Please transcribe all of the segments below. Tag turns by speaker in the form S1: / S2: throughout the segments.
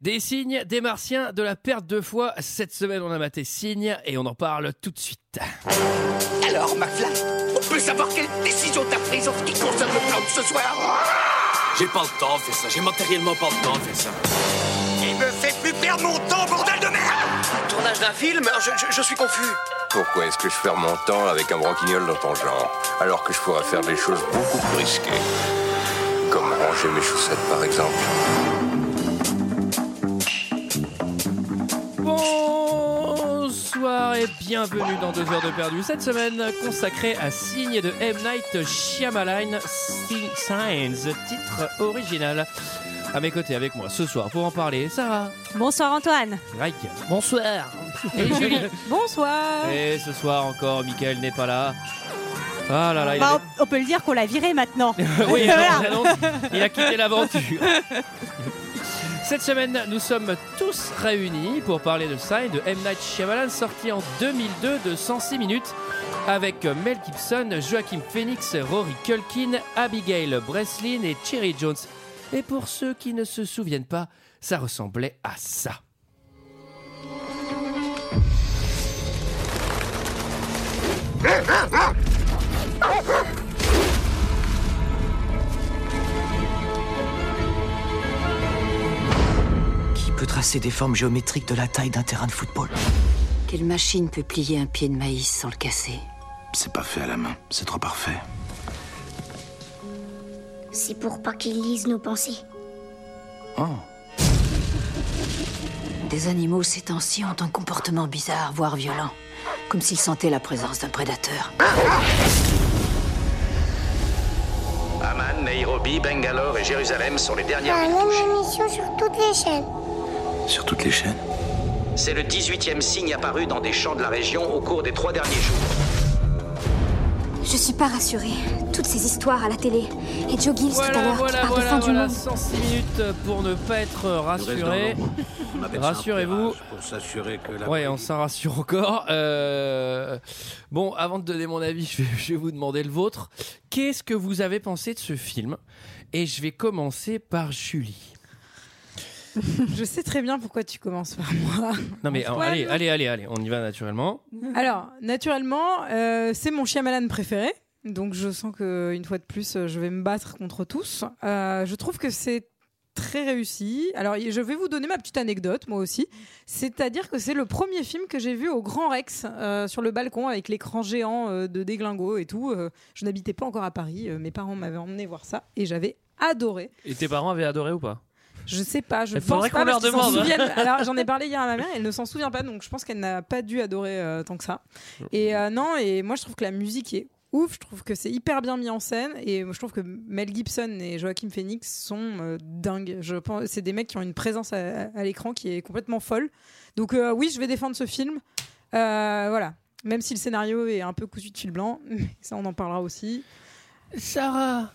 S1: Des signes, des martiens, de la perte de foi. Cette semaine, on a maté signes et on en parle tout de suite.
S2: Alors, McFly, on peut savoir quelle décision t'as prise en ce qui concerne le plan de ce soir
S3: J'ai pas le temps de faire ça, j'ai matériellement pas le temps de faire ça.
S2: Il me fait plus perdre mon temps, bordel de merde
S4: Tournage d'un film je, je- je suis confus.
S5: Pourquoi est-ce que je perds mon temps avec un broquignol dans ton genre, alors que je pourrais faire des choses beaucoup plus risquées Comme ranger mes chaussettes, par exemple.
S1: Bonsoir et bienvenue dans 2 heures de perdu. Cette semaine consacrée à Signe de M. Night Shyamalan, Sig- Signs, titre original. À mes côtés, avec moi ce soir pour en parler, Sarah,
S6: Bonsoir Antoine.
S1: Greg. Bonsoir. Et Julie.
S6: Bonsoir.
S1: Et ce soir encore, Michael n'est pas là. Ah là là, il
S6: Bah,
S1: avait-
S6: on on peut le dire qu'on l'a viré maintenant.
S1: Oui, il
S6: Voilà.
S1: annonce- il annonce- il a quitté l'aventure. Cette semaine, nous sommes tous réunis pour parler de ça et de M. Night Shyamalan, sorti en 2002 de 106 minutes, avec Mel Gibson, Joachim Phoenix, Rory Culkin, Abigail Breslin et Cherry Jones. Et pour ceux qui ne se souviennent pas, ça ressemblait à ça.
S4: Qui peut tracer des formes géométriques de la taille d'un terrain de football
S7: Quelle machine peut plier un pied de maïs sans le casser
S8: C'est pas fait à la main, c'est trop parfait.
S9: C'est pour pas qu'ils lisent nos pensées.
S7: Des animaux ces temps-ci ont un comportement bizarre, voire violent. Comme s'ils sentaient la présence d'un prédateur.
S8: Amman, Nairobi, Bangalore et Jérusalem sont les dernières
S9: La
S8: villes
S9: même
S8: touchées.
S9: émission sur toutes les chaînes.
S8: Sur toutes les chaînes C'est le 18e signe apparu dans des champs de la région au cours des trois derniers jours.
S9: Je suis pas rassurée. Toutes ces histoires à la télé. Et Joe Gibbs tout à
S1: Voilà,
S9: l'heure
S1: voilà,
S9: qui parle
S1: voilà,
S9: de fin
S1: voilà,
S9: du monde.
S1: 106 minutes pour ne pas être rassuré. Rassurez-vous.
S10: Pour s'assurer que
S11: Ah
S10: la
S1: Ouais, on s'en rassure encore. Euh, Bon, avant de donner mon avis, je vais, je vais vous demander le vôtre. Qu'est-ce que vous avez pensé de ce film Et je vais commencer par Julie.
S12: Je sais très bien pourquoi tu commences par moi.
S1: Non mais alors,
S12: Antoine.
S1: allez, allez, allez, allez, on y va naturellement.
S12: Alors, naturellement, euh, c'est mon Shyamalan préféré. Donc, je sens que une fois de plus, euh, je vais me battre contre tous. Euh, je trouve que c'est très réussi. Alors, y- je vais vous donner ma petite anecdote, moi aussi. C'est-à-dire que c'est le premier film que j'ai vu au Grand Rex, euh, sur le balcon, avec l'écran géant euh, de Déglingo et tout. Euh, je n'habitais pas encore à Paris. euh, mes parents m'avaient emmené voir ça et j'avais adoré.
S11: Et tes parents avaient adoré ou pas
S12: Je sais pas, je
S11: Il
S12: pense
S11: faudrait
S12: pas
S11: qu'on
S12: parce
S11: leur
S12: qu'ils s'en
S11: demande. hein.
S12: souviennent. Alors j'en ai parlé hier à ma mère, elle ne s'en souvient pas, donc je pense qu'elle n'a pas dû adorer euh, tant que ça.
S11: Oh.
S12: Et euh, non, et moi je trouve que la musique est ouf, je trouve que c'est hyper bien mis en scène, et je trouve que Mel Gibson et Joachim Phoenix sont euh, dingues. Je pense, c'est des mecs qui ont une présence à, à l'écran qui est complètement folle. Donc euh, oui, je vais défendre ce film. Euh, voilà. Même si le scénario est un peu cousu de fil blanc, ça on en parlera aussi.
S1: Sarah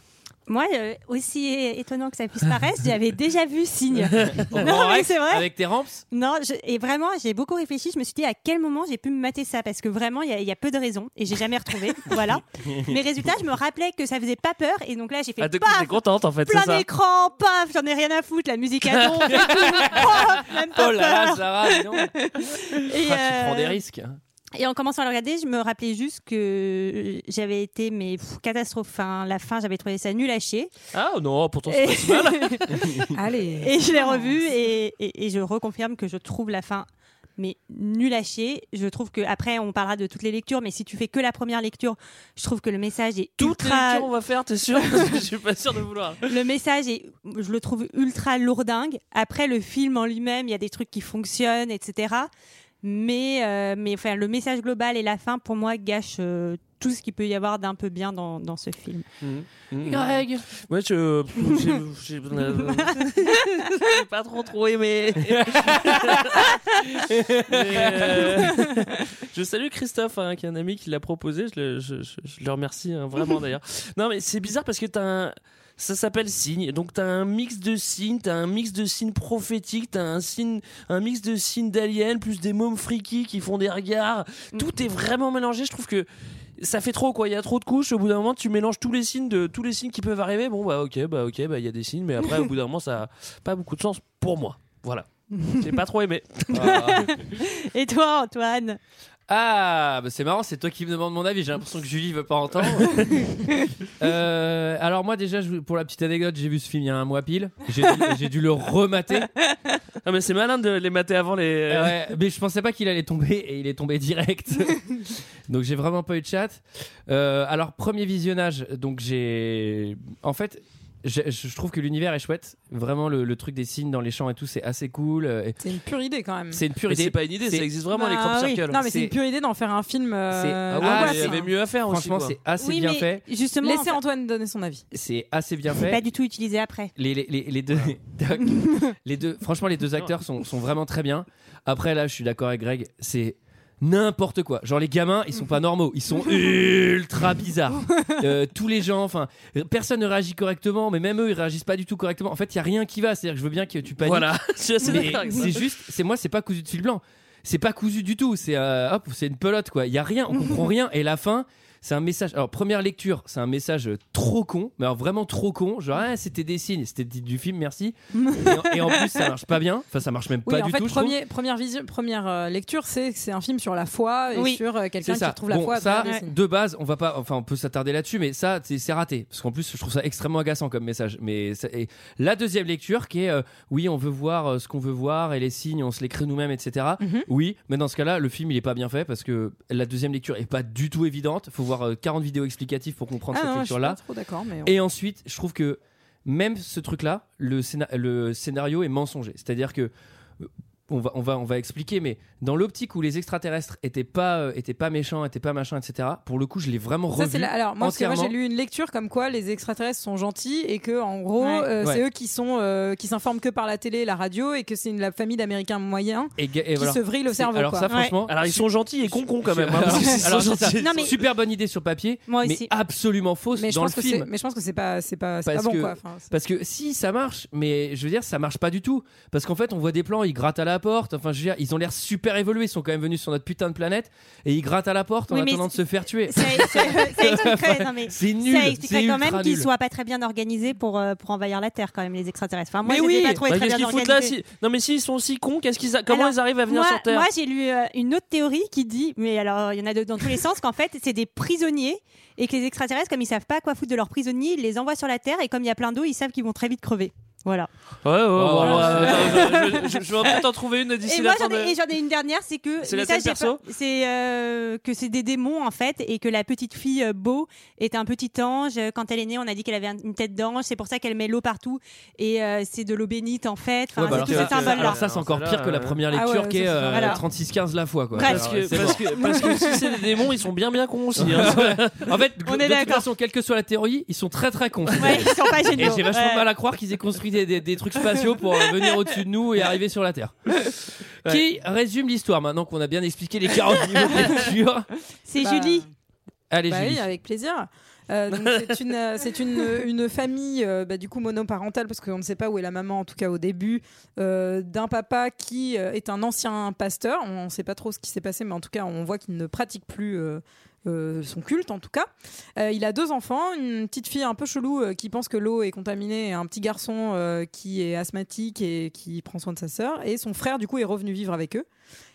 S6: Moi, euh, aussi é- étonnant que ça puisse paraître, j'avais déjà vu Signe.
S1: Au
S6: Non,
S1: Grand
S6: mais
S1: Rex,
S6: c'est vrai.
S1: Avec tes ramps
S6: Non, je- et vraiment, j'ai beaucoup réfléchi. Je me suis dit à quel moment j'ai pu me mater ça parce que vraiment, il y a- il y, a peu de raisons et j'ai jamais retrouvé. voilà. Mais résultat, je me rappelais que ça faisait pas peur et donc là, j'ai fait
S11: Ah, donc
S6: paf,
S11: t'es contente en fait, c'est
S6: plein
S11: ça
S6: d'écran, paf, j'en ai rien à foutre, la musique à fond, et tout, paf, même pas
S1: Oh là là,
S6: peur.
S1: Sarah, dis donc.
S6: Et,
S1: Ah, tu
S6: euh,
S1: prends des risques.
S6: Et en commençant à le regarder, je me rappelais juste que j'avais été mais pff, catastrophe. Enfin, la fin, j'avais trouvé ça nul à chier.
S11: Ah non, pourtant c'est
S6: Et-
S11: pas si mal.
S12: Allez.
S6: Et je l'ai revu et, et- et je reconfirme que je trouve la fin mais nul à chier. Je trouve que après, on parlera de toutes les lectures, mais si tu fais que la première lecture, je trouve que le message est
S11: Toutes les
S6: ultra.
S11: lectures, on va faire, t'es sûr Je suis pas sûr de vouloir.
S6: Le message est, je le trouve ultra lourdingue. Après, le film en lui-même, il y a des trucs qui fonctionnent, etc. Mais, euh, mais enfin, le message global et la fin, pour moi, gâchent euh, tout ce qu'il peut y avoir d'un peu bien dans, dans ce film.
S1: Mm. Greg
S11: Ouais, je. j'ai- j'ai- euh, J'ai pas trop trop aimé. Mais, euh, je salue Christophe, hein, qui est un ami qui l'a proposé. Je le, je- je- je le remercie hein, vraiment d'ailleurs. Non, mais c'est bizarre parce que t'as un. Ça s'appelle signe. Donc t'as un mix de signes, t'as un mix de signes prophétiques, t'as un signe, un mix de signes d'aliens plus des mômes frikis qui font des regards. Tout est vraiment mélangé. Je trouve que ça fait trop quoi. Il y a trop de couches. Au bout d'un moment, tu mélanges tous les signes de tous les signes qui peuvent arriver. Bon bah ok, bah ok, bah il y a des signes, mais après au bout d'un moment, ça a pas beaucoup de sens pour moi. Voilà. J'ai pas trop aimé.
S1: Ah.
S6: Et toi, Antoine
S1: Ah, bah c'est marrant, c'est toi qui me demande mon avis. J'ai l'impression que Julie veut pas entendre. Euh, alors moi déjà, je- pour la petite anecdote, j'ai vu ce film il y a un mois pile. J'ai dû, j'ai dû le remater.
S11: Ah mais c'est malin de les mater avant les.
S1: Ouais, mais je pensais pas qu'il allait tomber et il est tombé direct. donc j'ai vraiment pas eu de chat. Euh, alors premier visionnage, donc j'ai, en fait. j'ai- Je, trouve que l'univers est chouette. Vraiment, le, le truc des signes dans les champs et tout, c'est assez cool. euh, Et-
S12: C'est une pure idée quand
S6: Mm.
S12: même.
S1: C'est une pure
S11: Mais
S1: idée.
S11: c'est pas une idée, ça
S1: C'est-
S11: existe vraiment, les
S12: Bah
S11: crop
S12: oui.
S11: circles.
S12: Non, mais c'est
S1: C'est-
S12: une pure idée d'en faire un film. euh,
S1: C'est-
S12: à
S1: Ah ouais,
S12: la
S1: mais
S12: place,
S1: il y
S12: hein.
S1: avait
S11: mieux à faire aussi,
S1: Franchement,
S11: quoi.
S1: c'est assez
S6: Oui,
S1: bien
S6: mais
S1: fait.
S6: Justement, en
S12: Laissez
S6: fait,
S12: Antoine donner son avis.
S1: C'est assez bien
S6: c'est pas
S1: fait.
S6: du tout utilisé après.
S1: Les, les, les, les deux, Doc, les deux, franchement, les deux acteurs sont, sont vraiment très bien. Après, là, je suis d'accord avec Greg, c'est n'importe quoi. Genre, les gamins, ils sont pas normaux, ils sont ultra bizarres. Euh, tous les gens, enfin, personne ne réagit correctement, mais même eux, ils réagissent pas du tout correctement. En fait, il y a rien qui va. C'est-à-dire que je veux bien que tu paniques.
S11: Voilà, je suis assez
S1: Mais
S11: d'accord avec ça.
S1: c'est juste, c'est moi, c'est pas cousu de fil blanc. C'est pas cousu du tout. C'est euh, hop, c'est une pelote quoi. Il y a rien, on comprend rien. Et la fin, c'est un message. Alors première lecture, c'est un message euh, trop con, mais alors vraiment trop con. Genre ah, c'était des signes, c'était du- du film, merci. et, en, et en plus ça marche pas bien. Enfin ça marche même
S12: Oui,
S1: pas
S12: en
S1: du
S12: fait,
S1: tout. je trouve.
S12: premier- première, vision, première euh, lecture, c'est c'est un film sur la foi et
S6: Oui.
S12: sur euh, quelqu'un
S1: C'est
S12: qui
S1: ça.
S12: retrouve la
S1: Bon,
S12: foi. à
S1: ça,
S12: travers des signes.
S1: de base, on va pas. Enfin, on peut s'attarder là-dessus, mais ça, c'est c'est raté. Parce qu'en plus, je trouve ça extrêmement agaçant comme message. Mais ça- et la deuxième lecture, qui est euh, oui, on veut voir euh, ce qu'on veut voir et les signes, on se les crée nous-mêmes, etc.
S12: Mhm.
S1: Oui, mais dans ce cas-là, le film, il est pas bien fait parce que la deuxième lecture est pas du tout évidente. Faut voir euh, 40 vidéos explicatives pour comprendre
S12: Ah
S1: cette
S12: non, je suis
S1: lecture-là.
S12: pas trop d'accord, mais.
S1: Et ensuite, je trouve que même ce truc-là, le, scéna- le scénario est mensonger. C'est-à-dire que euh, on va, on, va, on va expliquer, mais dans l'optique où les extraterrestres étaient pas, euh, étaient pas méchants, étaient pas machin, etc., pour le coup, je l'ai vraiment
S12: Ça,
S1: revu
S12: c'est la- Alors, moi, parce que moi,
S1: entièrement.
S12: j'ai lu une lecture comme quoi les extraterrestres sont gentils et que, en gros,
S6: Ouais.
S12: euh, c'est
S1: Ouais.
S12: eux qui sont euh, qui s'informent que par la télé et la radio et que c'est une la famille d'Américains moyens
S1: et, ga- et
S12: qui
S1: voilà.
S12: se vrille le
S1: C'est-
S12: cerveau.
S1: Alors
S12: quoi.
S1: ça,
S6: Ouais.
S1: franchement,
S11: Alors ils sont gentils et concons quand même. hein,
S1: Alors,
S11: parce qu'ils sont
S1: alors, c'est ça.
S11: gentils.
S6: Non, mais-
S1: super bonne idée sur papier,
S6: Moi
S1: mais
S6: aussi.
S1: absolument fausse
S12: mais, je
S1: dans le
S12: pense que c'est-
S1: film.
S12: mais je pense que c'est pas, c'est pas, c'est pas
S1: Parce
S12: bon,
S1: que-
S12: quoi. Enfin, c'est-
S1: Parce que si ça marche, mais je veux dire, ça marche pas du tout. Parce qu'en fait, on voit des plans, ils grattent à la porte. Enfin, je veux dire, ils ont l'air super évolués. Ils sont quand même venus sur notre putain de planète et ils grattent à la porte en
S6: Oui, mais
S1: attendant de se faire tuer.
S6: Ça, ça- ça expliquerait, non, mais-
S1: C'est nul.
S6: ça expliquerait
S1: c'est
S6: quand même
S1: ultra
S6: qu'ils
S1: nul.
S6: soient pas très bien organisés pour, euh, pour envahir la Terre, quand même, les extraterrestres. Enfin, moi,
S11: mais
S6: je les ai
S11: oui,
S6: pas trouvés
S11: Bah,
S6: très
S11: qu'est-ce
S6: bien
S11: qu'ils foutent là
S6: organisés.
S11: si- Non, mais s'ils sont si cons, qu'est-ce qu'ils a- comment
S6: Alors,
S11: ils arrivent à venir
S6: moi,
S11: sur Terre
S6: moi, j'ai lu euh, une autre théorie qui dit, mais alors il y en a de- dans tous les sens, qu'en fait c'est des prisonniers et que les extraterrestres, comme ils savent pas quoi foutre de leurs prisonniers, ils les envoient sur la Terre et comme il y a plein d'eau, ils savent qu'ils vont très vite crever. Voilà.
S11: Ouais, ouais, ouais,
S1: Voilà.
S11: ouais, ouais, ouais, je- je- Je vais peut-être en trouver une d'ici
S6: Et
S11: la
S6: moi
S11: fin
S6: j'en
S11: de-
S6: ai, et j'en ai une dernière, c'est que
S11: C'est
S6: mais
S11: la
S6: ça,
S11: scène
S6: j'ai
S11: perso
S6: pas- c'est euh, que c'est des démons en fait et que la petite fille euh, Beau est un petit ange. Quand elle est née, on a dit qu'elle avait un- une tête d'ange, c'est pour ça qu'elle met l'eau partout et euh, c'est de l'eau bénite en fait. Enfin,
S1: Ouais, bah,
S6: c'est
S1: alors,
S6: tout
S1: ça,
S6: ce
S11: ces
S1: c'est-
S6: symbole là.
S1: alors ça, c'est encore
S11: Celle-là,
S1: pire que la
S11: euh,
S1: première
S12: Ah ouais,
S1: lecture qui est
S12: ça,
S1: euh,
S12: voilà.
S1: 36-15 la fois. Quoi.
S6: Bref.
S11: Parce que,
S1: c'est
S11: parce,
S1: bon.
S11: que, parce que si c'est des démons, ils sont bien bien cons aussi. hein.
S1: en fait,
S6: On est
S1: de toute
S6: d'accord.
S1: façon, quelle que soit la théorie, ils sont très très cons.
S6: Ouais, ils sont pas
S1: Et
S6: géniaux.
S1: j'ai vachement
S6: Ouais.
S1: mal à croire qu'ils aient construit des, des- des trucs spatiaux pour euh, venir au-dessus de nous et arriver sur la Terre. Qui résume l'histoire maintenant qu'on a bien expliqué les 40 niveaux de lecture
S6: C'est
S12: Bah,
S6: Julie.
S1: Allez,
S12: Bah
S1: Julie.
S12: oui, avec plaisir. Euh, donc, c'est une, euh, c'est une, une famille euh, bah, du coup monoparentale parce qu'on ne sait pas où est la maman en tout cas au début euh, d'un papa qui euh, est un ancien pasteur. On ne sait pas trop ce qui s'est passé, mais en tout cas on voit qu'il ne pratique plus. euh, euh, son culte en tout cas. Euh, il a deux enfants, une petite fille un peu chelou euh, qui pense que l'eau est contaminée et un petit garçon euh, qui est asthmatique et qui prend soin de sa sœur et son frère du coup est revenu vivre avec eux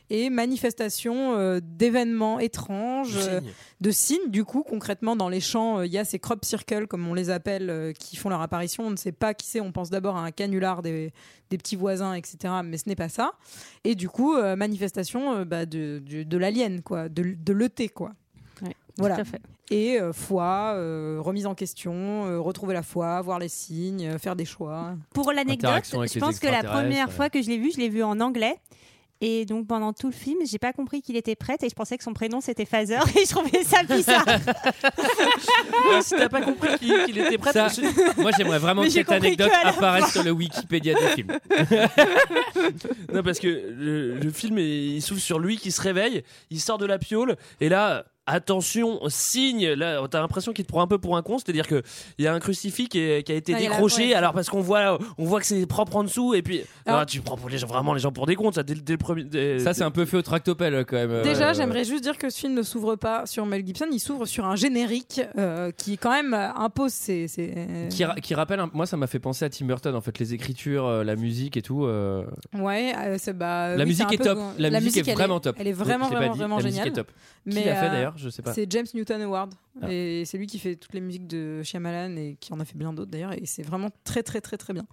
S12: et manifestation euh, d'événements étranges euh, de signes. Du coup, concrètement, dans les champs, euh, il y a ces crop circles, comme on les appelle, euh, qui font leur apparition. On ne sait pas qui c'est. On pense d'abord à un canular des, des petits voisins, etc. Mais ce n'est pas ça. Et du coup, euh, manifestation euh, bah, de, du- de l'alien,
S1: Euh,
S12: quoi, de, l- de l'ET, quoi.
S6: Ouais,
S12: voilà.
S6: Tout à fait.
S12: Et euh, foi, euh, remise en question, euh, retrouver la foi, voir les signes, euh, faire des choix.
S6: Pour l'anecdote,
S1: Interaction avec
S6: je
S1: les
S6: pense que la
S1: extraterrestres, euh.
S6: première
S1: ouais.
S6: fois que je l'ai vu, je l'ai vu en anglais. Et donc pendant tout le film, j'ai pas compris qu'il était prêtre et je pensais que son prénom c'était Phaser et je trouvais ça bizarre.
S11: Ouais, si t'as pas compris qu'il qu'il était prêt,
S1: Ça,
S11: je-
S1: moi j'aimerais vraiment
S6: Mais
S1: que
S6: j'ai
S1: cette
S6: compris
S1: anecdote
S6: que à la
S1: apparaisse sur le Wikipédia du film.
S11: Non, parce que le, le film, est- il s'ouvre sur lui qui se réveille, il sort de la piole, et là, Attention, signe. Là, t'as l'impression qu'il te prend un peu pour un con. C'est-à-dire que il y a un crucifix qui, est- qui a été
S12: Ah, il y a la
S11: décroché.
S12: pointe.
S11: alors parce qu'on voit, on voit que c'est propre en dessous. Et puis,
S12: Alors-
S11: Ah, tu prends pour les gens, vraiment les gens pour des cons. Ça, dès, le- dès le premier. dès-
S1: Ça, c'est un peu fait au tractopelle quand même.
S12: Déjà,
S1: Euh,
S12: j'aimerais juste dire que ce film ne s'ouvre pas sur Mel Gibson, il s'ouvre sur un générique euh, qui quand même euh, impose ses... euh, ses-
S1: Qui, ra- qui rappelle, un- moi ça m'a fait penser à Tim Burton en fait, les écritures, euh, la musique et tout. euh.
S12: Ouais, euh, c'est- bah,
S1: La
S12: oui,
S1: musique
S12: c'est un
S1: est
S12: peu
S1: top.
S12: grand-
S1: La musique est
S12: elle
S1: vraiment top.
S12: Elle est
S1: Oui,
S12: vraiment,
S1: je l'ai pas
S12: vraiment,
S1: dit.
S12: vraiment
S1: La musique
S12: géniale. euh,
S1: est top. Qui l'a
S6: euh,
S1: fait, d'ailleurs Je sais pas.
S12: C'est James Newton Howard.
S1: Ah.
S12: Et c'est lui qui fait toutes les musiques de Shyamalan et qui en a fait bien d'autres d'ailleurs. Et c'est vraiment très, très, très, très bien.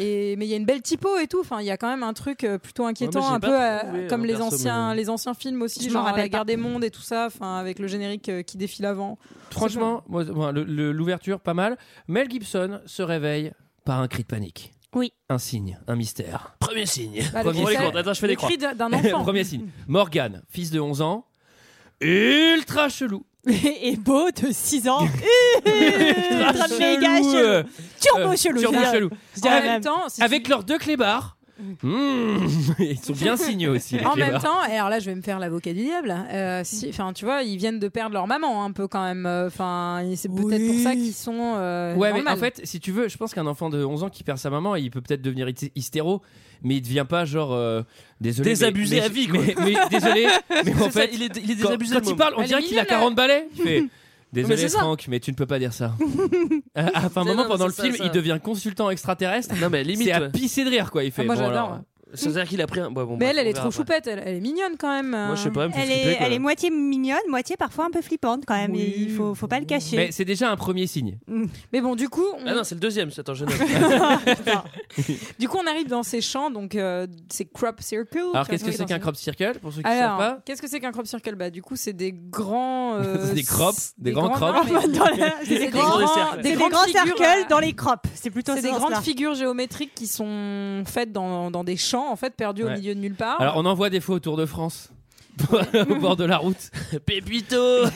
S12: Et, mais il y a une belle typo et tout. Enfin, il y a quand même un truc euh, plutôt
S6: Ouais,
S12: inquiétant,
S6: mais j'ai
S12: un
S6: pas
S12: peu euh,
S6: trouvé,
S12: comme
S6: euh,
S12: les
S6: perso,
S12: anciens,
S6: mais-
S12: les anciens films aussi,
S6: Je m'en
S12: genre
S6: rappelle
S12: La
S6: pas.
S12: Guerre des Mondes et tout ça, enfin avec le générique euh, qui défile avant.
S1: Franchement, moi, moi, le- le- l'ouverture, pas mal. Mel Gibson se réveille par un cri de panique.
S6: Oui.
S1: Un signe, un mystère. Premier signe.
S12: Bah, le
S1: Premier
S12: cri,
S1: signe.
S12: c'est- Attends, je fais le des croix. cri d'un- d'un enfant.
S1: Premier signe. Morgan, fils de 11 ans, ultra chelou.
S6: Et beau de 6 ans. Euh,
S1: ultra
S6: Ultra méga
S1: euh,
S6: chelou. Turbo
S1: euh,
S6: chelou. je
S1: turbo
S6: dirais.
S1: chelou.
S6: Je dirais
S1: En
S6: même.
S1: Avec leurs deux clébards. Mmh, Ils sont bien signés aussi. les
S12: en même
S1: clébards.
S12: temps, et alors là, je vais me faire l'avocat du diable. euh, si, enfin, tu vois, ils viennent de perdre leur maman un peu quand même. euh, Enfin, et c'est peut-être pour ça qu'ils sont. euh,
S1: Ouais,
S12: dans le
S1: mais en
S12: mal.
S1: fait, si tu veux, je pense qu'un enfant de 11 ans qui perd sa maman, il peut peut-être devenir hy- hystéro, mais il devient pas genre euh, désolé. mais-
S11: Désabusé
S1: mais-
S11: à vie, quoi.
S1: Mais, mais désolé, mais en
S11: C'est ça,
S1: fait,
S11: il est- il est
S1: quand-
S11: désabusé,
S1: Quand,
S11: le môme.
S1: il parle, on
S11: Elle est
S1: dirait qu'il a
S11: mignonne,
S1: 40 balais. Il fait,
S11: Mais
S1: désolé,
S11: c'est ça.
S1: Franck, mais tu ne peux pas dire ça. Euh, Après un
S11: C'est-
S1: moment,
S11: non,
S1: pendant le
S11: c'est ça,
S1: film,
S11: ça. Ah,
S1: il devient consultant extraterrestre.
S11: Non, mais limite,
S1: C'est à
S11: ouais.
S1: pisser de rire, quoi. Il fait.
S12: moi,
S1: bon,
S12: j'adore,
S1: alors,
S12: ouais.
S11: C'est-à-dire qu'il a pris un. ouais, bon,
S12: Mais
S11: bref,
S12: elle, elle
S11: on
S12: est
S11: verra
S12: trop hein.
S11: après.
S12: choupette, elle, elle est mignonne quand même. euh.
S11: Moi, je sais pas, elle me fait
S6: Elle
S11: flipper,
S6: est,
S11: quoi.
S6: elle est moitié mignonne, moitié parfois un peu flippante quand même. Il faut, faut pas le cacher.
S1: Mais c'est déjà un premier signe.
S12: Mais bon, du coup, on-
S11: Ah non, c'est le deuxième, c'est un jeune homme.
S12: du coup, on arrive dans ces champs, donc euh, c'est crop circle.
S1: Alors,
S12: tu
S1: qu'est-ce
S12: vois,
S1: que c'est
S12: dans
S1: qu'un
S12: ces-
S1: crop circle Pour ceux qui ne savent
S12: Alors,
S1: pas.
S12: qu'est-ce que c'est qu'un crop circle Bah, du coup, c'est des grands. euh,
S1: C'est des crops, des grands
S12: non,
S1: crops.
S12: mais-
S1: Dans la-
S12: C'est
S1: Des
S12: des
S1: grands
S12: grands
S1: cercles.
S6: C'est des
S12: grandes
S6: grands
S12: figures,
S6: circles
S12: euh,
S6: dans les crops. C'est plutôt
S12: C'est
S6: ce
S12: des
S6: sens-là.
S12: grandes figures géométriques qui sont faites dans, dans des champs, en fait, perdus
S1: Ouais.
S12: au milieu de nulle part.
S1: Alors, on envoie des fois au Tour de France. au bord de la route.
S11: Pépito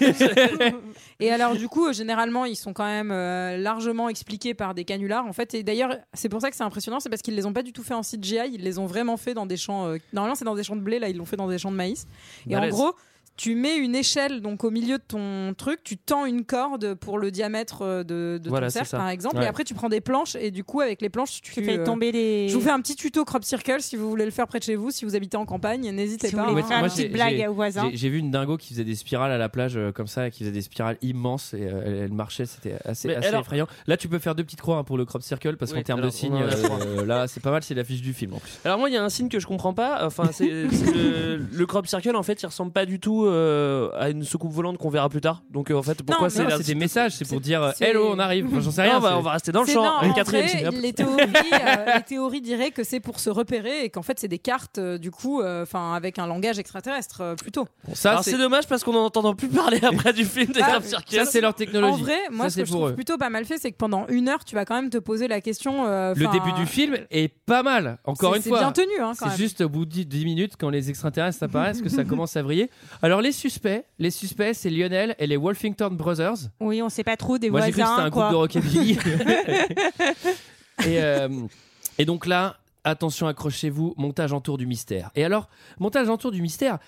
S12: Et alors, du coup, euh, généralement, ils sont quand même euh, largement expliqués par des canulars, en fait. Et d'ailleurs, c'est pour ça que c'est impressionnant, c'est parce qu'ils les ont pas du tout fait en CGI, ils les ont vraiment fait dans des champs. euh, Normalement, c'est dans des champs de blé, là, ils l'ont fait dans des champs de maïs. Et
S11: Balèze.
S12: en gros. Tu mets une échelle donc au milieu de ton truc, tu tends une corde pour le diamètre euh, de, de
S11: Voilà,
S12: ton
S11: c'est
S12: cercle
S11: ça.
S12: par exemple,
S11: Ouais.
S12: et après tu prends des planches et du coup avec les planches tu, euh,
S6: fais tomber les-
S12: Je vous fais un petit tuto crop circle si vous voulez le faire près de chez vous, si vous habitez en campagne, n'hésitez pas.
S1: Ouais,
S12: hein.
S1: moi, j'ai- j'ai- j'ai- J'ai vu une dingo qui faisait des spirales à la plage euh, comme ça, et qui faisait des spirales immenses et euh, elle, elle marchait, c'était assez,
S11: Mais
S1: assez
S11: alors-
S1: effrayant. Là, tu peux faire deux petites croix hein, pour le crop circle parce
S11: Oui,
S1: qu'en termes de
S11: alors,
S1: signes,
S11: ouais, ouais,
S1: euh,
S11: trois.
S1: là, c'est pas mal, c'est l'affiche du film en plus.
S11: Alors moi, il y a un signe que je comprends pas. Enfin, c'est c'est le, le crop circle. En fait, il ressemble pas du tout euh, à une soucoupe volante qu'on verra plus tard. Donc euh, en fait, pourquoi
S1: Non,
S11: c'est
S1: mais-
S11: la-
S1: c'est des messages, c'est pour dire, euh,
S11: c'est-
S1: hello, on arrive. Enfin, j'en sais
S11: Non, bah,
S1: rien,
S11: on va-
S1: c'est-
S11: on va rester dans le
S12: C'est-
S11: champ.
S12: non,
S11: Et
S12: en
S11: quatrième
S12: vrai,
S11: signe, hop.
S12: les théories, euh, les théories diraient que c'est pour se repérer et qu'en fait c'est des cartes euh, du coup, euh, enfin avec un langage extraterrestre euh, plutôt.
S1: ça,
S11: Alors
S1: c'est-
S11: Ah, c'est dommage parce qu'on n'en entend plus parler après du film des
S12: Ah,
S11: crop circles.
S1: ça, c'est leur technologie.
S12: En vrai, moi
S1: Ça,
S12: ce
S1: c'est
S12: que je
S1: pour
S12: trouve
S1: eux.
S12: plutôt pas mal fait, c'est que pendant une heure, tu vas quand même te poser la question. euh,
S1: Le
S12: enfin,
S1: début du film est pas mal, encore
S12: c'est-
S1: une
S12: c'est
S1: fois.
S12: bien tenu, hein, quand
S1: c'est
S12: même.
S1: juste au bout de 10 minutes quand les extraterrestres apparaissent que ça commence à vriller. Alors les suspects, les suspects c'est Lionel et les Wolfington Brothers.
S6: Oui, on sait pas trop des
S1: Moi j'ai cru que c'était
S6: voisins.
S1: un
S6: quoi.
S1: groupe de rockabilly. et, euh, et donc là, attention, accrochez-vous, montage en tour du mystère. Et alors, montage en tour du mystère,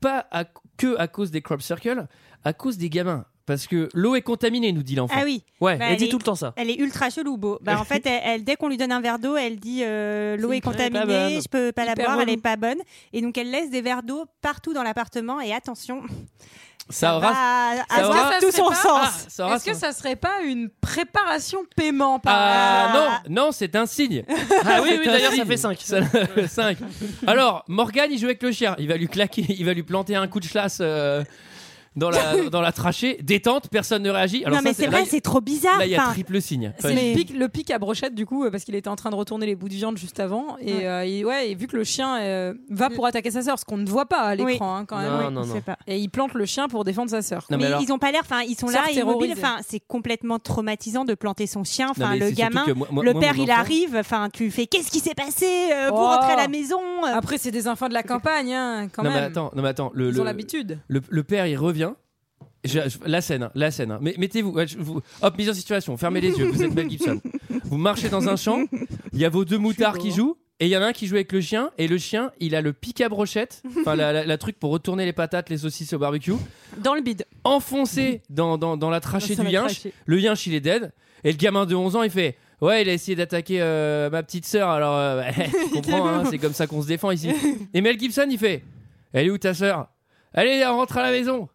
S1: pas à- que à cause des crop circles, à cause des gamins. Parce que l'eau est contaminée, nous dit l'enfant.
S6: Ah oui.
S11: Ouais,
S6: Bah,
S11: elle dit
S6: est-
S11: tout le temps ça.
S6: Elle est ultra chelou, beau. Bah, en fait, elle, elle- dès qu'on lui donne un verre d'eau, elle dit euh, l'eau
S11: C'est
S6: est,
S11: pas bonne.
S6: contaminée, je peux pas la
S11: Hyper
S6: boire, elle
S11: relou.
S6: est pas bonne. Et donc, elle laisse des verres d'eau partout dans l'appartement. Et attention,
S1: Ça aura.
S6: va
S1: ça aura- Ah.
S6: avoir tout son sens.
S1: ça aura
S12: Est-ce que
S1: son-
S12: ça serait pas une préparation paiement par
S1: Ah non, non, c'est un signe.
S11: Ah oui,
S1: C'est
S11: oui,
S1: un
S11: d'ailleurs, ça
S1: signe.
S11: fait cinq.
S1: Ça- le cinq. Alors, Morgan, il joue avec le chien. Il va lui claquer, il va lui planter un coup de chlasse euh, dans, la, dans la trachée. Détente, personne ne réagit. Alors
S6: non,
S1: ça,
S6: mais c'est
S1: là,
S6: vrai,
S1: il-
S6: c'est trop bizarre.
S1: Là, il y a
S6: Enfin,
S1: triple signe.
S12: C'est
S1: Enfin,
S12: le, pic, le pic à brochette du coup euh, parce qu'il était en train de retourner les bouts de viande juste avant et euh, il- ouais et vu que le chien euh, va pour attaquer sa sœur ce qu'on ne voit pas à l'écran
S6: Oui.
S12: hein, quand même
S11: Non, non, non.
S12: et il plante le chien pour défendre sa sœur
S1: Non, mais
S6: mais
S1: alors-
S6: ils ont pas l'air, enfin ils sont
S12: Certes
S6: là immobiles,
S12: terrorisés.
S6: enfin c'est complètement traumatisant de planter son chien,
S1: Non,
S6: enfin
S1: mais
S6: le
S1: c'est surtout
S6: gamin,
S1: que moi- moi-
S6: le
S1: moi,
S6: père
S1: mon
S6: il
S1: enfant-
S6: arrive, enfin tu fais qu'est-ce qui s'est passé euh, pour
S12: Oh.
S6: rentrer à la maison euh.
S12: après c'est des enfants de la campagne hein, quand
S1: non, mais
S12: même
S1: attends, non, mais attends. Le,
S12: ils
S1: le-
S12: ont l'habitude
S1: le- le père, il revient. Je- je- la scène, hein, la scène. hein. Mais mettez-vous, ouais, je- vous- hop, mise en situation, fermez les yeux, vous êtes Mel Gibson. Vous marchez dans un champ, il y a vos deux moutards qui jouent, Et il y en a un qui joue avec le chien, et le chien, il a le pic à brochette, enfin la, la- la truc pour retourner les patates, les saucisses au barbecue.
S6: Dans le bide.
S1: Enfoncé dans, dans, dans la trachée
S6: Dans
S1: du
S6: la
S1: yinche.
S6: trachée.
S1: Le yinche, il est dead. Et le gamin de 11 ans, il fait Ouais, il a essayé d'attaquer euh, ma petite sœur, alors euh, bah, tu comprends, hein, c'est comme ça qu'on se défend ici. Et Mel Gibson, il fait Elle est où ta sœur Allez, on rentre à la maison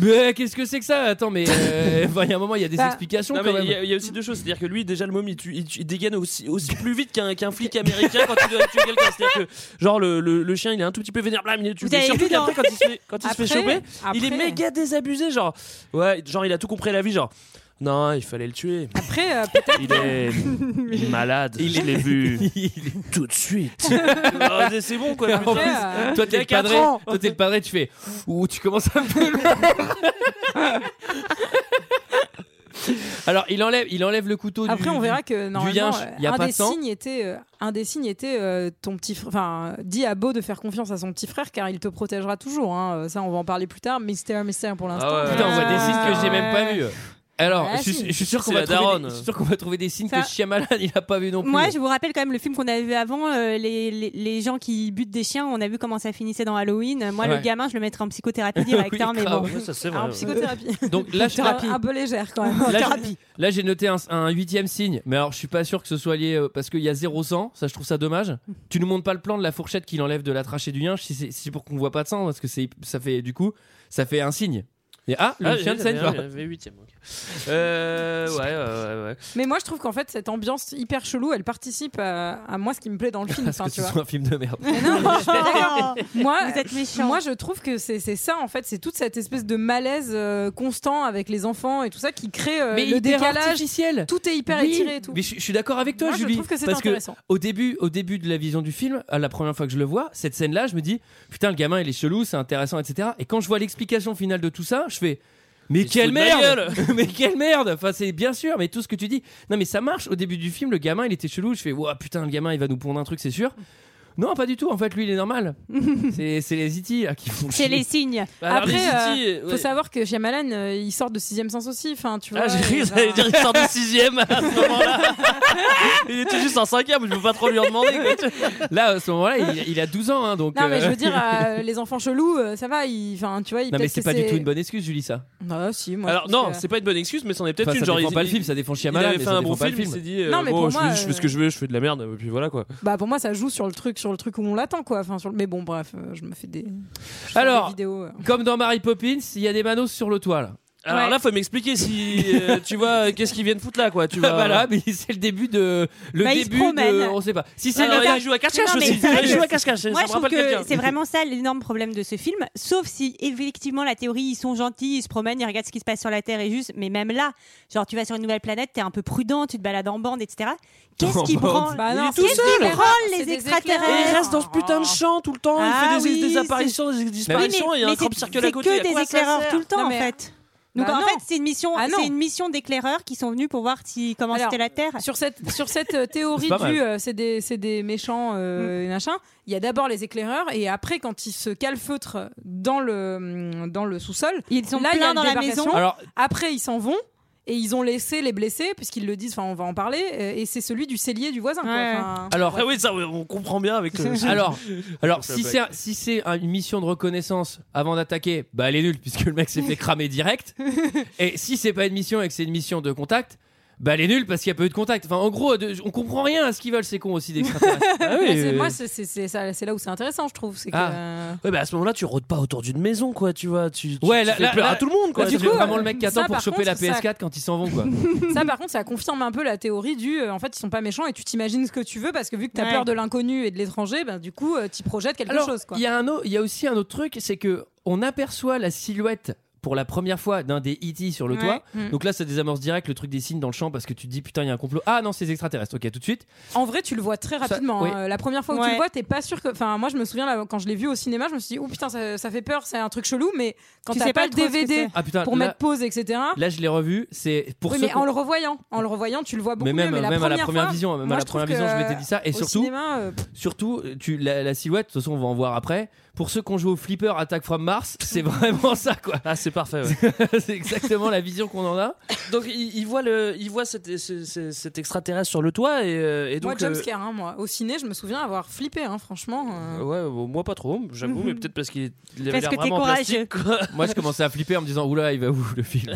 S1: mais qu'est-ce que c'est que ça Attends, mais euh, enfin, il y a un moment, il y a des
S11: Bah,
S1: explications
S11: non,
S1: quand
S11: mais
S1: même.
S11: Il y, a- il y a aussi deux choses. C'est-à-dire que lui, déjà, le môme, il, tue- il tue- il dégaine aussi, aussi plus vite qu'un qu'un flic américain quand il doit tuer quelqu'un. C'est-à-dire que, genre, le, le- le chien, il est un tout petit peu vénère, blam, il le tue.
S6: Vous
S11: Mais
S6: avez
S11: surtout
S6: vu dans-
S11: qu'après, quand il se fait, quand il se fait
S6: Après-
S11: choper, il est
S6: après-
S11: méga désabusé. Genre, ouais, genre, il a tout compris la vie. Genre, non, il fallait le tuer.
S12: Après, euh, peut-être.
S11: Il est malade, je l'ai vu tout de suite. Ah, c'est- c'est bon quoi.
S1: En
S11: putain.
S1: plus,
S11: Euh,
S1: toi
S11: il y
S1: t'es
S11: a
S1: le
S11: quatre
S1: padré,
S11: ans.
S1: toi t'es le padré, tu fais ouh, tu commences un peu loin. Alors il enlève, il enlève le couteau. du-
S12: Après, on
S1: du-
S12: verra que
S1: du
S12: normalement,
S1: yinche,
S12: euh,
S1: il y a
S12: un,
S1: pas
S12: des
S1: de sang.
S12: signes était, euh, un des signes était euh, ton petit, fr- enfin, euh, dis à Beau de faire confiance à son petit frère car il te protégera toujours. hein. Euh, Ça, on va en parler plus tard. Mystère, mystère pour l'instant.
S1: Ah
S12: Euh,
S1: Putain, on voit
S11: Euh,
S1: des signes que j'ai même pas vus. Alors,
S12: Ah,
S1: je, suis,
S12: si.
S1: je suis sûr qu'on va
S11: C'est la
S1: trouver,
S11: daronne.
S1: des, je suis sûr qu'on va trouver des signes
S6: Ça-
S1: que Shyamalan il a pas vu non plus.
S6: Moi, je vous rappelle quand même le film qu'on avait vu avant, euh, les, les, les gens qui butent des chiens, on a vu comment ça finissait dans Halloween. Moi,
S1: Ouais.
S6: le gamin, je le mettrais en psychothérapie directeur,
S1: Oui,
S6: mais
S1: grave.
S6: bon.
S1: Ouais, ça, c'est
S6: Ah,
S1: vrai,
S6: en
S1: ouais.
S6: psychothérapie.
S1: Donc là, je-
S12: un, un peu légère quand même.
S1: Là, j'ai- là, j'ai noté un, un huitième signe, mais alors je suis pas sûr que ce soit lié euh, parce qu'il y a 0 sang, ça je trouve ça dommage. Tu nous montres pas le plan de la fourchette qu'il enlève de la trachée du yinche si c'est si c'est pour qu'on voit pas de sang parce que c'est ça fait du coup ça fait un signe. Et ah, le
S11: Ah,
S1: chien de
S11: j'avais-
S1: saigne.
S11: j'avais- j'avais huitième, ok. Euh, ouais, ouais, ouais, ouais.
S12: Mais moi, je trouve qu'en fait, cette ambiance hyper chelou, elle participe à, à moi ce qui me plaît dans le film.
S1: Parce
S12: enfin,
S1: que ce
S12: tu vois. Euh,
S1: soit un film de merde.
S12: moi, Moi, je trouve que c'est c'est ça en fait, c'est toute cette espèce de malaise euh, constant avec les enfants et tout ça qui crée euh,
S1: Mais
S12: le
S1: hyper
S12: décalage.
S1: artificiel.
S12: Tout est hyper
S1: Oui,
S12: étiré et tout.
S1: Mais je, je suis d'accord avec toi,
S12: Moi, je
S1: Julie.
S12: trouve que c'est
S1: parce
S12: intéressant.
S1: que au début, au début de la vision du film, à la première fois que je le vois, cette scène-là, je me dis putain, le gamin, il est chelou, c'est intéressant, etc. Et quand je vois l'explication finale de tout ça, je fais. Mais quelle
S11: fout de ma
S1: merde Mais quelle merde Enfin, c'est bien sûr, mais tout ce que tu dis. Non, mais ça marche. Au début du film, le gamin, il était chelou. Je fais, Ouah, putain, le gamin, il va nous pondre un truc, c'est sûr. Non, pas du tout. En fait, lui, il est normal. c'est c'est les Iti là, qui font
S6: C'est
S1: chier.
S6: les signes.
S1: Bah, alors,
S12: Après,
S1: les
S12: euh,
S1: Iti, ouais.
S12: faut savoir que Shyamalan, euh, il sort de sixième sens aussi. Enfin, tu vois. ben,
S11: Ah, j'ai cru
S12: il
S11: que
S12: va-
S11: t'allais dire il sort de sixième à ce moment-là. Il était juste en cinquième, je peux pas trop lui en demander.
S1: Là, à ce moment-là, il, il a 12 ans, hein, donc.
S12: Non, mais
S1: euh,
S12: je veux dire, euh, les enfants chelous, euh, ça va. ils- Enfin, tu vois, ils
S1: Non, mais
S12: peut-être
S1: c'est
S12: que
S1: pas du tout une bonne excuse, Julie, ça.
S12: Ah, si, moi, je
S11: Alors
S12: pense
S11: non,
S12: que-
S11: c'est pas une bonne excuse, mais c'en est peut-être
S1: Enfin,
S11: une.
S1: ça
S11: genre,
S1: défend
S11: il-
S1: pas le film, ça défend
S11: Il
S1: Shyamalan.
S11: avait
S1: mais
S11: fait
S1: ça
S11: un
S1: défend
S11: bon
S1: pas le
S11: film, il s'est dit, euh,
S12: Non, mais
S11: bon,
S12: pour
S11: je,
S12: moi,
S11: fais- je fais ce que je veux, je fais de la merde, et puis voilà quoi.
S12: Bah pour moi ça joue sur le truc, sur le truc où on l'attend quoi. Enfin sur le... mais bon bref, euh, je me fais des. je fais
S1: Alors,
S12: des vidéos. euh.
S1: Comme dans Mary Poppins, il y a des manos sur le toit là.
S11: Alors là, faut m'expliquer si euh, tu vois euh, qu'est-ce qu'ils viennent foutre là quoi. Tu vois.
S1: voilà, mais c'est le début de. Le
S6: Bah, il se
S1: début de.
S6: promène.
S1: On sait pas. Si c'est le
S11: Ah, ouais, il joue à cache-cache
S6: Non, mais
S11: aussi.
S6: c'est vrai
S11: Il
S6: que-
S11: joue à cache-cache. ça
S6: Moi,
S11: me
S6: je trouve
S11: rappelle quelqu'un.
S6: que c'est vraiment ça l'énorme problème de ce film. Sauf si, effectivement, la théorie, ils sont gentils, ils se promènent, ils regardent ce qui se passe sur la Terre et juste. Mais même là, genre, tu vas sur une nouvelle planète, t'es un peu prudent, tu te balades en bande, etc. Qu'est-ce
S1: En
S6: qui
S1: bande.
S6: branle
S12: Bah non,
S6: Qu'est-ce qui branle
S12: C'est
S6: les
S12: des
S11: Et il
S6: extraterrestres
S11: reste dans ce putain de champ tout le temps,
S6: Ah
S11: il fait des,
S6: oui,
S11: des apparitions, des disparitions, et il
S6: Oui,
S11: y a un
S6: mais
S11: crop
S6: c'est
S11: circle à
S6: c'est
S11: côté. à
S6: que des
S11: quoi ça sert
S6: éclaireurs tout le temps,
S12: Non,
S6: en
S12: mais-
S6: fait. Donc
S12: Bah
S6: en
S12: non.
S6: fait, c'est une mission,
S12: Ah non.
S6: c'est une mission d'éclaireurs qui sont venus pour voir si comment
S12: Alors,
S6: c'était la Terre.
S12: Sur cette sur cette euh, théorie
S1: C'est pas mal.
S12: du euh, c'est des c'est des méchants euh, et machin, il y a d'abord les éclaireurs et après quand ils se calfeutrent dans le mm, dans le sous-sol,
S6: Ils sont
S12: là il y a
S6: pleins
S12: une
S6: dans la
S12: débarcation.
S6: maison.
S1: Alors,
S12: Après ils s'en vont. Et ils ont laissé les blessés, puisqu'ils le disent, enfin on va en parler, euh, et c'est celui du cellier du voisin. quoi.
S6: Ouais.
S12: Enfin,
S1: alors,
S11: Ah oui, ça, ouais, on comprend bien avec euh, le.
S1: alors, alors
S11: Ça
S1: si
S11: va.
S1: c'est si c'est un- une mission de reconnaissance avant d'attaquer, bah elle est nulle puisque le mec s'est fait cramer direct. Et si c'est pas une mission et que c'est une mission de contact, bah elle est nulle parce qu'il y a pas eu de contact. Enfin, en gros, de- on comprend rien à ce qu'ils veulent ces cons aussi d'extraterrestres.
S11: Ah
S12: ouais,
S11: oui,
S12: c'est-
S11: euh,
S12: moi, c'est- c'est c'est ça- c'est là où c'est intéressant, je trouve. C'est que,
S1: Ah.
S12: euh,
S11: Ouais, bah à ce moment-là, tu rôdes pas autour d'une maison, quoi, tu vois. Tu, tu,
S1: Ouais,
S11: tu
S1: là-
S11: fais
S1: là-
S11: peur
S1: là-
S11: à tout le monde,
S1: Quoi,
S11: quoi.
S1: Bah, c'est
S11: Tu fais-
S1: vraiment le mec qui
S12: Ça,
S1: attend pour
S12: par
S1: choper
S12: contre,
S1: la
S12: ça-
S1: PS4 quand ils s'en vont quoi.
S12: Ça, par contre, ça confirme un peu la théorie du euh, en fait, ils sont pas méchants et tu t'imagines ce que tu veux parce que vu que t'as
S6: Ouais.
S12: peur de l'inconnu et de l'étranger, ben, du coup, euh, t'y projettes quelque
S1: Alors,
S12: chose. Quoi.
S1: Il y, a un au- il y a aussi un autre truc, c'est que on aperçoit la silhouette pour la première fois d'un des E.T. sur le
S12: Ouais.
S1: toit.
S12: Mm.
S1: Donc là, ça désamorce direct le truc des signes dans le champ parce que tu te dis putain, il y a un complot. Ah non, c'est les extraterrestres. Ok, tout de suite.
S12: En vrai, tu le vois très rapidement.
S1: oui.
S12: hein. La première fois où tu
S6: Ouais.
S12: le vois, t'es pas sûr que. Enfin, moi, je me souviens là, quand je l'ai vu au cinéma, je me suis dit, oh putain, ça, ça fait peur, c'est un truc chelou, mais quand
S6: Tu
S12: t'as
S6: sais
S12: pas,
S6: pas
S12: le
S6: trop ce que
S12: DVD
S1: Ah putain,
S12: pour
S1: là,
S12: mettre pause, etc.
S1: là, je l'ai revu. C'est pour
S12: oui,
S1: ceux
S12: mais
S1: qu'on-
S12: en le revoyant, en le revoyant, tu le vois beaucoup
S1: mais même,
S12: mieux. Mais la
S1: même à la
S12: première
S1: première
S12: fois,
S1: vision, même
S12: moi,
S1: à la
S12: je trouve
S1: première vision,
S12: que,
S1: je m'étais dit ça. Et
S12: au
S1: surtout,
S12: cinéma, euh,
S1: surtout, tu la, la silhouette. De toute façon, on va en voir après. Pour ceux qui ont joué au flipper Attack from Mars, c'est vraiment ça quoi.
S11: Ah, c'est c'est parfait.
S1: c'est exactement la vision qu'on en a.
S11: Donc il, il voit le, il voit cet, ce- ce- cet extraterrestre sur le toit et, euh, et
S12: moi,
S11: donc. euh,
S12: jumpscare, hein, moi. Au ciné, je me souviens avoir flippé, hein, franchement. euh.
S11: Ouais, bon, moi pas trop, j'avoue,
S12: Mhm.
S11: mais peut-être parce qu'il est- il
S12: Parce
S11: avait l'air
S12: que t'es
S11: vraiment en
S12: courageux.
S11: plastique, quoi.
S1: Moi, je commençais à flipper en me disant Oula, il va où le film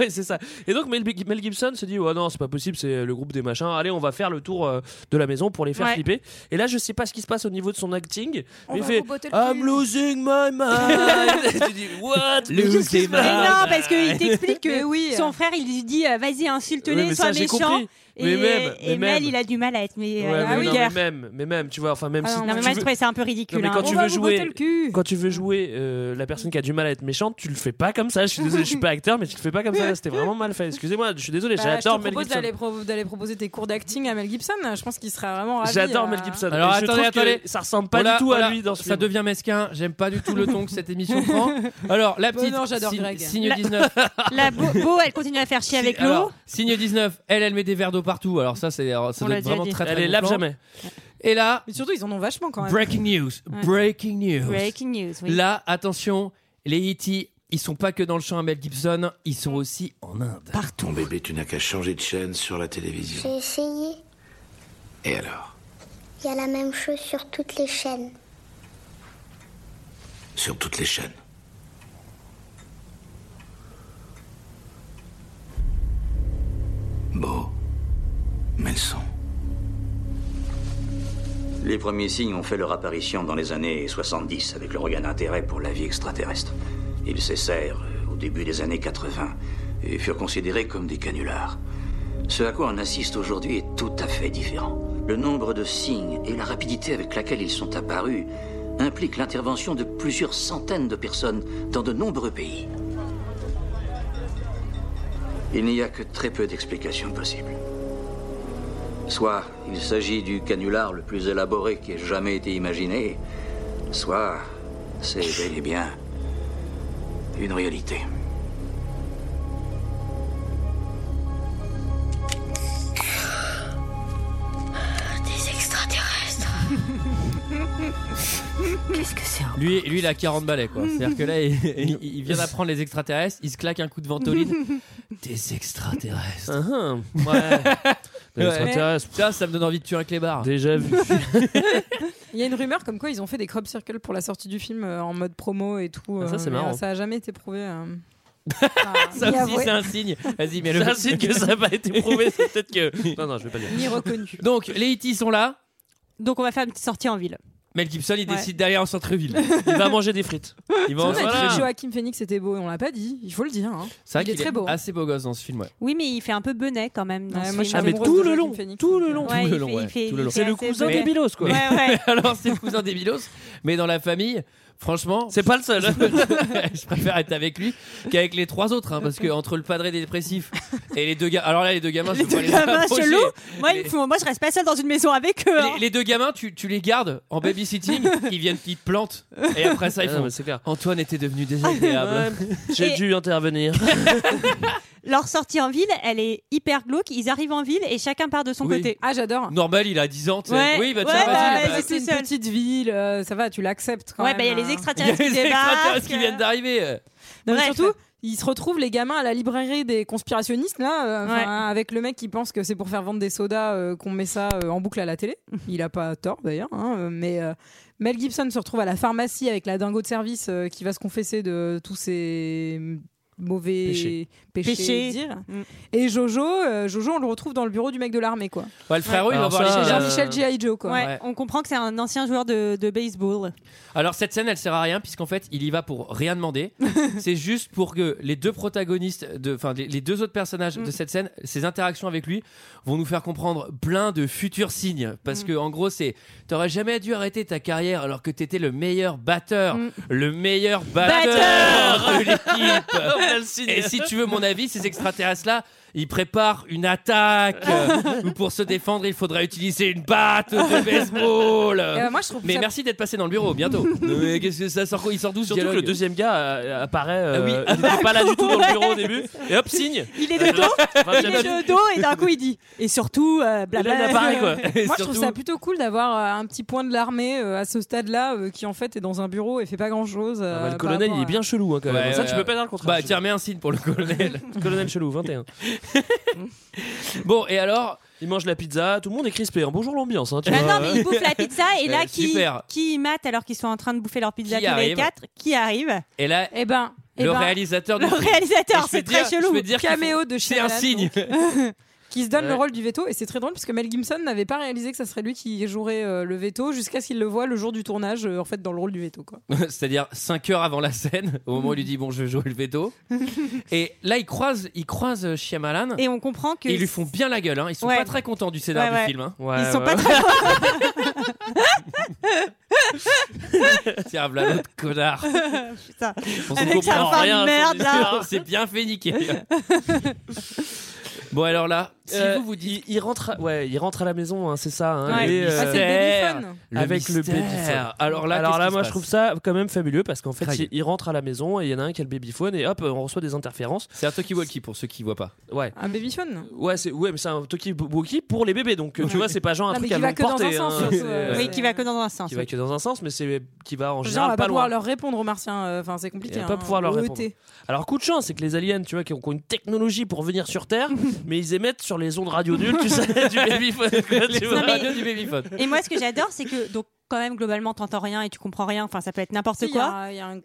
S11: ouais, c'est ça. Et donc Mel, Mel Gibson se dit ouais non c'est pas possible c'est le groupe des machins allez on va faire le tour euh, de la maison pour les faire
S1: Ouais.
S11: flipper. Et là je sais pas ce qui se passe au niveau de son acting.
S1: On
S11: mais il
S1: va
S11: fait
S1: roboter le
S11: I'm losing my mind. tu dis what
S1: Lose
S11: Mais
S1: my
S6: Mais non, parce qu'il
S11: mind.
S6: t'explique
S12: Mais
S6: que
S12: oui.
S6: son frère, il lui dit euh, vas-y, insulte-les,
S11: Oui, mais
S6: sois
S11: ça, j'ai
S6: méchant.
S11: compris. Mais
S6: et
S11: même,
S6: et
S11: mais
S6: Mel,
S11: même.
S6: il a du mal à être mais,
S11: Ouais,
S6: euh,
S11: mais, non, mais
S6: vulgaire.
S11: même, mais même, tu vois, enfin même
S6: Ah
S11: si
S6: non,
S11: tu
S6: mais moi,
S11: veux-
S6: je trouvais ça un peu ridicule,
S11: Non, mais quand
S6: hein.
S11: tu
S6: On va
S11: veux
S6: vous
S11: jouer,
S6: botter le cul.
S11: quand tu veux jouer euh, la personne qui a du mal à être méchante, tu le fais pas comme ça. Je suis désolé, je suis pas acteur, mais tu le fais pas comme ça. C'était vraiment mal fait. Excusez-moi, je suis désolé.
S12: Bah,
S11: J'adore
S12: je te
S11: Mel
S12: propose
S11: Gibson.
S12: d'aller pro- d'aller proposer tes cours d'acting à Mel Gibson. Je pense qu'il sera vraiment ravi.
S11: J'adore
S12: euh.
S11: Mel Gibson.
S1: Alors
S11: Et je
S1: attendez,
S11: trouve que
S1: attendez.
S11: ça ressemble pas
S1: Voilà,
S11: du tout
S1: voilà,
S11: à lui dans ce
S1: Ça
S11: film.
S1: devient mesquin. J'aime pas du tout le ton que cette émission prend. Alors, la
S12: Bah
S1: petite.
S12: non, j'adore
S1: signe-
S12: Greg.
S1: Signe
S12: La-
S1: 19.
S6: La Beau, Beau, elle continue à faire chier avec l'eau.
S1: Alors, signe 19, elle, elle met des verres d'eau partout. Alors, ça, c'est ça
S6: On
S1: doit
S6: l'a
S1: être
S6: déjà
S1: vraiment
S6: dit.
S1: très très
S11: Elle est
S1: bon
S11: lave
S1: plan.
S11: jamais.
S1: Et là,
S12: Mais surtout, ils en ont vachement quand même.
S1: breaking news.
S12: Ouais.
S1: Breaking news.
S6: Breaking news, oui.
S1: Là, attention, les E.T., ils sont pas que dans le champ à Mel Gibson, ils sont aussi en Inde.
S10: Ton bébé, tu n'as qu'à changer de chaîne sur la télévision.
S13: J'ai essayé.
S10: Et alors
S13: Il y a la même chose sur toutes les chaînes.
S10: Sur toutes les chaînes.
S8: Beau. Mais le son. Les premiers signes ont fait leur apparition dans les années 70 avec le regain d'intérêt pour la vie extraterrestre. Ils cessèrent euh, au début des années 80 et furent considérés comme des canulars. Ce à quoi on assiste aujourd'hui est tout à fait différent. Le nombre de signes et la rapidité avec laquelle ils sont apparus impliquent l'intervention de plusieurs centaines de personnes dans de nombreux pays. Il n'y a que très peu d'explications possibles. Soit il s'agit du canular le plus élaboré qui ait jamais été imaginé, soit c'est bel et bien une réalité.
S13: Des extraterrestres. Qu'est-ce que
S7: hein
S13: c'est
S1: Lui, lui, il a 40 balais, quoi. C'est-à-dire que là, il, il- il vient d'apprendre les extraterrestres, il se claque un coup de ventoline. Des
S11: Ah,
S1: extraterrestres.
S11: Ouais. Des
S1: Euh, Ouais.
S11: extraterrestres.
S1: Ça, ça me donne envie de tuer un clébard.
S11: Déjà vu.
S12: Il y a une rumeur comme quoi ils ont fait des crop circles pour la sortie du film euh, en mode promo et tout.
S1: Ah, ça,
S12: euh,
S1: c'est
S12: mais,
S1: marrant.
S12: euh, Ça a jamais été prouvé. euh.
S1: Ça
S12: Ni
S1: aussi,
S12: avoué.
S1: c'est un signe. Vas-y, mais
S11: C'est un signe que ça n'a pas été prouvé. C'est peut-être que. Non, non, je vais pas dire.
S12: Ni reconnu.
S1: Donc, les E.T. sont là.
S6: Donc on va faire une petite sortie en ville.
S1: Mel Gibson, il
S12: Ouais.
S1: décide d'aller en centre-ville.
S11: Il va manger des frites.
S1: Il va
S12: On
S1: en
S12: a dit
S1: centre-ville.
S12: que Joachim Phoenix était beau et on l'a pas dit, il faut le dire. hein.
S1: C'est vrai
S12: il est
S1: qu'il
S12: très
S1: est
S12: beau. hein.
S1: assez beau gosse dans ce film, ouais.
S6: Oui, mais il fait un peu benet quand même. Dans
S12: Ouais,
S6: ce
S12: moi, je
S6: film.
S12: suis Ah, mais amoureuse tout de le Joaquin long, Phoenix,
S1: tout le long,
S6: Ouais,
S1: tout
S6: il
S1: le long,
S6: fait-
S1: ouais,
S6: il fait-
S1: tout le
S6: il
S1: long.
S6: fait C'est le assez cousin beau. des Bilos, quoi. Ouais, ouais.
S1: Alors c'est le cousin des Bilos, mais dans la famille, franchement,
S11: c'est pas le seul.
S1: je préfère être avec lui qu'avec les trois autres, hein, parce que entre le padré des dépressifs et les deux gars, alors là les deux gamins, je peux pas les
S6: Gamin
S1: approcher.
S6: chelou. Moi, il
S1: Les-
S6: me faut- moi, je reste pas seule dans une maison avec eux. hein.
S1: les, les deux gamins, tu, tu les gardes en babysitting, ils viennent, ils te plantent, et après ça, ils
S11: Ah non,
S1: font.
S11: mais c'est clair.
S1: Antoine était devenu désagréable.
S11: Ouais, J'ai
S6: Et-
S11: dû intervenir.
S6: Leur sortie en ville, elle est hyper glauque. Ils arrivent en ville et chacun part de son
S1: Oui.
S6: côté.
S12: Ah, j'adore.
S1: Normal, il a 10 ans, tu sais.
S6: Ouais,
S1: oui, bah
S6: ouais,
S1: tiens,
S6: bah,
S1: vas-y.
S6: vas-y,
S1: bah,
S12: C'est une petite ville, euh, ça va, tu l'acceptes quand
S6: Ouais,
S12: même.
S6: bah, il y a les
S12: hein.
S1: Il y a
S6: extraterrestres qui
S1: les extraterrestres
S6: débarquent.
S1: qui viennent d'arriver.
S12: Non, mais
S6: Bref.
S12: surtout, ils se retrouvent les gamins à la librairie des conspirationnistes là, euh, enfin,
S6: Ouais.
S12: hein, avec le mec qui pense que c'est pour faire vendre des sodas euh, qu'on met ça euh, en boucle à la télé. Il a pas tort d'ailleurs, hein, euh, mais euh, Mel Gibson se retrouve à la pharmacie avec la dingo de service euh, qui va se confesser de tous ses mauvais
S1: Péchés.
S12: péchés,
S6: Péchés.
S12: dire.
S6: Mm.
S12: Et Jojo, euh, Jojo, on le retrouve dans le bureau du mec de l'armée quoi.
S1: Ouais, le frérot, il va
S11: Alors
S1: voir les
S11: ça,
S1: filles, là.
S11: euh,
S12: Michel G.I. Joe quoi.
S6: Ah. Ouais,
S1: Ouais.
S6: on comprend que c'est un ancien joueur de, de baseball.
S1: Alors cette scène, elle sert à rien puisqu'en fait, il y va pour rien demander. c'est juste pour que les deux protagonistes, de- enfin les, les deux autres personnages de cette scène, ces interactions avec lui vont nous faire comprendre plein de futurs signes. Parce que en gros, c'est t'aurais jamais dû arrêter ta carrière alors que t'étais le meilleur batteur,
S6: Mm.
S1: le meilleur batteur,
S6: Batteur
S1: de l'équipe.
S11: On a le signe.
S1: Et si tu veux mon avis, ces extraterrestres là, il prépare une attaque où pour se défendre, il faudra utiliser une batte de baseball.
S11: Euh, moi, je trouve
S1: mais
S11: ça-
S1: merci d'être passé dans le bureau, bientôt. Non, mais qu'est-ce que ça sort quoi Il sort d'où ce
S11: Surtout que
S1: dialogue
S11: le deuxième gars euh, apparaît. euh,
S1: oui.
S11: Il n'était pas là du tout dans le bureau au
S1: Ouais.
S11: début. Et hop, signe
S6: Il
S1: Euh,
S6: est de dos,
S11: Enfin,
S6: il
S11: j'aime
S6: est
S11: bien.
S6: de dos et d'un coup il dit. Et surtout, euh, blabla.
S11: Et là, il apparaît, quoi.
S12: Moi, je trouve ça plutôt cool d'avoir euh, un petit point de l'armée euh, à ce stade-là, euh, qui en fait est dans un bureau et fait pas grand-chose. euh,
S11: Ah bah, le
S12: par
S11: colonel,
S12: rapport
S11: il est bien chelou hein, quand même.
S1: Ouais,
S11: ça,
S1: ouais,
S11: tu peux
S1: ouais.
S11: pas dire le contraire.
S1: Bah, tiens, mets un signe pour le colonel.
S11: colonel chelou, 21.
S1: bon, et alors
S11: Il mange la pizza, tout le monde est crispé. hein. Bonjour l'ambiance. Hein, tu
S6: Ah
S11: vois.
S6: non, mais ils bouffent la pizza et là,
S11: Eh,
S6: qui,
S11: super.
S6: qui y mate alors qu'ils sont en train de bouffer leur pizza
S1: Qui
S6: tous les
S1: arrive
S6: quatre Qui arrive
S1: Et là,
S6: Eh ben. eh
S1: le
S6: ben,
S1: réalisateur.
S6: Le
S1: du film.
S6: réalisateur,
S1: Et je
S6: c'est
S1: peux
S6: très
S1: dire-
S6: chelou.
S1: Je peux dire qu'il
S12: Caméo
S1: faut-
S12: de
S1: C'est un
S12: Shyamalan,
S1: signe.
S12: qui se donne
S1: Ouais.
S12: le rôle du veto et c'est très drôle parce que Mel Gibson n'avait pas réalisé que ça serait lui qui jouerait euh, le veto jusqu'à ce qu'il le voit le jour du tournage euh, en fait dans le rôle du veto quoi.
S1: C'est-à-dire 5 heures avant la scène, au moment où il lui dit bon, je vais jouer le veto. et là, ils croisent, ils croisent Shyamalan.
S6: Et on comprend que.
S1: Et ils lui font bien la gueule. Hein. Ils sont
S6: Ouais.
S1: pas très contents du scénar
S6: Ouais,
S1: du
S6: ouais.
S1: film. Hein.
S6: Ils sont pas très
S1: Tiens, voilà l'autre connard.
S6: Putain.
S1: On se
S6: Avec sa
S1: comprend
S6: fin
S1: rien.
S6: de merde là.
S1: C'est bien fait niquer. bon, alors là, si
S11: Euh,
S1: vous vous dites.
S11: Il rentre, à... ouais, il rentre à la maison, hein, c'est ça. Hein,
S1: Ouais.
S11: Et,
S1: Ah, c'est le
S11: mystère,
S1: babyphone. Le
S11: avec le
S1: mystère.
S11: babyphone.
S1: Alors là,
S11: alors
S1: qu'est-ce
S11: là,
S1: qui
S11: moi,
S1: se
S11: je trouve
S1: passe
S11: ça quand même fabuleux parce qu'en fait,
S1: Craig.
S11: il, il rentre à la maison et il y en a un qui a le babyphone et hop, on reçoit des interférences.
S1: C'est un talkie-walkie pour ceux qui voient pas.
S11: Ouais.
S12: Un babyphone.
S11: Ouais, c'est ouais, mais c'est un talkie-walkie pour les bébés, donc euh, tu vois, c'est pas genre un
S12: Non, mais
S11: truc
S12: qui va
S11: à longue
S12: que dans un
S11: portée,
S12: sens,
S11: hein.
S12: surtout,
S11: C'est-
S12: euh,
S6: Oui, qui va que dans un sens.
S11: qui va
S6: oui.
S11: que dans un sens, mais c'est qui va en
S12: Genre on
S11: général
S12: va pas
S11: pas loin.
S12: pouvoir leur répondre aux martiens euh, enfin c'est
S11: Il
S12: compliqué.
S11: va
S12: hein,
S11: pas pouvoir leur
S12: au
S11: répondre.
S12: ET.
S11: Alors coup de chance, c'est que les aliens, tu vois, qui ont, qui ont une technologie pour venir sur Terre, mais ils émettent sur les ondes radio nulles, tu sais, du babyphone. quoi, tu
S1: Les
S11: vois.
S1: radios du babyphone.
S6: Et moi, ce que j'adore, c'est que donc quand même globalement, t'entends rien et tu comprends rien. Enfin, ça peut être n'importe
S12: Si, il y
S6: quoi.
S12: a- il y a un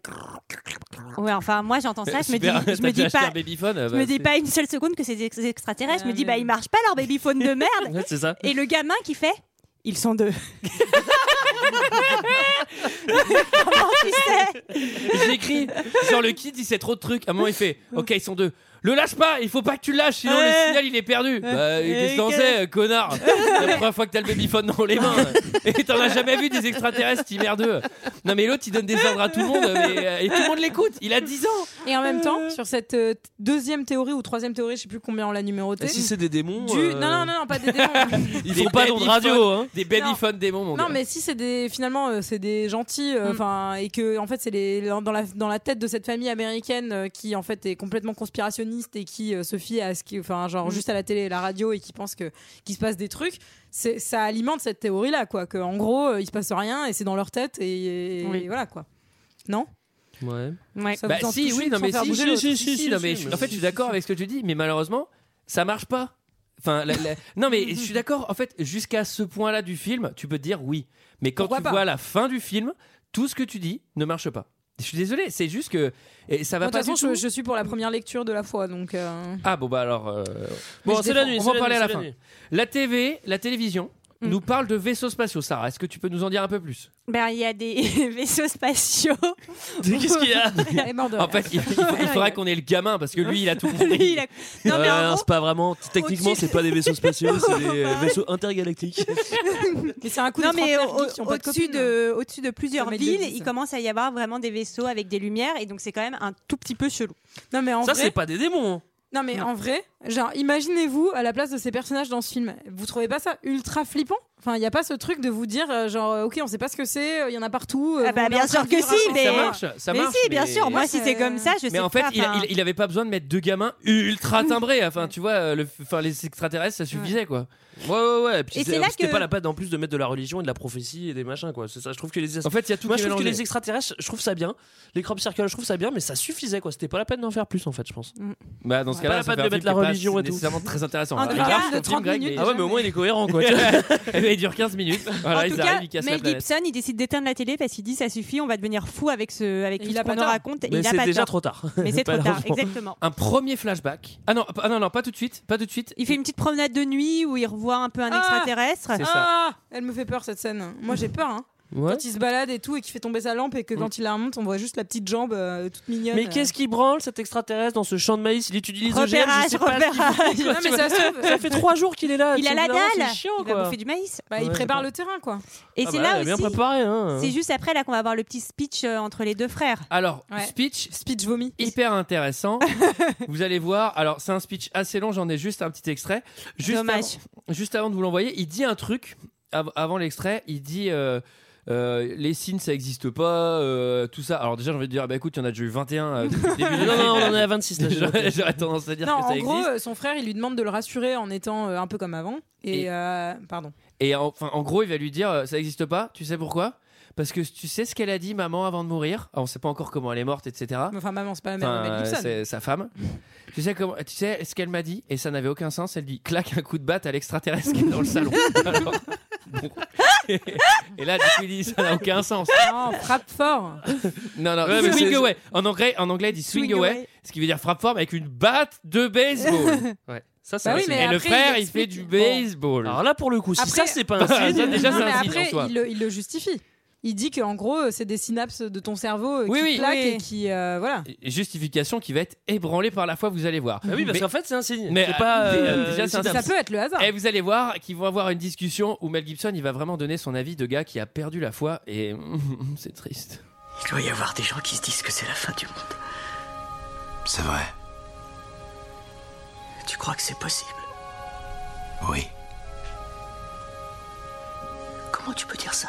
S6: Ouais, enfin, moi, j'entends ça, je me dis,
S1: Super.
S6: je
S1: T'as
S6: me dis
S1: déjà acheté
S6: pas.
S1: un euh, babyphone
S6: Je me dis pas une seule seconde que c'est des ex- extraterrestres. Je me dis, bah, ils marchent pas leur babyphone de merde.
S11: Ouais, c'est ça.
S6: Et le gamin qui fait Ils sont deux. Comment tu sais
S1: J'écris sur le kit, il sait trop de trucs. À un moment, il fait Ok, ils sont deux. Le lâche pas, il faut pas que tu le lâches, sinon
S6: Ouais.
S1: le signal il est perdu. Bah,
S6: Et
S1: qu'est-ce que t'en
S6: que-
S1: sais, euh, connard C'est la première fois que t'as le babyphone dans les mains. Et t'en as jamais vu des extraterrestres, petit merdeux. Non, mais l'autre il donne des ordres à tout le monde mais, euh, et tout le monde l'écoute. Il a 10 ans.
S12: Et en même temps, sur cette euh, t- deuxième théorie ou troisième théorie, je sais plus combien on l'a numérotée.
S11: Et si c'est des démons,
S12: Du-
S11: euh,
S12: Non, non, non, non, pas des démons.
S11: ils
S1: Des
S11: font pas d'ondes
S1: babyphones-
S11: radio. Hein.
S1: Des babyphones démons, mon
S12: Non,
S1: gars.
S12: mais si c'est des finalement euh, c'est des gentils,
S6: Mm.
S12: euh, enfin et que en fait c'est les dans dans la dans la tête de cette famille américaine euh, qui en fait est complètement conspirationniste et qui euh, se fie à ce qui enfin genre
S6: Mm.
S12: juste à la télé et la radio et qui pense que qu'il se passe des trucs, c'est ça alimente cette théorie là quoi que en gros euh, il se passe rien et c'est dans leur tête et, et
S6: Oui.
S12: voilà
S1: Ah
S12: quoi. Non
S11: Ouais.
S6: Ouais.
S12: Ça
S1: Bah,
S12: vous en
S1: si,
S12: touche
S1: oui,
S12: une
S1: non,
S12: sans
S1: mais
S12: faire
S1: si,
S12: bouger
S1: si,
S12: l'autre.
S1: si, si, si, non, mais je- en fait, je suis d'accord avec ce que tu dis, mais malheureusement, ça marche pas. Enfin, la- la- non, mais je suis d'accord. En fait, jusqu'à ce point-là du film, tu peux te dire oui, mais quand
S12: Pourquoi
S1: tu
S12: pas
S1: vois la fin du film, tout ce que tu dis ne marche pas. Je suis désolé, c'est juste que et ça va
S12: Moi, De
S1: bah, pas
S12: toute façon,
S1: du tout.
S12: je, je suis pour la première lecture de la foi, donc. euh,
S1: Ah bon bah alors. euh,
S11: Bon,
S1: je
S11: c'est la
S1: défends.
S11: nuit,
S1: On
S11: c'est
S1: va en
S11: la
S1: parler
S11: nuit,
S1: à la
S11: c'est la
S1: fin.
S11: nuit.
S1: La TV, la télévision. Nous parle de vaisseaux spatiaux, Sarah. Est-ce que tu peux nous en dire un peu plus
S6: Ben, il y a des vaisseaux spatiaux.
S11: Qu'est-ce qu'il y a
S12: elle est morte de
S1: En
S12: rire.
S1: fait, il, il- il faudra qu'on ait le gamin parce que lui, il a tout compris.
S6: Lui, il a- Non, mais
S11: Ouais, non,
S6: en gros,
S11: Euh, c'est pas vraiment. Techniquement, c'est pas des vaisseaux spatiaux, c'est des euh, vaisseaux intergalactiques.
S12: Mais c'est un coup
S6: Non,
S12: de
S6: mais
S12: trentenaires
S6: au-
S12: geeks qui ont pas de
S6: au-dessus
S12: copine. hein.
S6: de, au-dessus de plusieurs
S12: Comme ils le
S6: villes,
S12: disent.
S6: il commence à y avoir vraiment des vaisseaux avec des lumières, et donc c'est quand même un tout petit peu chelou.
S12: Non, mais en
S11: Ça,
S12: vrai,
S11: c'est pas des démons. hein.
S12: Non mais en vrai, genre imaginez-vous à la place de ces personnages dans ce film. Vous trouvez pas ça ultra flippant Enfin, il y a pas ce truc de vous dire euh, genre euh, OK, on sait pas ce que c'est, euh, il y en a partout. euh,
S6: Ah bah,
S12: on est
S6: bien
S12: en train
S6: sûr
S12: de
S6: que
S12: vivre
S6: si,
S12: un
S6: mais-
S1: Ça
S12: cauchemar.
S1: marche, ça
S6: mais
S1: marche.
S6: si, bien sûr. Moi,
S12: Moi,
S6: si
S12: ça-
S6: c'est comme ça, je sais
S1: Mais en fait,
S6: pas.
S1: il,
S6: enfin,
S1: il, il avait pas besoin de mettre deux gamins ultra timbrés. Enfin, tu vois, euh, le, enfin, les extraterrestres, ça suffisait quoi.
S11: Ouais, ouais, ouais. Et puis,
S6: Et
S11: c'est-
S6: c'est là
S11: c'était
S6: que-
S11: pas la patte en plus de mettre de la religion et de la prophétie et des machins, quoi. C'est ça, je trouve que les.
S1: En fait, il y a tout
S11: Moi,
S1: qui
S11: je
S1: est
S11: trouve que
S1: mélangé.
S11: les extraterrestres, je trouve ça bien. Les crop circles, je trouve ça bien, mais ça suffisait, quoi. C'était pas la peine d'en faire plus, en fait, je pense.
S1: Bah, dans ce
S11: Ouais.
S1: cas-là,
S11: Pas la
S1: ça fait
S11: peine de
S1: un
S11: mettre
S1: film
S11: la
S1: qui est pas
S11: religion et tout.
S1: nécessairement très intéressant.
S12: En
S1: Alors,
S12: tout
S1: il
S12: cas,
S1: marche,
S12: de
S1: son film,
S12: 30
S1: Greg,
S12: minutes,
S1: mais-
S11: Ah ouais, mais au moins, il est cohérent, quoi.
S1: Eh ben, il dure 15 minutes. Voilà,
S6: en
S1: ils
S6: tout
S1: arrivent,
S6: cas,
S1: ils cassent la
S6: Mel
S1: planète.
S6: Gibson, il décide d'éteindre la télé parce qu'il dit ça suffit, on va devenir fou avec ce, avec
S12: Et
S6: tout
S12: il
S6: ce
S12: a pas
S6: qu'on nous
S12: tort.
S6: raconte. Et
S11: Mais
S6: il a
S11: c'est
S6: pas
S11: déjà
S6: tort.
S11: trop tard.
S6: Mais c'est trop tard,
S11: Malheureusement.
S6: exactement.
S1: Un premier flashback. Ah non, ah non, non, pas tout de suite. Pas tout de suite.
S6: Il fait une petite promenade de nuit où il revoit un peu un
S12: Ah
S6: extraterrestre.
S1: C'est ça.
S12: Ah, elle me fait peur cette scène. Moi, j'ai peur hein.
S11: Ouais.
S12: Quand il se balade et tout et qu'il fait tomber sa lampe et
S1: Mm.
S12: que quand il la remonte, on voit juste la petite jambe euh, toute mignonne.
S11: Mais qu'est-ce qui branle cet extraterrestre dans ce champ de maïs Il étudie les OGM,
S12: Repérage,
S11: je sais pas ce
S12: repérage.
S11: qu'il fout, quoi,
S12: Non,
S11: tu
S12: mais
S11: vois.
S12: ça se trouve-
S11: fait trois jours qu'il est là.
S6: Il a
S11: tu
S6: la
S11: vois, c'est
S6: dalle.
S11: chiant,
S6: il
S11: quoi.
S6: va bouffer du maïs.
S12: Bah, il prépare le terrain, quoi.
S6: Et
S11: Ah
S6: c'est
S11: bah,
S6: là
S11: elle est bien
S6: aussi.
S11: préparée, hein.
S6: C'est juste après là qu'on va avoir le petit speech euh, entre les deux frères.
S1: Alors,
S6: Ouais.
S1: speech,
S12: speech vomi.
S1: hyper intéressant. vous allez voir. Alors, c'est un speech assez long, j'en ai juste un petit extrait. Juste
S6: Dommage.
S1: Avant, juste avant de vous l'envoyer, il dit un truc. av- avant l'extrait, il dit euh, euh, les signes, ça existe pas, euh, tout ça. Alors, déjà, j'ai envie de dire bah écoute, il y en a déjà eu 21. euh, depuis le début du
S11: Non, non,
S1: film.
S11: on en est à 26, là, j'ai noté.
S1: J'aurais tendance à dire
S12: non,
S1: que ça
S12: en gros,
S1: existe.
S12: euh, son frère, il lui demande de le rassurer en étant euh, un peu comme avant. Et, euh, pardon.
S1: Et en- enfin, en gros, il va lui dire euh, ça n'existe pas. Tu sais pourquoi Parce que tu sais ce qu'elle a dit, maman, avant de mourir. Alors, on sait pas encore comment elle est morte, etc.
S12: Enfin, maman, c'est pas la mère de
S1: Ah. Enfin,
S12: Mel Gibson.
S1: c'est sa femme. tu sais comment Tu sais ce qu'elle m'a dit et ça n'avait aucun sens. Elle dit claque un coup de batte à l'extraterrestre qui est dans le salon. Alors, bon. et, là, du coup, il dit ça n'a aucun sens.
S12: Non, frappe fort.
S1: Non, non,
S11: Ouais, mais
S1: swing
S11: c'est-
S1: away. En anglais, en anglais, il dit swing,
S12: Swing
S1: away,
S12: away.
S1: ce qui veut dire frappe fort mais avec une batte de baseball.
S11: Ouais. Ça,
S1: Bah oui, mais Et le après, frère, il il fait explique- du baseball.
S11: Alors là, pour le coup, si
S1: Après-
S11: ça, c'est pas un signe.
S1: Ah, Ça, déjà,
S12: Non,
S1: c'est
S12: mais
S1: un signe en
S12: après,
S1: soi.
S12: il le, il le justifie. Il dit qu'en gros, euh, c'est des synapses de ton cerveau euh,
S1: Oui,
S12: qui
S1: oui.
S12: claquent
S1: Oui.
S12: et qui. euh, voilà.
S1: Et Justification qui va être ébranlée par la foi, vous allez voir.
S11: Bah oui, parce
S1: Mais-
S11: qu'en fait, c'est un signe.
S1: Mais
S11: c'est
S1: euh,
S11: pas.
S1: mais,
S11: euh,
S1: euh, déjà, c'est un Eh.
S12: Ça
S1: signe.
S12: peut être le hasard.
S1: Et vous allez voir qu'ils vont avoir une discussion où Mel Gibson il va vraiment donner son avis de gars qui a perdu la foi et c'est triste.
S4: Il doit y avoir des gens qui se disent que c'est la fin du monde.
S10: C'est vrai.
S4: Tu crois que c'est possible
S10: Oui.
S4: Comment tu peux dire ça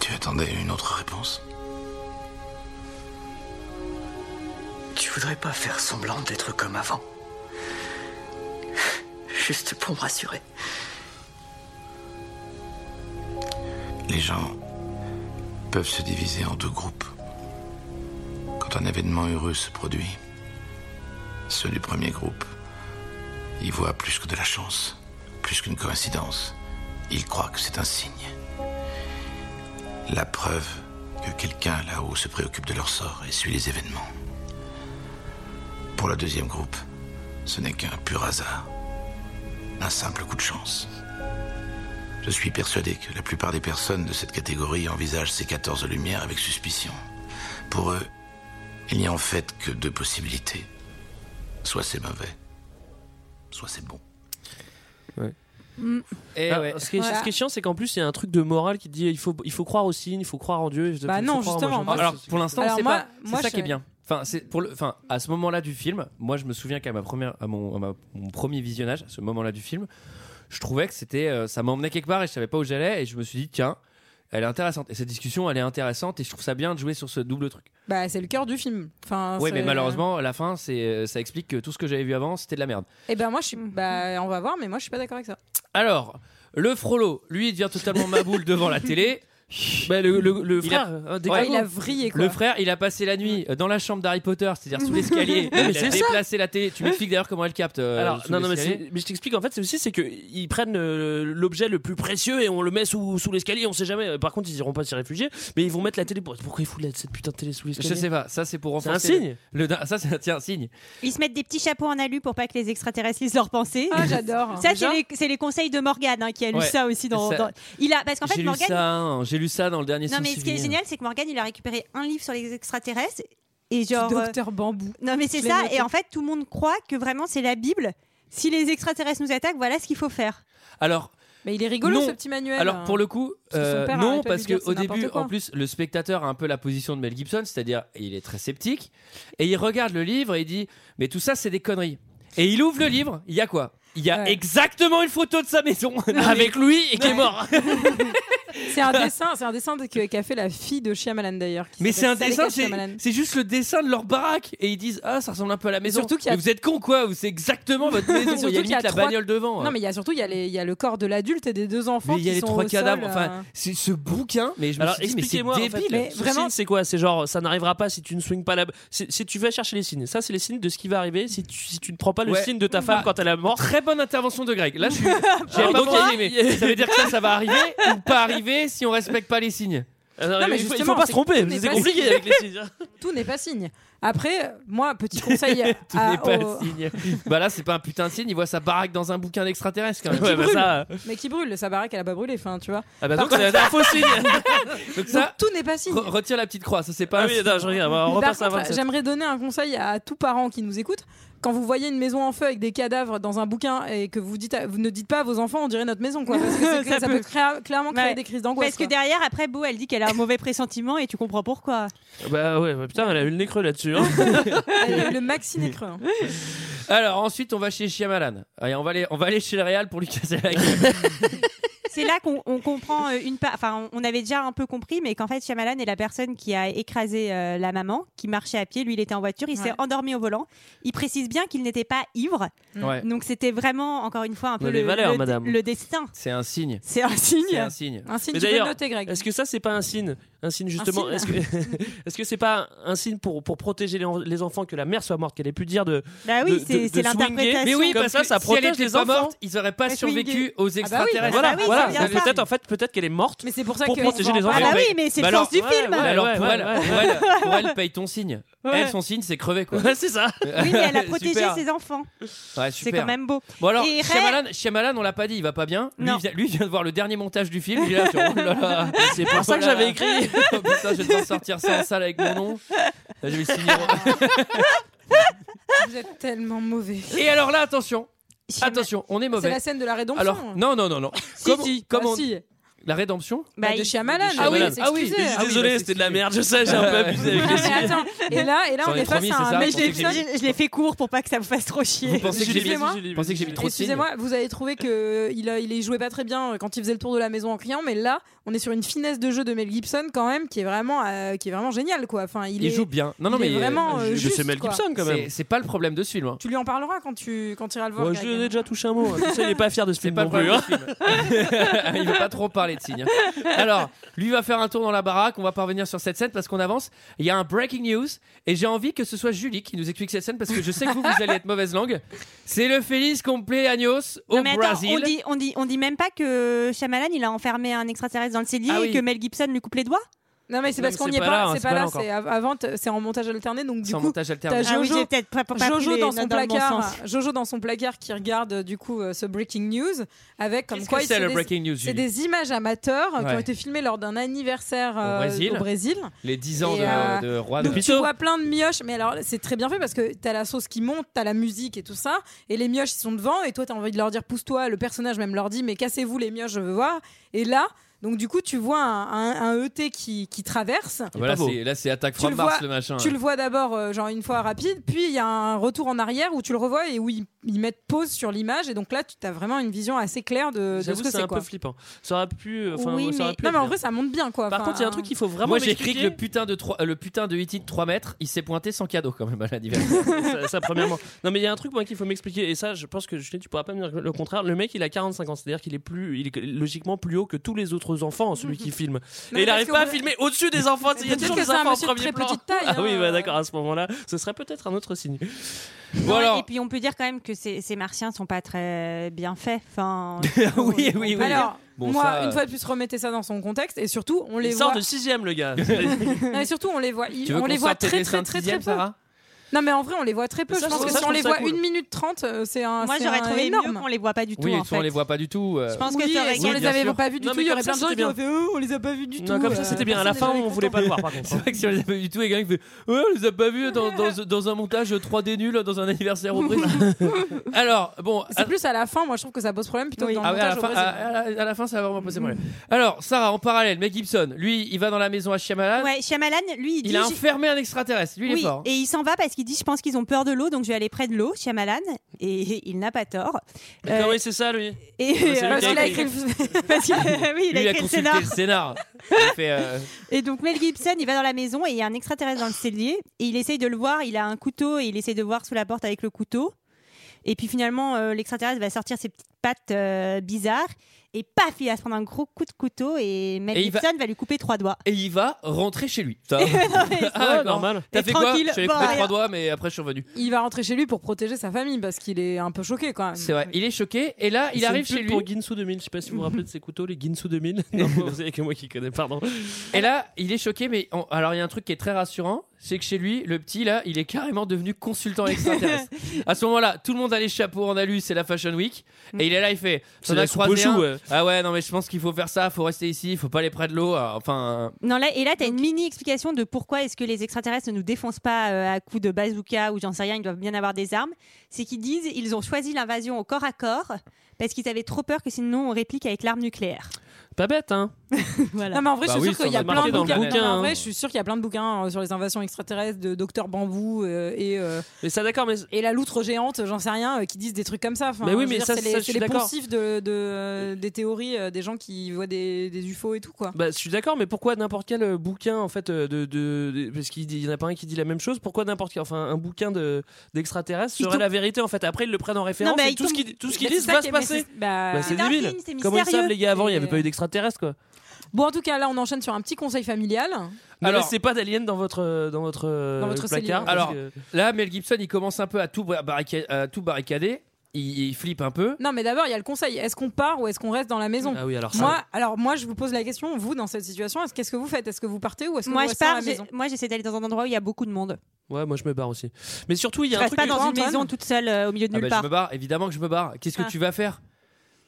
S10: Tu attendais une autre réponse
S4: Tu voudrais pas faire semblant d'être comme avant Juste pour me rassurer.
S10: Les gens peuvent se diviser en deux groupes. Quand un événement heureux se produit, ceux du premier groupe y voient plus que de la chance, plus qu'une coïncidence. Ils croient que c'est un signe. La preuve que quelqu'un là-haut se préoccupe de leur sort et suit les événements. Pour le deuxième groupe, ce n'est qu'un pur hasard, un simple coup de chance. Je suis persuadé que la plupart des personnes de cette catégorie envisagent ces 14 lumières avec suspicion. Pour eux, il n'y a en fait que deux possibilités. Soit c'est mauvais, soit c'est bon.
S1: Et
S11: Ah,
S1: ouais.
S11: ce, qui est, ce qui est chiant, c'est qu'en plus, il y a un truc de morale qui dit il faut, il faut croire aux signes, il faut croire en Dieu. il faut-
S12: Bah
S11: il
S12: non,
S11: faut croire en
S12: justement,
S11: machin.
S12: moi,
S1: Alors pour l'instant,
S12: Alors,
S1: c'est
S12: moi-
S1: pas. C'est
S12: moi,
S1: ça
S12: je-
S1: qui est bien. Enfin, c'est pour le. Enfin, à ce moment-là du film, moi, je me souviens qu'à ma première, à mon, à ma- mon premier visionnage, à ce moment-là du film, je trouvais que c'était, euh, ça m'emmenait quelque part et je savais pas où j'allais et je me suis dit tiens, elle est intéressante. Et cette discussion, elle est intéressante et je trouve ça bien de jouer sur ce double truc.
S12: Bah, c'est le cœur du film. Enfin,
S1: oui,
S12: c'est-
S1: mais malheureusement, à la fin, c'est, euh, ça explique que tout ce que j'avais vu avant, c'était de la merde.
S12: Eh ben, moi, je suis.
S6: Mhm.
S12: Bah, on va voir, mais moi, je suis pas d'accord avec ça.
S1: Alors, le Frollo, lui, il devient totalement maboule devant la télé.
S11: Bah, le, le- le
S1: Il a-
S11: frère, euh, des
S1: Ouais.
S11: gros-
S12: Ah, Il a vrillé, quoi.
S1: Le frère, il a passé la nuit euh, dans la chambre d'Harry Potter, c'est-à-dire sous l'escalier.
S11: Non, mais
S1: il a
S11: c'est ça.
S1: déplacé la télé. Tu m'expliques d'ailleurs comment elle capte. euh,
S11: Alors,
S1: sous
S11: non, non, mais,
S1: l'escalier.
S11: c'est- mais je t'explique en fait, c'est aussi c'est que ils prennent euh, l'objet le plus précieux et on le met sous, sous l'escalier. On sait jamais. Par contre, ils iront pas s'y réfugier, mais ils vont mettre la télé. Pour... Pourquoi ils foutent la- cette putain de télé sous l'escalier
S1: Je sais pas, ça c'est pour
S11: C'est
S1: renforcer.
S11: un signe.
S1: le- le- ça, c'est tiens, un signe.
S6: Ils se mettent des petits chapeaux en alu pour pas que les extraterrestres lisent leurs pensées.
S12: Ah, j'adore.
S6: Ça, c'est
S12: Déjà
S6: les, c'est les conseils de Morgane hein, qui a lu
S1: Hein, Ouais.
S6: ça aussi. Dans,
S1: Ça-
S6: dans- Il a, parce qu'en fait,
S1: j'ai lu
S6: Morgane.
S1: ça, hein, j'ai lu ça dans le dernier.
S6: Non,
S1: Sans
S6: mais ce qui est
S1: Souvenir.
S6: génial, c'est que Morgane, il a récupéré un livre sur les extraterrestres. Et genre. euh,
S12: Docteur Bambou.
S6: Non, mais c'est
S12: Je l'ai
S6: ça.
S12: noté.
S6: Et en fait, tout le monde croit que vraiment, c'est la Bible. Si les extraterrestres nous attaquent, voilà ce qu'il faut faire.
S1: Alors,
S12: Mais il est rigolo,
S1: Non.
S12: ce petit manuel. hein.
S1: alors pour le coup,
S12: Parce que son
S1: euh,
S12: père
S1: non,
S12: arrête pas de
S1: parce
S12: lui dire,
S1: qu'au
S12: c'est n'importe
S1: début,
S12: quoi.
S1: en plus, le spectateur a un peu la position de Mel Gibson, c'est-à-dire il est très sceptique et il regarde le livre et il dit mais tout ça c'est des conneries. Et il ouvre le livre, il y a quoi Il y a exactement une photo de sa maison avec lui et qui est mort.
S12: C'est un dessin, c'est un dessin de- que- qu'a fait la fille de Shyamalan d'ailleurs. qui
S1: Mais c'est un
S12: s'appelle Saleka
S1: dessin, c'est
S12: Shyamalan.
S1: c'est juste le dessin de leur baraque. Et ils disent Ah, ça ressemble un peu à la maison.
S12: surtout qu'il y a-
S1: Mais Vous êtes con quoi Vous- C'est exactement votre
S12: Mais
S1: maison.
S12: surtout
S1: Il y a
S12: qu'il y a
S1: limite la
S12: trois-
S1: bagnole devant.
S12: Non, mais il y a surtout il y a, les- il y a le corps de l'adulte et des deux enfants.
S1: Mais il y a
S12: qui
S1: les
S12: sont
S1: trois
S12: au sol,
S1: cadavres.
S12: euh,
S1: Enfin, c'est ce bouquin. Mais je me
S11: Alors
S1: suis dit, mais c'est
S11: expliquez-moi en fait,
S1: débile.
S11: mais
S12: vraiment-
S11: vraiment c'est quoi C'est genre ça n'arrivera pas si tu ne swings pas la si, si tu vas chercher les signes. Ça c'est les signes de ce qui va arriver si tu, si tu ne prends pas le
S1: Ouais.
S11: signe de ta femme
S1: Bah,
S11: quand elle est morte.
S1: Très bonne intervention de Greg. Là, je suis. j'ai
S11: Alors,
S1: pas
S11: donc,
S1: beaucoup
S11: il y a-
S1: aimé. Ça veut dire que ça, ça va arriver ou pas arriver si on respecte pas les signes.
S11: Euh, non,
S12: mais
S11: euh, il faut- il
S12: justement,
S11: faut pas
S12: c'est
S11: se
S12: que tout
S11: tromper,
S12: n'est
S11: c'est
S12: pas
S11: compliqué
S12: signé.
S11: avec les signes. hein.
S12: Tout n'est pas signe. Après, moi, petit conseil.
S1: Tout
S12: à-
S1: n'est pas
S12: au-
S1: le signe. bah là, c'est pas un putain de signe. Il voit sa baraque dans un bouquin d'extraterrestre quand même.
S12: qui
S11: bah,
S12: brûle.
S11: euh,
S12: Mais qui brûle, sa baraque, elle a pas brûlé, enfin, tu vois.
S1: Ah bah
S12: Par
S1: donc c'est
S12: contre-
S1: un faux signe. Donc ça-
S12: Donc, tout n'est pas signe.
S1: Re- retire la petite croix, ça c'est pas.
S11: Ah
S1: un
S11: oui,
S1: signe.
S11: attends, je regarde, on va- on
S12: Mais par contre, J'aimerais donner un conseil à tout parent qui nous écoute. Quand vous voyez une maison en feu avec des cadavres dans un bouquin et que vous, dites à- vous ne dites pas à vos enfants, on dirait notre maison, quoi. Parce que c'est clair- ça, peut créa- clairement créer
S6: Ouais.
S12: des crises d'angoisse.
S6: Parce que derrière, après, Beau, elle dit qu'elle a un mauvais pressentiment et tu comprends pourquoi.
S11: Bah ouais, bah putain, elle a eu le nez creux là-dessus. hein.
S12: le maxi n'est creux. hein.
S1: Alors ensuite, on va chez Shyamalan. Allez, on va aller, on va aller chez le Real pour lui casser la gueule.
S6: C'est là qu'on on comprend euh, une part. Enfin, on on avait déjà un peu compris, mais qu'en fait, Shyamalan est la personne qui a écrasé euh, la maman, qui marchait à pied. Lui, il était en voiture, il s'est
S12: Ouais.
S6: endormi au volant. Il précise bien qu'il n'était pas ivre.
S1: Ouais.
S6: Donc, c'était vraiment, encore une fois, un
S1: On a
S6: peu
S1: des
S6: le,
S1: valeurs,
S6: le-
S1: madame.
S6: le destin.
S1: C'est un signe.
S6: C'est un signe.
S1: C'est un signe.
S12: signe,
S11: Mais
S12: tu peux le
S11: d'ailleurs,
S12: noter, Greg.
S11: Est-ce que ça, c'est pas un signe Un signe, justement.
S12: signe
S11: Est-ce que est-ce que c'est pas un signe pour, pour protéger les, en- les enfants que la mère soit morte, qu'elle ait pu dire de.
S6: Bah
S11: de- de- de swinguer
S1: Mais oui,
S11: comme
S1: parce
S11: ça,
S1: que
S11: ça
S1: si
S11: protège
S1: elle était
S11: les
S1: pas
S11: enfants.
S1: morte, ils auraient pas
S11: Elle
S1: survécu
S11: swinguait.
S1: aux
S11: Ah bah oui,
S1: extraterrestres.
S11: Voilà, voilà.
S1: c'est bien
S11: Donc Peut-être en fait, peut-être qu'elle est morte.
S12: Mais c'est pour ça
S11: pour
S12: que-
S11: protéger les
S12: Ah
S11: enfants.
S12: bah oui, mais c'est le sens du film.
S1: Mais alors
S11: ouais,
S1: pour,
S11: ouais,
S1: elle,
S11: ouais,
S1: pour,
S11: ouais.
S1: Elle, pour elle, paye ton signe.
S6: Ouais.
S1: Elle, son signe, c'est crever quoi.
S11: Ouais, c'est ça.
S6: Oui, mais elle a protégé
S1: Super.
S6: ses enfants.
S1: Ouais,
S6: C'est
S1: super.
S6: quand même beau.
S1: Bon alors,
S6: Et Ray-
S1: Shyamalan, Shyamalan, on l'a pas dit, il va pas bien. Lui,
S6: Non.
S1: il vient, lui, il vient de voir le dernier montage du film. Il est là, genre, oh là là.
S11: C'est pour ça que
S1: Voilà.
S11: j'avais écrit.
S1: Oh putain, je vais devoir sortir ça en salle avec mon nom. Là, je vais le signer.
S12: Vous êtes tellement mauvais.
S1: Et alors là, attention. Attention, on est
S12: C'est
S1: mauvais.
S12: la scène de la rédemption.
S1: Alors, non, non, non, non. Comment- comment-
S12: Ah, si.
S1: La rédemption
S12: Bah, de Shyamalan.
S1: Ah oui,
S12: il s'est
S1: ah oui,
S12: excusé.
S1: Ah oui,
S11: Désolé,
S1: bah,
S11: c'était de la merde, je sais, j'ai un peu abusé avec
S12: Ah,
S11: les
S12: mais
S11: signes.
S12: attends. Et là, et là
S1: J'en
S12: on
S1: ai
S12: est
S1: promis,
S12: face à
S1: c'est ça,
S12: un
S1: Mais je l'ai-
S12: Mel Gibson.
S6: Je l'ai fait court pour pas que ça vous fasse trop chier.
S1: Vous pensez que j'ai mis,
S12: Excusez-moi.
S1: vous pensez que j'ai mis trop de signes
S12: Excusez-moi, vous avez trouvé que euh, il, a- il les jouait pas très bien euh, quand il faisait le tour de la maison en criant, mais là, on est sur une finesse de jeu de Mel Gibson quand même qui est vraiment, euh, qui est vraiment géniale quoi. Enfin, il,
S1: Il,
S12: est-
S1: joue bien. Non, non,
S12: il
S1: mais
S12: est vraiment, euh, juste, quoi.
S1: C'est- C'est pas le problème de ce film. hein.
S12: Tu lui en parleras quand tu quand iras le voir.
S11: Moi, je
S12: Greg.
S11: lui ai déjà touché un mot. hein. Tu sais, il est pas fier de ce film
S1: pas
S11: non
S1: le
S11: plus.
S1: problème Il veut pas trop parler de signes. hein. Alors, lui va faire un tour dans la baraque. On va pas revenir sur cette scène parce qu'on avance. Il y a un breaking news et j'ai envie que ce soit Julie qui nous explique cette scène parce que je sais que vous, vous allez être mauvaise langue. C'est le Félix complet Agnos au
S6: Non, mais attends,
S1: Brésil.
S6: on dit, on dit, on dit même pas que Shyamalan il a enfermé un extraterrestre dans le cellier
S1: Ah oui.
S6: et que Mel Gibson lui coupe les doigts.
S12: Non mais c'est
S1: Non,
S12: parce
S1: mais
S12: qu'on n'y
S1: c'est
S12: est
S1: pas
S12: pas,
S1: là, hein,
S12: c'est
S1: c'est
S12: pas
S1: pas
S12: là,
S1: là encore.
S12: c'est av- avant t- c'est en montage alterné donc du
S1: C'est en
S12: coup
S1: montage alterné.
S12: t'as
S6: Ah oui,
S12: Jojo,
S6: j'ai peut-être pas- pas- pas
S12: Jojo
S6: pris les
S12: dans son
S6: notes dans le bon
S12: placard,
S6: sens.
S12: Jojo dans son placard qui regarde euh, du coup euh, ce breaking news avec comme
S1: Qu'est-ce
S12: quoi
S1: que
S12: il-
S1: c'est, le
S12: des-
S1: breaking news,
S12: c'est
S1: Julie
S12: des images amateurs euh, qui
S1: Ouais.
S12: ont été filmées lors d'un anniversaire euh,
S1: Brésil.
S12: au Brésil.
S1: Les 10 ans
S12: Et,
S1: de,
S12: euh,
S1: de
S11: Ah,
S1: Juan.
S12: Donc tu vois plein de mioches, mais alors c'est très bien fait parce que t'as la sauce qui monte, t'as la musique et tout ça, et les mioches ils sont devant, et toi t'as envie de leur dire pousse-toi, le personnage même leur dit mais cassez-vous les mioches, je veux voir, et là donc du coup tu vois un, un- un ET qui, qui traverse.
S1: Voilà, c'est- là, c'est attaque
S12: Tu
S1: from
S12: le
S1: Mars
S12: vois-
S1: le machin.
S12: Tu le vois d'abord euh, genre une fois rapide, puis il y a un retour en arrière où tu le revois et où ils, ils mettent pause sur l'image, et donc là tu as vraiment une vision assez claire de, de ce
S11: J'avoue,
S12: que
S11: c'est
S12: c'est
S11: un
S12: quoi.
S11: peu flippant. Ça aurait pu. euh, Enfin,
S12: Oui,
S11: ça
S12: mais...
S11: aurait pu
S12: non
S11: être
S12: mais en
S11: bien.
S12: vrai ça monte bien quoi.
S11: Par
S12: Enfin,
S11: contre, il y a un truc qu'il faut vraiment.
S1: Moi j'ai écrit que
S11: m'expliquer.
S1: le putain de trois- euh, le putain de E.T. de 3 mètres, il s'est pointé sans cadeau quand même à l'anniversaire.
S11: ça, ça, premièrement. Non, mais il y a un truc moi qu'il faut m'expliquer et ça, je pense que Julien, tu pourras pas me dire le contraire. Le mec, il a 45 ans, c'est-à-dire qu'il est plus, il est logiquement plus haut que tous les autres enfants, celui qui filme.
S12: mais
S11: et il
S12: parce
S11: arrive
S12: que
S11: pas à
S12: vous-
S11: filmer au-dessus des enfants. Il y a
S12: Peut-être
S11: toujours
S12: que
S11: des
S12: c'est un
S11: enfants en
S12: monsieur de
S11: premier
S12: très
S11: plan.
S12: petite taille,
S11: ah oui,
S12: hein.
S11: bah, d'accord. À ce moment-là, ce serait peut-être un autre signe.
S6: Ouais,
S11: Voilà.
S6: Et puis on peut dire quand même que ces, ces martiens sont pas très bien faits. Enfin,
S1: oui, oui, oui.
S12: Alors,
S1: Bon,
S12: moi,
S1: ça,
S12: une fois de plus, remettez ça dans son contexte et surtout, on les
S11: euh, Il sort
S12: voit.
S11: de sixième, le gars.
S12: Non, et surtout, on les voit, ils-
S1: tu veux
S12: on
S1: qu'on
S12: les voit
S1: sorte tes
S12: très,
S1: dessins
S12: très,
S1: de
S12: très, très
S1: sixième,
S12: peu.
S1: Sarah
S12: Non, mais en vrai, on les voit très peu.
S11: Mais ça,
S12: je pense
S11: je
S12: que
S11: trouve
S12: si
S11: ça
S12: on les voit
S11: cool.
S12: 1 minute 30, euh, c'est un.
S6: moi
S12: c'est
S6: j'aurais
S12: un
S6: trouvé
S12: énorme.
S6: mieux qu'on les voit pas du tout.
S1: Oui,
S6: en
S1: tu vois, on
S6: fait.
S1: les voit pas du tout. euh.
S6: Je pense que
S12: Oui,
S6: ça aurait
S12: si on
S1: gagné.
S12: les avait
S1: Bien sûr.
S12: pas vus du
S11: Non,
S12: tout,
S11: mais
S12: il y
S11: comme
S12: aurait
S11: ça,
S12: plein de gens
S11: c'était
S12: qui auraient fait
S11: bien.
S12: Oh, on les a pas vus du tout.
S11: Non, comme ça,
S12: euh,
S11: c'était bien. À la
S12: personne
S11: fin,
S12: n'est jamais
S11: on voulait
S12: content.
S11: pas le voir, par contre.
S1: C'est vrai que si on les a pas vus du tout, les gars, ils fait Ouais, on les a pas vus dans, dans, dans un montage 3D nul, dans un anniversaire au Brésil. Alors, bon.
S12: C'est
S1: à-
S12: plus à la fin, moi je trouve que ça pose problème plutôt que dans
S1: ah
S12: le
S1: ouais, à, la
S12: montage. au
S1: fin, à,
S12: Brésil.
S1: à la- à la fin, ça va vraiment poser
S12: Mm.
S1: problème. Alors, Sarah, en parallèle, Meg Gibson, lui, il va dans la maison à Shyamalan.
S6: Ouais, Shyamalan, lui, il, dit,
S1: Il a
S6: j'ai-
S1: enfermé un extraterrestre. Lui, il
S6: Oui,
S1: est fort. hein.
S6: et il s'en va parce qu'il dit je pense qu'ils ont peur de l'eau donc je vais aller près de l'eau, Shyamalan, et il n'a pas tort.
S11: Ah
S6: Euh,
S11: oui, c'est ça, lui.
S6: et
S11: c'est lui
S12: Parce
S11: qui a
S12: qu'il a écrit le-
S6: parce qu'il a- oui, il a
S1: Lui, il a
S6: écrit le
S1: consulté
S6: scénar.
S1: le scénar. Il fait, euh,
S6: Et donc Mel Gibson, il va dans la maison et il y a un extraterrestre dans le cellier et il essaye de le voir. Il a un couteau et il essaye de voir sous la porte avec le couteau. Et puis finalement, euh, l'extraterrestre va sortir ses petites pattes euh, bizarres et paf, il va se prendre un gros coup de couteau et Mel
S1: Et il va-
S6: Gibson va... lui couper trois doigts.
S1: Et il va rentrer chez lui. Ça.
S6: Non, mais-
S1: Ah, d'accord.
S11: normal. bah,
S1: T'as
S6: Et
S1: fait quoi
S6: tranquille,
S1: Je suis allé
S6: bon,
S1: couper
S6: rien.
S1: trois doigts, mais après, je suis revenu.
S12: Il va rentrer chez lui pour protéger sa famille parce qu'il est un peu choqué quand même.
S1: C'est vrai. Il est choqué. Et là, il
S11: C'est
S1: arrive
S11: une pub
S1: chez lui.
S11: pour Ginsu 2000. Je sais pas si vous vous rappelez de ces couteaux, les Ginsu 2000. Non, vous savez que moi qui connais, pardon.
S1: Et là, il est choqué, mais on- alors il y a un truc qui est très rassurant, c'est que chez lui, le petit là, il est carrément devenu consultant extraterrestre. à ce moment-là, tout le monde a les chapeaux en alu, c'est la Fashion Week, et il est là, il fait.
S11: C'est
S1: T'en
S11: la
S1: as
S11: soupe aux
S1: croisé un
S11: choux, ouais.
S1: Ah ouais, non mais je pense qu'il faut faire ça, faut rester ici, faut pas aller près de l'eau. ah, Enfin,
S6: Non, là, et là, tu as une mini explication de pourquoi est-ce que les extraterrestres ne nous défoncent pas euh, à coups de bazooka ou j'en sais rien, ils doivent bien avoir des armes. C'est qu'ils disent ils ont choisi l'invasion au corps à corps parce qu'ils avaient trop peur que sinon on réplique avec l'arme nucléaire.
S11: Pas bête, hein
S12: Non, mais en vrai,
S11: Bah
S12: je suis
S11: oui,
S12: sûre
S11: ça
S12: qu'il y a
S11: va
S12: plein de
S11: marquer dans le
S12: bouquins. Non,
S11: bouquin,
S12: mais en
S11: hein.
S12: vrai, je suis sûre qu'il y a plein de bouquins euh, sur les invasions extraterrestres de Docteur Bambou euh, et euh,
S11: Mais ça, d'accord, mais.
S12: et la loutre géante, j'en sais rien, euh, qui disent des trucs comme ça. Enfin,
S11: Mais oui,
S12: je veux
S11: mais
S12: dire,
S11: ça,
S12: c'est
S11: ça,
S12: les,
S11: je
S12: c'est
S11: suis
S12: les
S11: d'accord.
S12: poncifs de, de, euh, des théories euh, des gens qui voient des, des UFO et tout quoi.
S11: Bah, je suis d'accord, mais pourquoi n'importe quel euh, bouquin en fait euh, de, de- de- parce qu'il dit- il y en a pas un qui dit la même chose. Pourquoi n'importe quel, enfin un bouquin de d'extraterrestres
S12: Ils
S11: serait
S12: tombent-
S11: la vérité en fait. Après ils le prennent en référence
S12: mais
S11: et
S12: ils
S11: tout ce
S12: tombent-
S11: qu'ils tout ce qu'ils
S12: Mais
S11: disent
S12: c'est ça
S11: va
S12: qui
S11: se
S12: est-
S11: passer.
S12: mais c'est- bah,
S11: Bah, c'est
S12: c'est Darwin,
S11: débile.
S12: c'est
S11: Comment ils savent
S12: mystérieux.
S11: les gars avant Il y avait
S12: Et-
S11: pas eu d'extraterrestres quoi.
S12: Bon, en tout cas, là, on enchaîne sur un petit conseil familial.
S11: Ne laissez Ah, pas d'aliens dans votre euh, dans votre euh,
S12: Dans votre
S11: placard.
S12: cellule.
S11: parce
S1: alors
S11: que-
S1: là, Mel Gibson, il commence un peu à tout, barrica- à tout barricader, il, il flippe un peu.
S12: Non, mais d'abord, il y a le conseil. Est-ce qu'on part ou est-ce qu'on reste dans la maison
S1: Ah oui, alors ça-
S12: moi, alors moi, je vous pose la question. Vous, dans cette situation, est-ce qu'est-ce que vous faites Est-ce que vous partez ou est-ce que
S6: Moi,
S12: vous
S6: je
S12: restez dans
S6: pars,
S12: la
S6: j'ai-
S12: maison
S6: moi j'essaie d'aller dans un endroit où il y a beaucoup de monde.
S11: Ouais, moi je me barre aussi. Mais surtout il y
S6: Je
S11: a un
S6: reste
S11: truc
S6: pas
S11: que-
S6: dans une maison toute seule euh, au milieu de
S1: Ah
S6: nulle
S1: bah,
S6: part.
S1: je me barre, évidemment que je me barre. Qu'est-ce que
S6: Ah.
S1: tu vas faire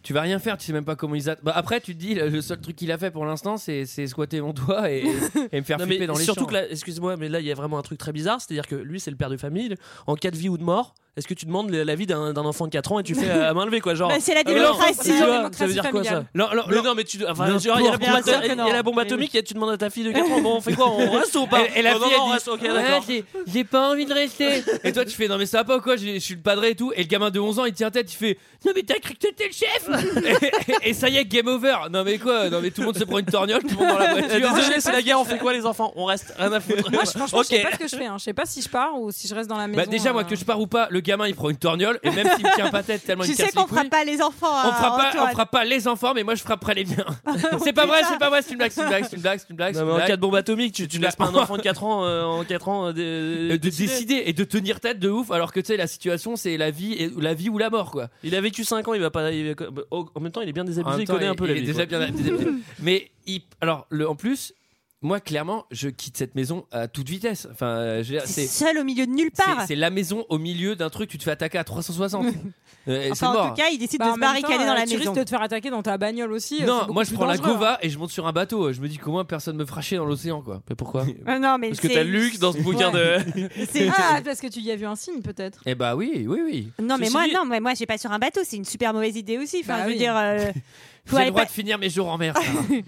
S1: Tu vas rien faire, tu sais même pas comment ils atta- Bah après, tu te dis, le le seul truc qu'il a fait pour l'instant, c'est c'est squatter mon doigt et, et me faire
S11: Non,
S1: flipper
S11: mais
S1: dans les
S11: surtout
S1: champs.
S11: que là, excuse-moi, mais là il y a vraiment un truc très bizarre, c'est-à-dire que lui c'est le père de famille. En cas de vie ou de mort, est-ce que tu demandes l'avis d'un d'un enfant de 4 ans et tu fais à main levée quoi, genre
S6: Bah, c'est la
S11: Ah, non,
S6: démocratie.
S11: tu vois,
S6: C'est la
S11: ça veut
S6: démocratie
S11: dire quoi ça
S6: familiale.
S1: Non, non,
S11: mais
S1: non.
S11: non, mais tu, enfin, genre, il y a la bombe,
S1: N'importe
S11: ato-
S1: quoi.
S11: il y a la bombe
S1: Mais oui.
S11: atomique, et tu demandes à ta fille de 4 ans, bon, on fait quoi On reste ou pas
S1: Et, et la
S11: Non,
S1: fille,
S11: non,
S1: elle
S11: non, on
S1: dit,
S11: reste, ok,
S1: Ouais,
S11: d'accord.
S1: j'ai- j'ai pas envie de rester. et toi, tu fais, non, mais ça va pas ou quoi J'ai- Je suis le padré et tout. Et le gamin de 11 ans, il tient tête, il fait, non, mais t'as cru que t'étais le chef et, et ça y est, game over. Non, mais quoi Non, mais tout le monde se prend une torgnole, tout le monde dans la voiture.
S11: Euh, Désolé, c'est la guerre, on fait quoi les enfants On reste, rien à foutre.
S12: Moi, je, franchement,
S1: Ok.
S12: je sais pas ce que je fais. hein. Je sais pas si je pars ou si je reste dans la maison.
S1: Bah déjà moi
S12: euh.
S1: que je pars ou pas, le gamin il prend une torgnole et même s'il me tient pas tête tellement
S6: Tu
S1: il
S6: sais
S1: casse
S6: qu'on
S1: les couilles,
S6: frappe pas les enfants.
S1: on fera pas, on fera pas les enfants mais moi je frapperai les miens. c'est pas vrai, c'est pas vrai, c'est une blague, c'est une blague, c'est une blague, c'est une blague.
S11: Non, mais en cas de bombe atomique, bah, tu, tu laisses pas un enfant de 4 ans euh, en 4 ans. euh, dé-
S1: de décider et de tenir tête de ouf alors que tu sais la situation c'est la vie et- la vie ou la mort quoi.
S11: Il a vécu 5 ans, il va pas. il va- oh, en même temps, il est bien
S1: En
S11: désabusé,
S1: même
S11: il
S1: temps,
S11: connaît un peu la
S1: il est
S11: vie.
S1: déjà
S11: quoi.
S1: bien désabusé. mais il- alors le en plus moi clairement je quitte cette maison à toute vitesse. Enfin euh, je veux dire,
S6: C'est
S1: c'est
S6: seul au milieu de nulle
S1: c'est-
S6: part.
S1: c'est la maison au milieu d'un truc tu te fais attaquer à 360. Euh, c'est
S6: Enfin, en
S1: mort.
S6: tout cas, il décide
S12: Bah,
S6: de
S12: en
S6: se
S12: même temps,
S6: barricader dans
S12: euh,
S6: la
S12: Tu
S6: maison.
S12: risques de te faire attaquer dans ta bagnole aussi. euh, c'est
S1: Non,
S12: beaucoup
S1: moi je
S12: plus
S1: prends la
S12: dangereux, hein.
S1: Gova et je monte sur un bateau. Je me dis comment personne me fera chier dans l'océan quoi.
S11: Mais pourquoi
S6: Ah non, mais
S11: Parce que
S6: c'est-
S11: t'as Luc dans ce bouquin de.
S6: C'est-
S12: Ah, parce que tu y as vu un signe peut-être.
S1: Eh bah oui, oui, oui.
S6: Non, mais
S1: Ceci
S6: moi,
S1: dit,
S6: non, mais moi, j'ai pas sur un bateau. C'est une super mauvaise idée aussi. Enfin,
S12: Bah
S6: je veux
S12: oui.
S6: dire, euh,
S1: J'ai
S6: faut aller
S1: le droit
S6: pas-
S1: de finir mes jours en mer. Sarah.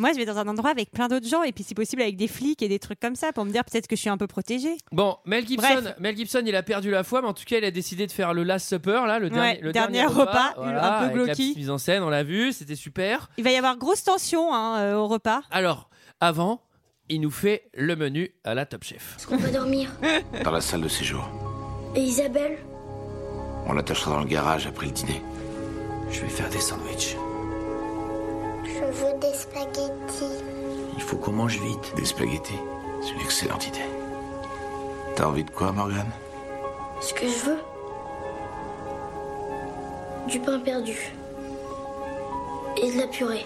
S6: Moi, je vais dans un endroit avec plein d'autres gens et puis, si possible, avec des flics et des trucs comme ça pour me dire peut-être que je suis un peu protégée.
S1: bon, Mel Gibson,
S6: Bref.
S1: Mel Gibson, il a perdu la foi, mais en tout cas, il a décidé de faire le Last Supper, là, le
S6: Ouais,
S1: dernier, le
S6: dernier repas,
S1: Voilà,
S6: un peu
S1: avec la
S6: glauqui.
S1: petite mise en scène, on l'a vu, c'était super.
S6: Il va y avoir grosse tension hein, euh, au repas.
S1: Alors, avant, il nous fait le menu à la Top Chef.
S13: On va dormir.
S10: Dans la salle de séjour.
S13: Et Isabelle
S10: On l'attachera dans le garage après le dîner.
S4: Je vais faire des sandwichs.
S13: Je veux des spaghettis.
S4: Il faut qu'on mange vite.
S10: Des spaghettis. C'est une excellente idée. T'as envie de quoi, Morgane
S13: Ce que je veux Du pain perdu. Et de la purée.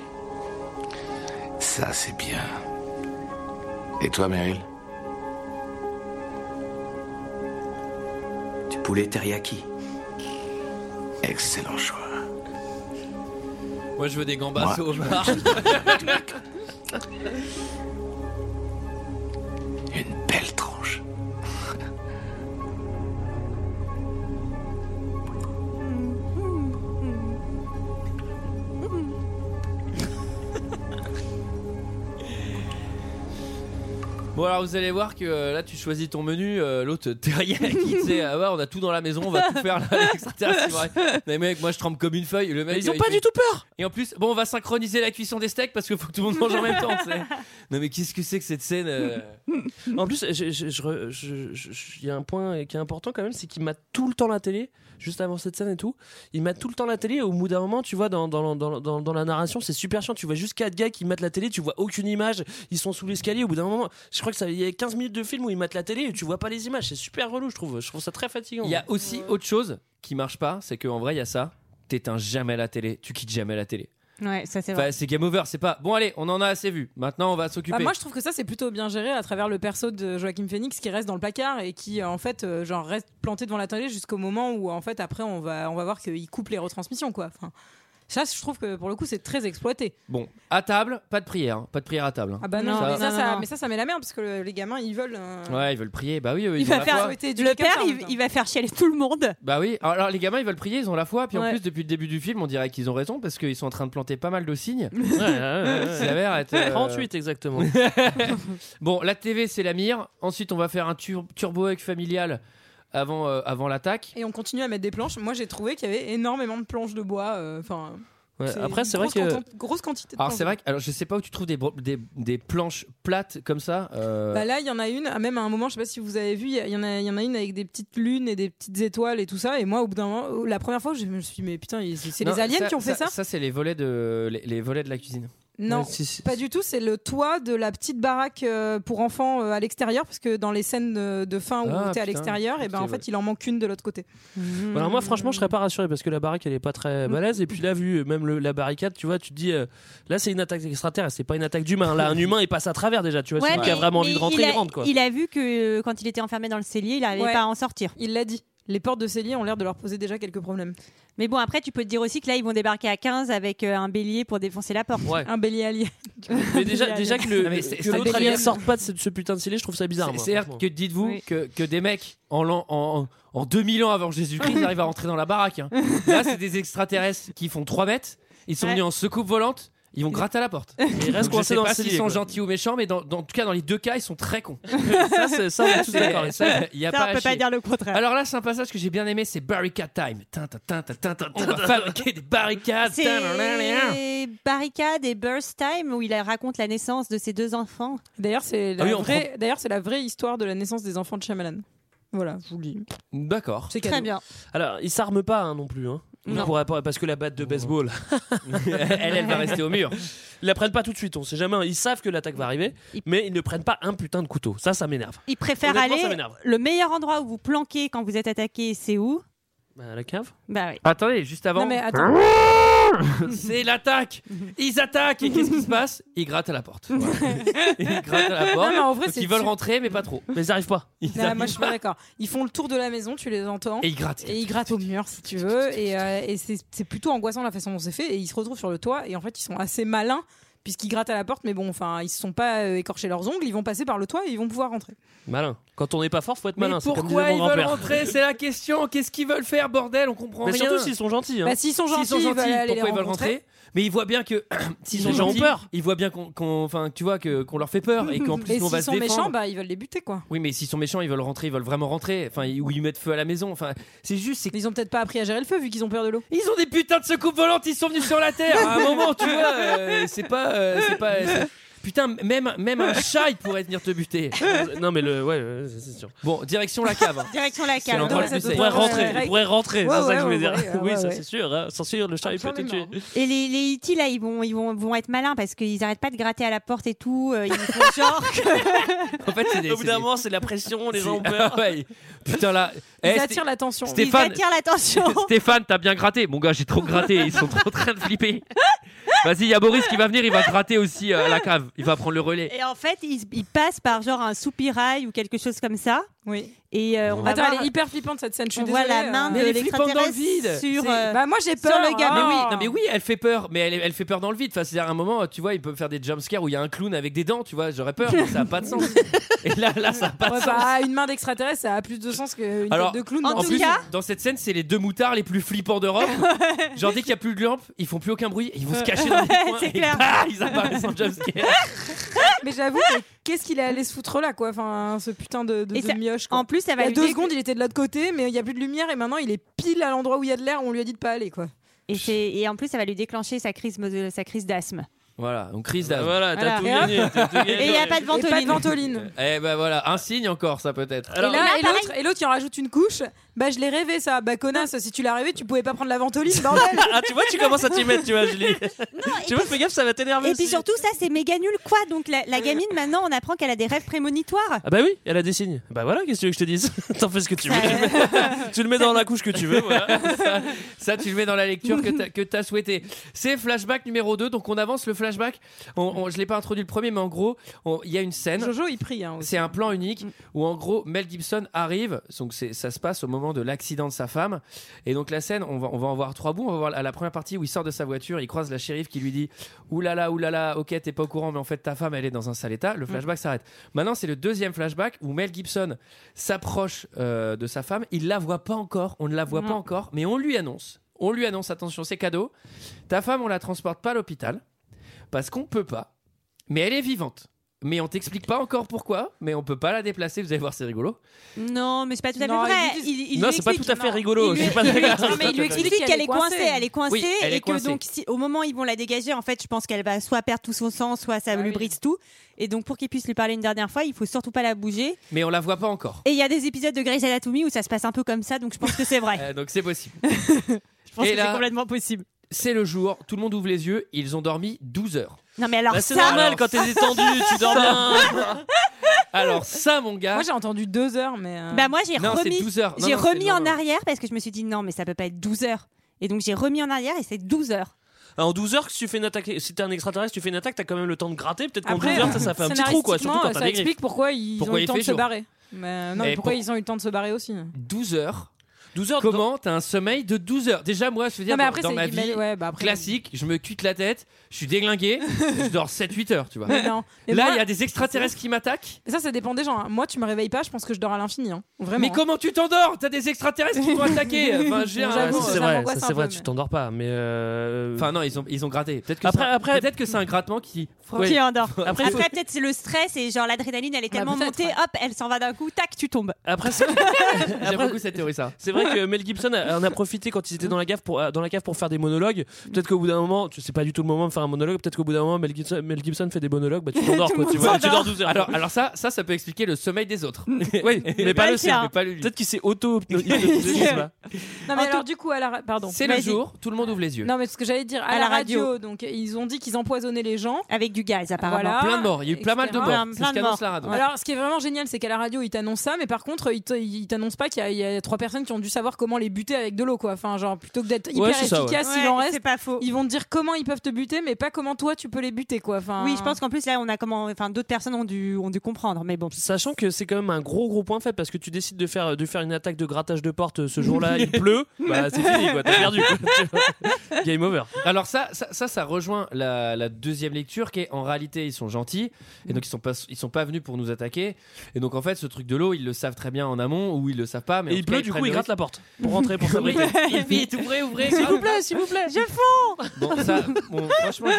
S10: Ça, c'est bien. Et toi, Meryl
S4: Du poulet teriyaki.
S10: Excellent choix.
S1: Moi, je veux des gambas
S10: Ouais.
S1: au homard.
S10: Une belle tranche.
S1: Bon alors vous allez voir que euh, là tu choisis ton menu, euh, l'autre derrière qui disait ah ouais on a tout dans la maison, on va tout faire là, l'extraterrestre, c'est vrai. Mais mec moi je tremble comme une feuille, le mec.
S11: Mais ils ont
S1: il
S11: pas
S1: fait-
S11: du tout peur
S1: Et en plus bon on va synchroniser la cuisson des steaks parce que faut que tout le monde mange en même temps. tu sais. Non mais qu'est-ce que c'est que cette scène euh,
S11: En plus, je- je- je re- je- je- je- il y a un point qui est important quand même, c'est qu'il mate tout le temps la télé, juste avant cette scène et tout. Il mate tout le temps la télé, et au bout d'un moment, tu vois, dans, dans, dans, dans, dans la narration, c'est super chiant. Tu vois juste quatre gars qui matent la télé, tu vois aucune image, ils sont sous l'escalier. Au bout d'un moment, je crois que ça il y a 15 minutes de film où ils matent la télé et tu vois pas les images. C'est super relou, je trouve. Je trouve ça très fatigant.
S1: Il y a aussi autre chose qui marche pas, c'est qu'en vrai il y a ça. T'éteins jamais la télé, tu quittes jamais la télé.
S6: Ouais, ça c'est
S1: Enfin,
S6: vrai.
S1: c'est game over, c'est pas. Bon, allez, on en a assez vu. Maintenant, on va s'occuper.
S12: Bah, moi, je trouve que ça, c'est plutôt bien géré à travers le perso de Joaquin Phoenix qui reste dans le placard et qui, euh, en fait, euh, genre, reste planté devant la télé jusqu'au moment où, en fait, après, on va, on va voir qu'il coupe les retransmissions, quoi. Enfin, ça, je trouve que pour le coup, c'est très exploité.
S1: Bon, à table, pas de prière. hein. Pas de prière à table. hein.
S12: Ah bah non,
S1: Ça-
S12: mais, ça, ça, mais ça, ça met la merde parce que le- les gamins, ils veulent. euh,
S1: Ouais, ils veulent prier. Bah oui, eux,
S6: Il
S1: ils ont
S6: va
S1: la
S6: faire
S1: foi.
S6: le père, il, il va faire chialer tout le monde.
S1: Bah oui, alors les gamins ils veulent prier, ils ont la foi, puis en
S6: Ouais.
S1: plus depuis le début du film on dirait qu'ils ont raison parce qu'ils sont en train de planter pas mal de signes.
S11: ouais,
S1: Ça a l'air être, euh,
S11: 38 exactement.
S1: Bon, la TV c'est la mire, ensuite on va faire un tur- turbo egg familial avant, euh, avant l'attaque.
S12: Et on continue à mettre des planches. Moi, j'ai trouvé qu'il y avait énormément de planches de bois. euh, Enfin.
S1: Ouais,
S12: c'est
S1: après,
S12: une
S1: c'est vrai
S12: grosse
S1: que-
S12: quanti- grosse quantité. De
S1: Alors
S12: planches
S1: Ah, c'est
S12: de
S1: vrai que alors, je sais pas où tu trouves des, bro- des, des planches plates comme ça. euh,
S12: Bah là, il y en a une, ah, même à un moment, je sais pas si vous avez vu, il y a- il y, en a- il y en a une avec des petites lunes et des petites étoiles et tout ça. Et moi, au bout d'un moment, oh, la première fois, je me suis dit, mais putain, il- c'est c'est
S1: non,
S12: les aliens qui ont fait ça,
S1: Ça, c'est les volets, de, les, les volets de la cuisine.
S12: Non,
S1: Ouais, si, si.
S12: pas du tout. C'est le toit de la petite baraque euh, pour enfants euh, à l'extérieur, parce que dans les scènes de, de fin où
S11: Ah,
S12: t'es à
S11: putain.
S12: l'extérieur, et ben
S11: Ok,
S12: en fait,
S11: ouais.
S12: il en manque une de l'autre côté.
S6: Mmh.
S11: Alors moi franchement je serais pas rassuré parce que la baraque elle est pas très balèze et puis là vu euh, même le- la barricade tu vois tu te dis euh, là c'est une attaque extraterrestre c'est pas une attaque d'humain là un humain il passe à travers déjà tu vois
S6: Ouais,
S11: celui qui a
S6: mais-
S11: vraiment
S6: mais
S11: envie de rentrer
S6: il
S11: il,
S6: a,
S11: rentre quoi.
S6: il a vu que euh, quand il était enfermé dans le cellier, il n'arrivait
S12: Ouais.
S6: pas à en sortir.
S12: Il l'a dit. Les portes de cellier ont l'air de leur poser déjà quelques problèmes.
S6: Mais bon, après, tu peux te dire aussi que là, ils vont débarquer à 15 avec euh, un bélier pour défoncer la porte.
S11: Ouais.
S12: Un bélier allié.
S11: Mais déjà déjà que le
S1: Non, mais c'est-
S11: que
S1: c'est-
S11: l'autre
S1: c'est-
S11: alien ne sorte pas de ce, de ce putain de scellé je trouve ça bizarre.
S1: C'est-
S11: moi,
S1: C'est-à-dire
S11: franchement.
S1: que dites-vous
S11: Oui.
S1: que, que des mecs en, l'an- en, en- en 2000 ans avant Jésus-Christ arrivent à rentrer dans la baraque. hein. Là, c'est des extraterrestres qui font 3 mètres, ils sont
S11: Ouais.
S1: venus en secoupe volante, ils vont gratter à la porte.
S11: ils restent
S1: Donc, je
S11: coincés
S1: sais
S11: dans
S1: pas
S11: le
S1: s'ils
S11: cellier,
S1: sont
S11: quoi.
S1: gentils ou méchants, mais dans, dans- en tout cas, dans les deux cas, ils sont très cons.
S11: Ça, c'est- ça, on est tous
S1: C'est-
S11: d'accord.
S1: ça, y a
S11: Ça, on
S1: pas à
S11: peut pas
S1: chier.
S11: dire le
S12: Ah.
S11: contraire.
S1: Alors là, c'est un passage que j'ai bien aimé, c'est Barricade Time. Tin, tin, tin, tin, tin, tin, On va fabriquer des barricades. Tin, tin, tin, tin.
S6: C'est Barricade et Birth Time où il raconte la naissance de ses deux enfants.
S12: D'ailleurs, c'est la,
S1: Ah oui, on
S12: vraie-
S1: prend-
S12: d'ailleurs, c'est la vraie histoire de la naissance des enfants de Shyamalan. Voilà, je vous le
S1: Ah
S12: dis.
S1: D'accord.
S12: C'est cadeau. Très bien.
S11: Alors il s'arme pas hein, non plus hein. Il
S12: Non.
S11: pourrait pas- parce que la batte de baseball
S1: elle, elle va rester au mur.
S11: Ils la prennent pas tout de suite, on sait jamais, hein. ils savent que l'attaque va arriver, mais ils ne prennent pas un putain de couteau. Ça ça m'énerve.
S6: Il préfère
S11: Honnêtement,
S6: aller.
S11: ça m'énerve.
S6: Le meilleur endroit où vous planquez quand vous êtes attaqué, c'est où
S11: Bah, la cave
S6: Bah oui.
S1: Attendez, juste avant.
S6: Non, mais
S1: Ah
S6: attends.
S1: C'est l'attaque. Ils attaquent et qu'est-ce qui se passe Ils grattent à la porte. Voilà. ils grattent à la
S12: Non,
S1: porte.
S12: mais en vrai,
S1: Donc
S12: c'est
S1: ils veulent
S12: su-
S1: rentrer mais pas
S6: Hein
S1: trop.
S11: Mais ils arrivent pas.
S12: Non,
S6: Bah,
S12: moi, je suis pas d'accord. Ils font le tour de la maison, tu les entends.
S1: Et ils grattent.
S12: Et ils grattent au mur, si tu veux. Et, euh, et c'est c'est plutôt angoissant la façon dont c'est fait. Et ils se retrouvent sur le toit. Et en fait, ils sont assez malins, puisqu'ils grattent à la porte. Mais bon, enfin, ils se sont pas euh, écorchés leurs ongles. Ils vont passer par le toit et ils vont pouvoir rentrer.
S11: Malin. Quand on n'est pas fort, faut être
S1: Mais
S11: malin. c'est comme
S1: pourquoi
S11: disait
S1: ils
S11: mon
S1: veulent
S11: grand-père.
S1: rentrer C'est la question. Qu'est-ce qu'ils veulent faire, bordel On comprend
S11: Mais
S1: rien.
S11: surtout s'ils sont gentils, hein.
S12: Bah, s'ils sont gentils, ils veulent aller les
S1: pourquoi ils veulent
S12: rencontrer
S1: rentrer Mais ils voient bien que s'ils
S11: Les
S1: sont
S11: gens ont
S1: gentils,
S11: peur.
S1: ils voient bien qu'on, qu'on- enfin, tu vois, que, qu'on leur fait peur et qu'en plus
S12: et
S1: on va
S12: s'ils
S1: se
S12: sont
S1: défendre.
S12: méchants, bah, ils veulent les buter, quoi.
S1: Oui, mais s'ils sont méchants, ils veulent rentrer, ils veulent vraiment rentrer. Enfin, ils- ou ils mettent feu à la maison. Enfin, c'est juste.
S12: Mais ils ont peut-être pas appris à gérer le feu, vu qu'ils ont peur de l'eau.
S1: Ils ont des putains de secoupes volantes, ils sont venus sur la terre. À un moment, tu vois, euh, c'est pas, euh, c'est pas. c'est- Putain, même, même un chat, il pourrait venir te buter.
S11: non, mais le. Ouais, ouais, c'est c'est sûr.
S1: Bon, direction la cave. hein.
S6: Direction la
S1: C'est
S6: cave.
S1: l'endroit
S6: Ouais,
S1: le plus
S6: ça
S11: Il
S1: safe.
S11: pourrait rentrer, il pourrait rentrer,
S6: Ouais,
S11: c'est ça que
S6: ouais,
S11: je voulais
S6: ouais,
S11: dire.
S6: ouais,
S11: oui,
S6: ouais,
S11: ça
S6: ouais.
S11: c'est sûr. hein. Sans sûr, le chat il peut te tuer.
S6: Et les, les E.T. là, ils vont, ils vont, vont être malins parce qu'ils arrêtent pas de gratter à la porte et tout. euh, ils font genre
S1: En fait, c'est des-
S11: Au bout
S1: c'est
S11: d'un
S1: des-
S11: moment, c'est de la pression, les gens ont
S1: c'est-
S11: peur.
S1: Ah ouais. Putain, là.
S12: Ils
S1: eh,
S12: attirent l'attention.
S1: Stéphane.
S12: Ils attirent l'attention.
S1: Stéphane, t'as bien gratté. Mon gars, j'ai trop gratté. Ils sont trop en train de flipper. Vas-y, il y a Boris qui va venir. Il va gratter aussi euh, à la cave. Il va prendre le relais.
S6: Et en fait, ils, ils passent par genre un soupirail ou quelque chose comme ça.
S12: Oui.
S6: Et euh, on va
S12: Attends,
S6: voir-
S12: elle est hyper flippante cette scène. Je suis
S6: on voit
S12: désolée,
S6: la main
S12: euh.
S6: de l'extraterrestre sur.
S12: C'est-
S6: euh,
S12: Bah, moi, j'ai
S6: sur
S12: peur.
S6: le gamin.
S12: hein.
S1: Mais oui, non, mais oui, elle fait peur, mais elle, elle fait peur dans le vide. Enfin, c'est-à-dire à un moment, tu vois, ils peuvent faire des jumpscares où il y a un clown avec des dents, tu vois, j'aurais peur, mais ça n'a pas de sens. Et là, là ça n'a pas de
S12: Ouais,
S1: sens.
S12: bah, une main d'extraterrestre, ça a plus de sens qu'une tête de clown.
S1: en
S12: dans
S1: plus,
S12: ce film.
S1: dans cette scène, c'est les deux moutards les plus flippants d'Europe. Genre, dès qu'il n'y a plus de lampe, ils font plus aucun bruit, ils vont se cacher dans des
S12: Ouais,
S1: coins
S12: c'est
S1: et
S12: clair.
S1: bah, ils apparaissent en jumpscare.
S12: Mais j'avoue, mais qu'est-ce qu'il est allé se foutre là, quoi Enfin, ce putain de, de,
S6: Et
S12: de
S6: ça-
S12: mioche. quoi.
S6: en plus, ça va
S12: Il y a
S6: lui
S12: deux
S6: dire
S12: secondes,
S6: que-
S12: il était de l'autre côté, mais il y a plus de lumière et maintenant il est pile à l'endroit où il y a de l'air. où On lui a dit de pas aller, quoi.
S6: Et, c'est- et en plus, ça va lui déclencher sa crise, mo- sa crise d'asthme.
S1: Voilà, donc Chris Dave.
S11: Voilà,
S12: Voilà.
S11: t'as tout gagné. t'as tout gagné.
S12: Et il n'y a pas de ventoline.
S11: Euh,
S1: Eh ben voilà, un signe encore, ça peut être.
S12: et là, et l'autre- et l'autre, il en rajoute une couche. Bah, je l'ai rêvé, ça. Bah, connasse, si tu l'as rêvé, tu pouvais pas prendre la ventoline, bordel.
S11: ah, tu vois, tu commences à t'y mettre, tu vois, Julie. tu vois, fais gaffe, ça va t'énerver
S6: Et
S11: aussi.
S6: puis surtout, ça, c'est méga nul, quoi. Donc la, la gamine, maintenant, on apprend qu'elle a des rêves prémonitoires.
S11: Ah bah oui, elle a des signes. Bah voilà, qu'est-ce que tu veux que je te dise T'en fais ce que tu veux.
S6: Euh,
S11: tu le mets dans la couche que tu veux, voilà.
S1: ça, ça, tu le mets dans la lecture que t'as- que t'as souhaité. C'est flashback numéro 2, donc on avance le flashback. On, on- je l'ai pas introduit le premier, mais en gros, on- il y a une scène.
S12: Jojo, il prie. hein, aussi.
S1: C'est un plan unique où en gros Mel Gibson arrive, donc c'est- ça se passe au moment de l'accident de sa femme. Et donc la scène, on va, on va en voir trois bouts. On va voir la, la première partie où il sort de sa voiture, il croise la shérif qui lui dit Oulala, oulala, ok, t'es pas au courant, mais en fait ta femme elle est dans un sale état. Le flashback s'arrête. Maintenant, c'est le deuxième flashback où Mel Gibson s'approche euh, de sa femme. Il la voit pas encore, on ne la voit pas
S11: Non.
S1: encore, mais on lui annonce on lui annonce Attention, c'est cadeau. Ta femme, on la transporte pas à l'hôpital parce qu'on peut pas. Mais elle est vivante. Mais on t'explique pas encore pourquoi, mais on peut pas la déplacer, vous allez voir, c'est rigolo.
S6: Non, mais c'est pas tout à fait
S12: Non,
S6: vrai.
S12: ils disent-
S6: Il- il
S1: Non,
S6: lui
S1: c'est pas
S6: explique-
S1: tout à fait rigolo,
S6: il
S1: je
S6: lui-
S1: suis pas
S6: il lui
S1: d'accord.
S6: explique- non, mais il lui explique qu'elle est coincée, elle est coincée,
S1: Oui, elle est
S6: et que
S1: coincée.
S6: donc si- au moment où ils vont la dégager, en fait, je pense qu'elle va soit perdre tout son sang, soit
S1: Ah
S6: ça lui brise tout. Et donc pour qu'il puisse lui parler une dernière fois, il faut surtout pas la bouger.
S1: Mais on la voit pas encore.
S6: Et il y a des épisodes de Grey's Anatomy où ça se passe un peu comme ça, donc je pense que c'est vrai.
S1: Euh, donc c'est possible.
S6: Je pense
S1: Et
S6: que
S1: là-
S6: c'est complètement possible.
S1: C'est le jour, tout le monde ouvre les yeux, ils ont dormi 12 heures.
S6: Non mais alors
S1: Bah, c'est
S6: ça.
S1: normal, quand t'es détendu, tu dors bien.
S6: Ça-
S1: Alors ça, mon gars.
S12: Moi, j'ai entendu deux heures, mais. euh,
S6: Bah moi j'ai
S1: Non,
S6: remis,
S1: c'est 12 heures. Non,
S6: j'ai
S1: non, c'est-
S6: remis
S1: non,
S6: en
S1: non.
S6: arrière parce que je me suis dit non mais ça peut pas être 12 heures. Et donc j'ai remis en arrière et c'est 12 heures.
S11: Ah, En 12 heures, si tu fais une attaque, si t'es un extraterrestre, tu fais une attaque, t'as quand même le temps de gratter. Peut-être qu'en 12
S12: Après,
S11: heures, ça, ça fait un petit trou, quoi. Surtout
S12: scénaristiquement,
S11: quand t'as
S12: Ça
S11: des griffes.
S12: explique pourquoi ils
S11: Pourquoi
S12: ont eu
S11: il
S12: le temps
S11: fait
S12: de se
S11: jour.
S12: barrer. Mais, euh, non,
S1: Et
S12: mais pourquoi
S1: pour-
S12: ils ont eu le temps de se barrer aussi hein.
S1: 12 heures.
S11: 12 heures
S1: Comment t'as un sommeil de 12 heures Déjà, moi, je veux dire,
S12: Non, mais
S1: dans-
S12: après,
S1: dans,
S12: c'est
S1: ma
S12: du- mais-
S1: vie
S12: ouais, bah après-
S1: classique, je me cuite la tête, je suis déglingué, je dors 7-8 heures, tu vois.
S12: Mais non. Mais
S1: Là, il
S12: moi-
S1: y a des extraterrestres qui m'attaquent.
S12: Mais ça, ça dépend des gens. hein. Moi, tu me réveilles pas, je pense que je dors à l'infini. hein. Vraiment.
S1: Mais comment tu t'endors T'as des extraterrestres qui t'ont attaqué. Enfin, j'ai un-
S12: J'avoue,
S11: Ah, ça,
S12: ça
S11: c'est vrai,
S12: m'angoisse
S11: ça,
S12: un
S11: c'est vrai,
S12: peu,
S11: tu t'endors pas, mais. euh,
S1: euh, Enfin non, ils ont ils ont gratté. Peut-être que
S11: Après-
S1: c'est un-
S11: après-
S1: peut-être que c'est un grattement qui
S6: Qui endort. Après,
S11: Après, faut-
S6: peut-être c'est le stress et genre l'adrénaline elle est
S11: Bah,
S6: tellement
S11: peut-être,
S6: montée, hop, elle s'en va d'un coup, tac, tu tombes.
S11: Après, c'est-
S1: J'aime beaucoup cette théorie ça.
S11: C'est vrai que Mel Gibson a- en a profité quand ils étaient dans la cave pour, dans la cave pour faire des monologues. Peut-être qu'au bout d'un moment, tu sais pas du tout le moment de faire un monologue. Peut-être qu'au bout d'un moment, Mel Gibson, Mel Gibson fait des monologues, bah tu t'endors
S1: Tout
S11: quoi.
S1: le
S11: Tu,
S1: monde
S11: vois, tu
S1: s'endort.
S11: dors 12 heures.
S1: Alors, alors ça, ça, ça peut expliquer le sommeil des autres.
S11: oui, mais pas
S1: Ouais,
S11: le
S1: c'est
S11: sien.
S1: un-
S11: Peut-être qu'il s'est auto hypnotisé. je sais pas.
S12: hein. Non, mais alors, du coup, à la. Pardon.
S1: C'est le
S12: Vas-y.
S1: jour, tout le monde ouvre les yeux.
S12: Non, mais ce que j'allais dire, à,
S6: À
S12: la
S6: la
S12: radio,
S6: radio.
S12: donc ils ont dit qu'ils empoisonnaient les gens.
S6: Avec du gaz apparemment.
S12: Voilà.
S1: plein de morts, il y a eu plein mal de
S12: etc.
S1: morts.
S6: Plein-
S1: C'est
S6: plein
S1: ce
S6: de
S1: qu'annonce la
S6: morts.
S1: radio.
S12: Alors, ce qui est vraiment génial, c'est qu'à la radio, ils t'annoncent ça, mais par contre, ils te- ils t'annoncent pas qu'il y, a- il y a trois personnes qui ont dû savoir comment les buter avec de l'eau, quoi. Enfin, genre, plutôt que d'être hyper
S11: Ouais, c'est ça, ouais.
S12: efficace, il
S6: Ouais,
S12: en
S6: c'est
S12: reste.
S6: pas faux.
S12: Ils vont te dire comment ils peuvent te buter, mais pas comment toi tu peux les buter, quoi. Enfin,
S6: Oui, je pense qu'en plus là on a comment enfin d'autres personnes ont dû ont dû comprendre mais bon.
S11: Sachant que c'est quand même un gros gros point faible parce que tu décides de faire de faire une attaque de grattage de porte euh, ce jour-là, il pleut, bah c'est fini quoi, t'as perdu. quoi, tu vois. Game over.
S1: Alors ça, ça, ça, ça rejoint la, la deuxième lecture qui est en réalité ils sont gentils et donc ils sont pas ils sont pas venus pour nous attaquer et donc en fait ce truc de l'eau ils le savent très bien en amont ou ils le savent pas mais
S11: Et
S1: en
S11: il
S1: tout cas,
S11: pleut, du
S1: prennent
S11: coup,
S1: le
S11: il gratte
S1: risque.
S11: la porte pour rentrer pour
S1: Oui.
S11: fabriquer.
S1: vite ouvrez ouvrez
S12: S'il vous plaît, s'il vous plaît. Je
S6: fonds
S1: Bon, ça, bon, franchement,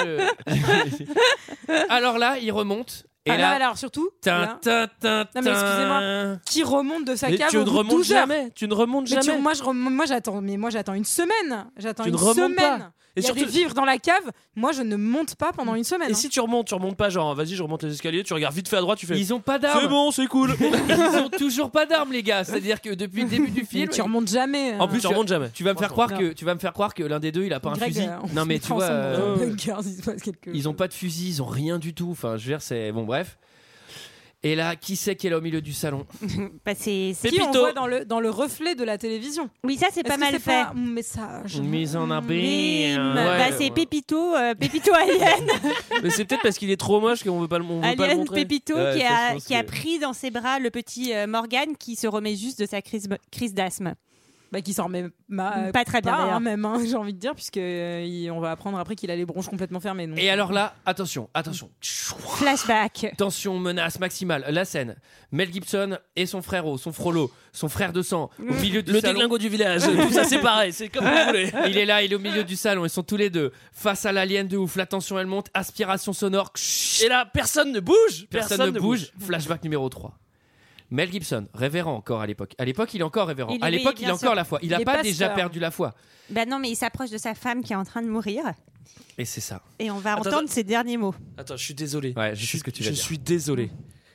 S1: je- Alors là, il remonte. Et
S12: alors,
S1: là,
S12: alors, surtout.
S1: tin,
S12: Ah, là-
S1: tin, tin,
S12: Non, mais
S1: tin.
S12: excusez-moi. Qui remonte de sa
S11: Mais
S12: cave
S11: tu
S12: au
S11: ne
S12: bout de
S11: remontes
S12: 12 heures.
S11: jamais, tu ne remontes
S12: Mais tu-
S11: jamais.
S12: moi, je rem- moi, j'attends, mais moi, j'attends une semaine. J'attends
S11: Tu
S12: une
S11: ne remontes
S12: semaine.
S11: pas.
S12: Et
S11: Et
S12: surtout Mm.
S11: surtout-
S12: vivre dans la cave. Moi, je ne monte pas pendant une semaine. hein.
S11: Et si tu remontes, tu remontes pas genre vas-y, je remonte les escaliers, tu regardes vite fait à droite, tu fais
S1: Ils ont pas d'armes.
S11: C'est bon, c'est cool.
S1: Ils ont toujours pas d'armes, les gars. C'est-à-dire que depuis le début du film.
S12: tu remontes jamais. euh,
S1: En plus,
S11: Tu remontes jamais.
S1: Tu vas me faire croire
S12: Non.
S1: que tu vas me faire croire que l'un des deux il a pas un
S12: Greg,
S1: fusil.
S12: euh, on
S1: non mais
S12: se
S1: tu
S12: prend
S1: vois,
S12: ensemble dans
S1: euh,
S12: le bunker s'il se passe quelque chose.
S1: ils ont pas de fusil, ils ont rien du tout. Enfin, je veux dire, c'est bon, bref. Et là, qui c'est qui est là au milieu du salon
S6: Bah, c'est
S12: Qui on voit dans le, dans le reflet de la télévision.
S6: Oui, ça c'est
S12: Est-ce
S6: pas
S12: que
S6: mal
S12: c'est
S6: fait.
S12: pas un message.
S1: Mise en abîme.
S6: Bim.
S11: Ouais.
S6: Bah, c'est Pépito euh, Pépito Alien.
S11: Mais c'est peut-être parce qu'il est trop moche qu'on veut pas le on veut pas le
S6: Alien
S11: montrer.
S6: Pépito qui, a, qui a pris dans ses bras le petit euh, Morgan qui se remet juste de sa crise, crise d'asthme.
S12: Bah, qui s'en remet ma-
S6: Pas très bien,
S12: hein,
S6: d'ailleurs.
S12: même, hein, j'ai envie de dire, puisque euh, il- on va apprendre après qu'il a les bronches complètement fermées. donc.
S1: Et alors là, attention, attention.
S6: Flashback.
S1: Tension, menace maximale. La scène. Mel Gibson et son frérot, son frollo, son frère de sang, au milieu du
S11: Le
S1: salon.
S11: déglingo du village, tout ça c'est pareil, c'est comme vous voulez.
S1: Il est là, il est au milieu du salon, ils sont tous les deux face à l'alien de ouf, la tension elle monte, aspiration sonore, chut,
S11: Et là, personne ne bouge,
S1: personne, ne bouge. flashback numéro 3. Mel Gibson, révérend encore à l'époque. À l'époque, il est encore révérend.
S6: Il est-
S1: à
S6: oui,
S1: l'époque, il
S6: bien
S1: a encore
S6: sûr.
S1: la foi. Il
S6: Il
S1: n'a
S6: est
S1: pas
S6: pasteur.
S1: déjà perdu la foi.
S6: Bah non, mais il s'approche de sa femme qui est en train de mourir
S1: Et c'est ça.
S6: et on va
S11: Attends,
S6: entendre
S11: attends.
S6: ses derniers mots.
S11: Attends, je suis désolé.
S1: Ouais,
S11: je suis,
S1: ce que tu
S11: je
S1: vas dire.
S11: suis désolé.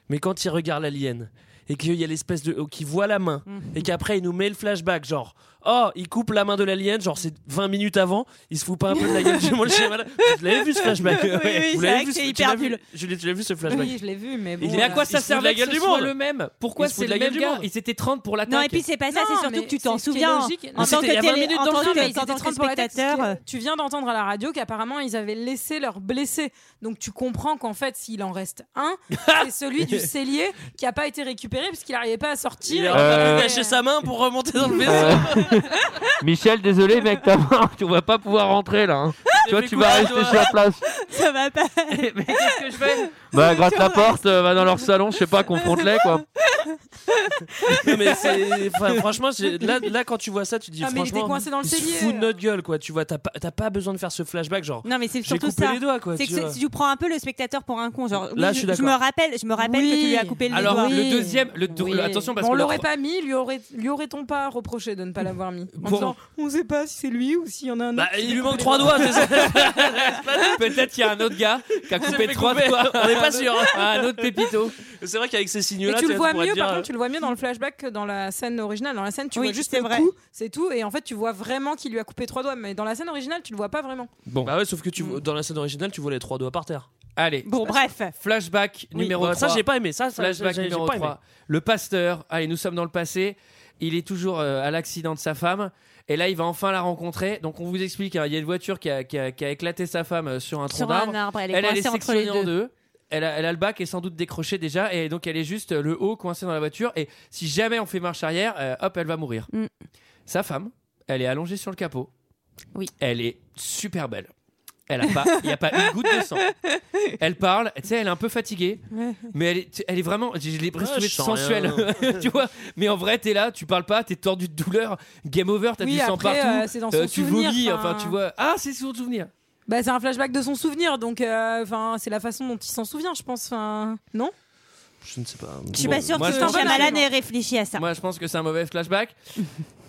S11: Mais quand il regarde l'alien et qu'il y a l'espèce de. qui voit la main et qu'après il nous met le flashback, genre. Oh, il coupe la main de l'alien, genre c'est 20 minutes avant, il se fout pas un peu de la gueule du monde Shyamalan. Vous l'avez vu ce flashback
S1: Oui, oui, c'est
S11: Vous
S1: vrai
S11: l'avez
S1: que
S11: vu
S1: c'est
S11: ce- tu
S1: hyper
S11: l'as vu-
S1: nul.
S11: Julie, tu l'as vu ce flashback
S12: Oui, je l'ai vu, mais bon.
S1: Mais à quoi ça
S11: sert
S1: servait que ce soit le même Pourquoi c'est le même gars Ils étaient 30 pour l'attaque.
S6: Non, et puis c'est pas ça, c'est surtout que tu t'en
S12: c'est ce qui est
S6: souviens.
S12: logique.
S6: En tant
S12: c'était
S6: que
S12: il y a
S6: télé-
S12: 20 minutes
S6: en
S12: dans le
S6: tant
S12: film,
S6: que-
S12: ils étaient
S6: en tant que
S12: 30 pour la tête,
S6: spectateur,
S12: parce que Tu viens d'entendre à la radio qu'apparemment ils avaient laissé leurs blessés. Donc tu comprends qu'en fait, s'il en reste un, c'est celui du cellier qui a pas été récupéré parce qu'il n'arrivait pas à sortir.
S11: Il a
S1: Euh,
S11: lâché sa main pour remonter dans le vaisseau.
S14: Euh, Michel, désolé, mec, ta main, tu vas pas pouvoir rentrer là. hein. Toi, tu vas rester sur la place.
S6: Ça va pas.
S1: mais qu'est-ce que je fais
S14: Bah, gratte la porte, euh, va dans leur salon, je sais pas, confronte-les quoi.
S11: Non, mais c'est- enfin, franchement, j'ai- là, là, quand tu vois ça, tu dis
S12: Ah, mais il était
S11: franchement,
S12: coincé dans le
S11: il se
S12: cellier.
S11: fout de notre gueule, quoi. Tu vois, t'as pas, t'as pas besoin de faire ce flashback, genre.
S6: Non, mais c'est
S11: j'ai
S6: surtout
S11: coupé
S6: ça.
S11: les doigts, quoi.
S6: c'est
S11: tu
S6: que
S11: vois.
S6: si tu prends un peu le spectateur pour un con, genre. oui,
S11: Là, je suis d'accord.
S6: me rappelle, je me rappelle que tu lui as coupé le
S1: Alors,
S6: doigt.
S1: le deuxième, le, dou- le- attention parce
S12: Bon, on
S1: que le
S12: l'aurait
S1: tro-
S12: pas mis, lui aurait- lui aurait-on pas reproché de ne pas l'avoir mis En
S1: Bon.
S12: disant, on sait pas si c'est lui ou s'il y en a un autre.
S11: Bah, il lui manque trois doigts, c'est ça.
S1: peut-être qu'il y a un autre gars qui a
S11: Il s'est
S1: coupé
S11: fait
S1: trois
S11: couper.
S1: doigts.
S11: On n'est pas sûr. hein.
S1: Un autre pépito.
S11: C'est vrai qu'avec ces
S12: Mais
S11: signaux-là,
S12: tu le vois mieux,
S11: pourrais te
S12: par
S11: dire, euh,
S12: contre, tu le vois mieux dans le flashback que dans la scène originale. Dans la scène, tu
S6: Oui,
S12: vois juste
S6: c'est
S12: le
S6: vrai.
S12: coup, c'est tout, et en fait, tu vois vraiment qu'il lui a coupé trois doigts. Mais dans la scène originale, tu le vois pas vraiment.
S1: Bon.
S11: Bah ouais, sauf que tu, dans la scène originale, tu vois les trois doigts par terre.
S1: Allez.
S6: Bon, bref.
S1: Flashback
S11: Oui.
S1: numéro
S11: Bah,
S1: 3.
S11: ça, j'ai pas aimé, ça, ça,
S1: Flashback
S11: j'ai- j'ai
S1: numéro
S11: pas aimé.
S1: 3. Le pasteur, allez, nous sommes dans le passé. Il est toujours euh, à l'accident de sa femme. Et là, il va enfin la rencontrer. Donc, on vous explique hein, il y a une voiture qui a, qui a- qui a éclaté sa femme euh, sur un tronc
S6: Sur un
S1: d'arbre.
S6: arbre, elle est coincée
S1: est
S6: entre les
S1: sectionnée en
S6: deux.
S1: deux. Elle a, elle a le bac et sans doute décroché déjà. Et donc, elle est juste euh, le haut coincé dans la voiture. Et si jamais on fait marche arrière, euh, hop, elle va mourir.
S6: Mm.
S1: Sa femme, elle est allongée sur le capot.
S6: Oui.
S1: Elle est super belle. Elle a pas, il n'y a pas une goutte de sang. Elle parle, tu sais, elle est un peu fatiguée,
S6: Ouais.
S1: mais elle est, elle est vraiment, j'ai j'ai les bras
S11: Ouais,
S1: soulevés
S11: Ah,
S1: de
S11: je sens
S1: sensuelle, tu vois. Mais en vrai, t'es là, tu parles pas, t'es tordu de douleur, game over, t'as
S12: Oui,
S1: du sang
S12: après,
S1: partout,
S12: euh, c'est dans son
S1: tu
S12: souvenir,
S1: vomis,
S12: enfin.
S1: enfin, tu vois. Ah, c'est son souvenir.
S12: Bah, c'est un flashback de son souvenir, donc euh, enfin, c'est la façon dont il s'en souvient, je pense. Enfin, non
S11: Je ne sais pas.
S6: Je suis pas sûre que Shyamalan ait réfléchi à ça.
S1: Moi, je pense que c'est un mauvais flashback.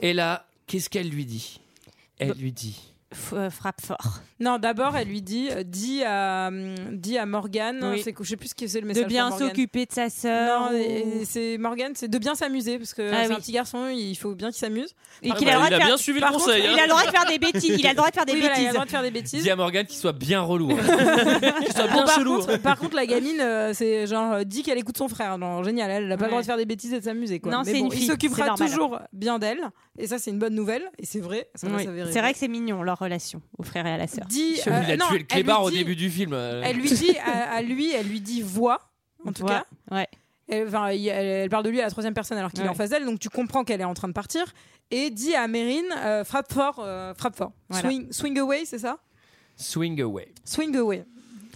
S1: Et là, qu'est-ce qu'elle lui dit
S6: Bah,
S1: Elle lui dit.
S6: F- euh, frappe fort.
S12: Non, d'abord, elle lui dit, euh, dis à, hum, dis à Morgane,
S6: Oui.
S12: c'est que- je sais plus ce que c'est le message.
S6: De bien
S12: pour Morgane.
S6: s'occuper de sa
S12: Non,
S6: sœur.
S12: et- et c'est Morgane, c'est de bien s'amuser parce que
S6: Ah
S12: c'est
S6: oui.
S12: un petit garçon, il faut bien qu'il s'amuse.
S6: Et
S12: Par
S6: qu'il
S12: contre-
S6: a le hein. droit de faire-
S12: Par contre,
S6: il a le droit de faire des bêtises. Il a le droit de faire des
S12: Oui, voilà, il a le
S6: bêtises.
S12: droit de faire des bêtises.
S1: Dis à Morgane qu'il soit bien relou.
S6: euh,
S1: hein.
S12: Bon, par, contre, par contre, la gamine, euh, c'est genre euh, dit qu'elle écoute son frère. Non, génial, elle n'a pas le droit de faire des bêtises et de s'amuser. quoi.
S6: Non,
S12: Mais
S6: c'est
S12: bon,
S6: une fille,
S12: Il
S6: c'est
S12: s'occupera
S6: normal.
S12: toujours bien d'elle. Et ça, c'est une bonne nouvelle. Et c'est vrai. ça,
S6: Oui.
S12: ça fait rire.
S6: C'est vrai que c'est mignon leur relation au frère et à la sœur.
S12: Dis,
S1: Il
S12: euh,
S1: a
S12: non,
S1: tué le
S12: elle
S1: clébard
S12: lui
S1: au
S12: dit-
S1: début du film. euh.
S12: Elle lui dit à, à lui, elle lui dit voix, en tout
S6: Voix,
S12: cas.
S6: Ouais.
S12: Elle, enfin, il- elle, elle parle de lui à la troisième personne alors qu'il est
S6: Ouais.
S12: en face d'elle, donc tu comprends qu'elle est en train de partir. Et dit à Mérine, euh, frappe fort, euh, frappe fort.
S6: Voilà.
S12: Swing, swing away, c'est ça
S1: Swing away.
S12: Swing away.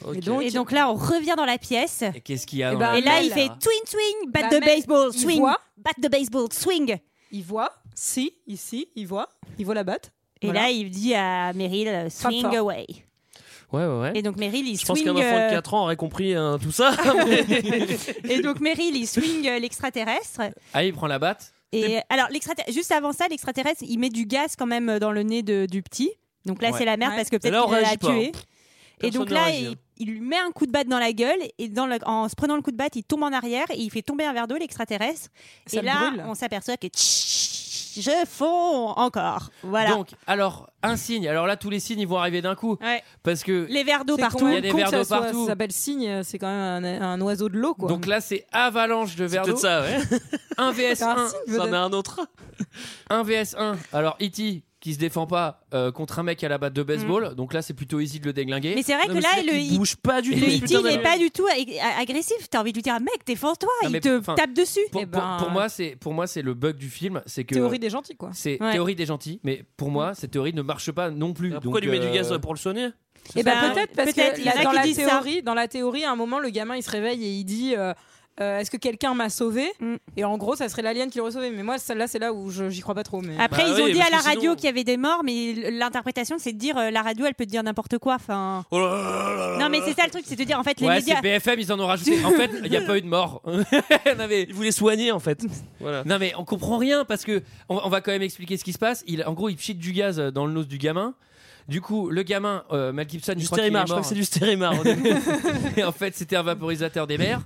S1: Ok.
S12: Et donc,
S6: Et donc là, on revient dans la pièce.
S1: Et qu'est-ce qu'il y a
S12: Eh
S1: dans
S12: ben,
S1: la-
S6: Et bah, là,
S12: Mel,
S6: il fait
S12: là.
S6: twing twing, bat
S12: Bah,
S6: de
S12: Mel,
S6: baseball,
S12: il
S6: swing,
S12: voit.
S6: bat de baseball, swing.
S12: il voit, si, ici, il voit, il voit la batte.
S6: Et
S12: Voilà.
S6: là, il dit à Meryl, euh, swing
S12: fort.
S6: away.
S11: Ouais, ouais, ouais.
S6: Et donc Meryl, il
S11: Je pense
S6: swing.
S11: qu'un enfant
S6: euh,
S11: de 4 ans aurait compris hein, tout ça.
S6: Et donc Meryl, il swing euh, l'extraterrestre.
S1: Ah, il prend la batte.
S6: Et alors, l'extraterrestre- juste avant ça, l'extraterrestre, il met du gaz quand même euh, dans le nez de- du petit. Donc là,
S1: Ouais.
S6: c'est la merde
S12: Ouais.
S6: parce que
S12: Et
S6: peut-être
S11: là, on
S6: qu'il l'a
S11: réagit pas, hein.
S6: tué. Et
S11: Personne
S6: donc
S11: ne
S6: là,
S11: réagit,
S6: il,
S11: hein.
S6: il lui met un coup de batte dans la gueule et dans le- en se prenant le coup de batte, il tombe en arrière et il fait tomber un verre d'eau, l'extraterrestre.
S12: Ça
S6: Et
S12: le
S6: là,
S12: brûle.
S6: on s'aperçoit que tch- je fonds encore. Voilà.
S1: Donc, alors, un signe. Alors là, tous les signes ils vont arriver d'un coup.
S6: Ouais.
S1: Parce que
S6: les verres d'eau
S12: C'est
S6: partout.
S12: quand
S1: Il y a
S12: même
S1: des
S12: con hein.
S1: vers
S12: que ça
S1: d'eau
S12: soit-
S1: partout.
S12: Ça s'appelle signe, c'est quand même un, un oiseau de l'eau, quoi.
S1: Donc là, c'est avalanche de verre
S11: Peut-être
S1: d'eau.
S11: ça, ouais.
S1: 1 vs
S12: C'est un
S1: 1.
S12: signe,
S11: Ça en
S12: peut-être.
S11: a un autre.
S1: 1 vs 1. Alors, E.T. qui se défend pas euh, contre un mec à la batte de baseball. Donc là, c'est plutôt easy de le déglinguer.
S6: Mm. Mais c'est vrai
S11: Non,
S6: que
S11: mais
S6: là,
S11: c'est-
S6: le
S11: il bouge pas du
S1: Et
S6: le
S1: le
S6: E.T.,
S1: putain
S6: il n'est
S1: de-
S6: pas du tout ag- ag- agressif. T'as envie de lui dire, mec, défends-toi.
S1: Non, mais,
S6: Il te
S1: enfin,
S6: tape dessus.
S1: Pour,
S12: Eh
S1: pour-
S12: ben-
S1: pour moi, c'est pour moi c'est le bug du film, c'est que
S12: Théorie Mm. des gentils, quoi.
S1: c'est
S6: Ouais.
S1: théorie des gentils, mais pour moi cette théorie ne marche pas non plus.
S11: Pourquoi
S1: Donc,
S11: lui met du
S1: euh,
S11: gaz pour le soigner
S12: Et
S6: Ben,
S12: Eh peut-être parce
S6: peut-être,
S12: que
S6: il y en
S12: là,
S6: a
S12: dans
S6: qui
S12: la
S6: disent ça.
S12: théorie, dans la théorie, à un moment le gamin il se réveille et il dit euh, euh, est-ce que quelqu'un m'a sauvé
S6: Mm.
S12: Et en gros, ça serait l'alien qui l'aurait sauvé. Mais moi, celle-là, c'est là où je- j'y crois pas trop. Mais...
S1: Bah
S6: Après, ils ont dit à la radio qu'il y avait des morts, mais l'interprétation, c'est de dire euh, la radio, elle peut te dire n'importe quoi. Enfin,
S1: Oh là là là là
S6: non, mais
S1: là.
S6: c'est ça le truc, c'est de dire en fait les
S1: Ouais,
S6: médias.
S1: c'est BFM, ils en ont rajouté. En fait, il n'y a pas eu de mort. Ils voulaient soigner, en fait. Non, mais on comprend rien parce que on, on va quand même expliquer ce qui se passe. Il, en gros, il pchit du gaz euh, dans le nose du gamin. Du coup, le gamin, euh, Mel Gibson,
S11: Du
S1: je crois qu'il est
S11: stérimar, je crois
S1: mort.
S11: que c'est du stérimar.
S1: Et en fait, c'était un vaporisateur des mers.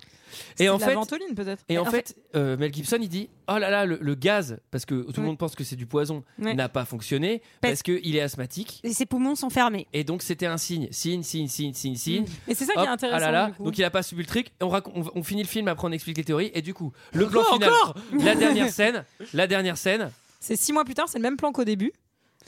S12: C'est
S1: Et
S12: de
S1: en
S12: la
S1: fait,
S12: ventoline, peut-être.
S1: Et en,
S12: En
S1: fait, euh, Mel Gibson, il dit Oh là là, le, le gaz, parce que tout le monde pense que c'est du poison,
S6: Ouais.
S1: n'a pas fonctionné parce qu'il est asthmatique.
S6: Et ses poumons sont fermés.
S1: Et donc c'était un signe, signe, signe, signe, signe, signe.
S6: Et c'est ça qui
S1: Hop,
S6: est intéressant,
S1: ah là là.
S6: du coup.
S1: Donc il a pas subi le trick. Et on, raconte- on, on finit le film après on explique les théories. Et du coup, le plan
S12: Encore,
S1: final,
S12: encore
S1: la dernière scène, la dernière scène.
S12: C'est six mois plus tard, c'est le même plan qu'au début,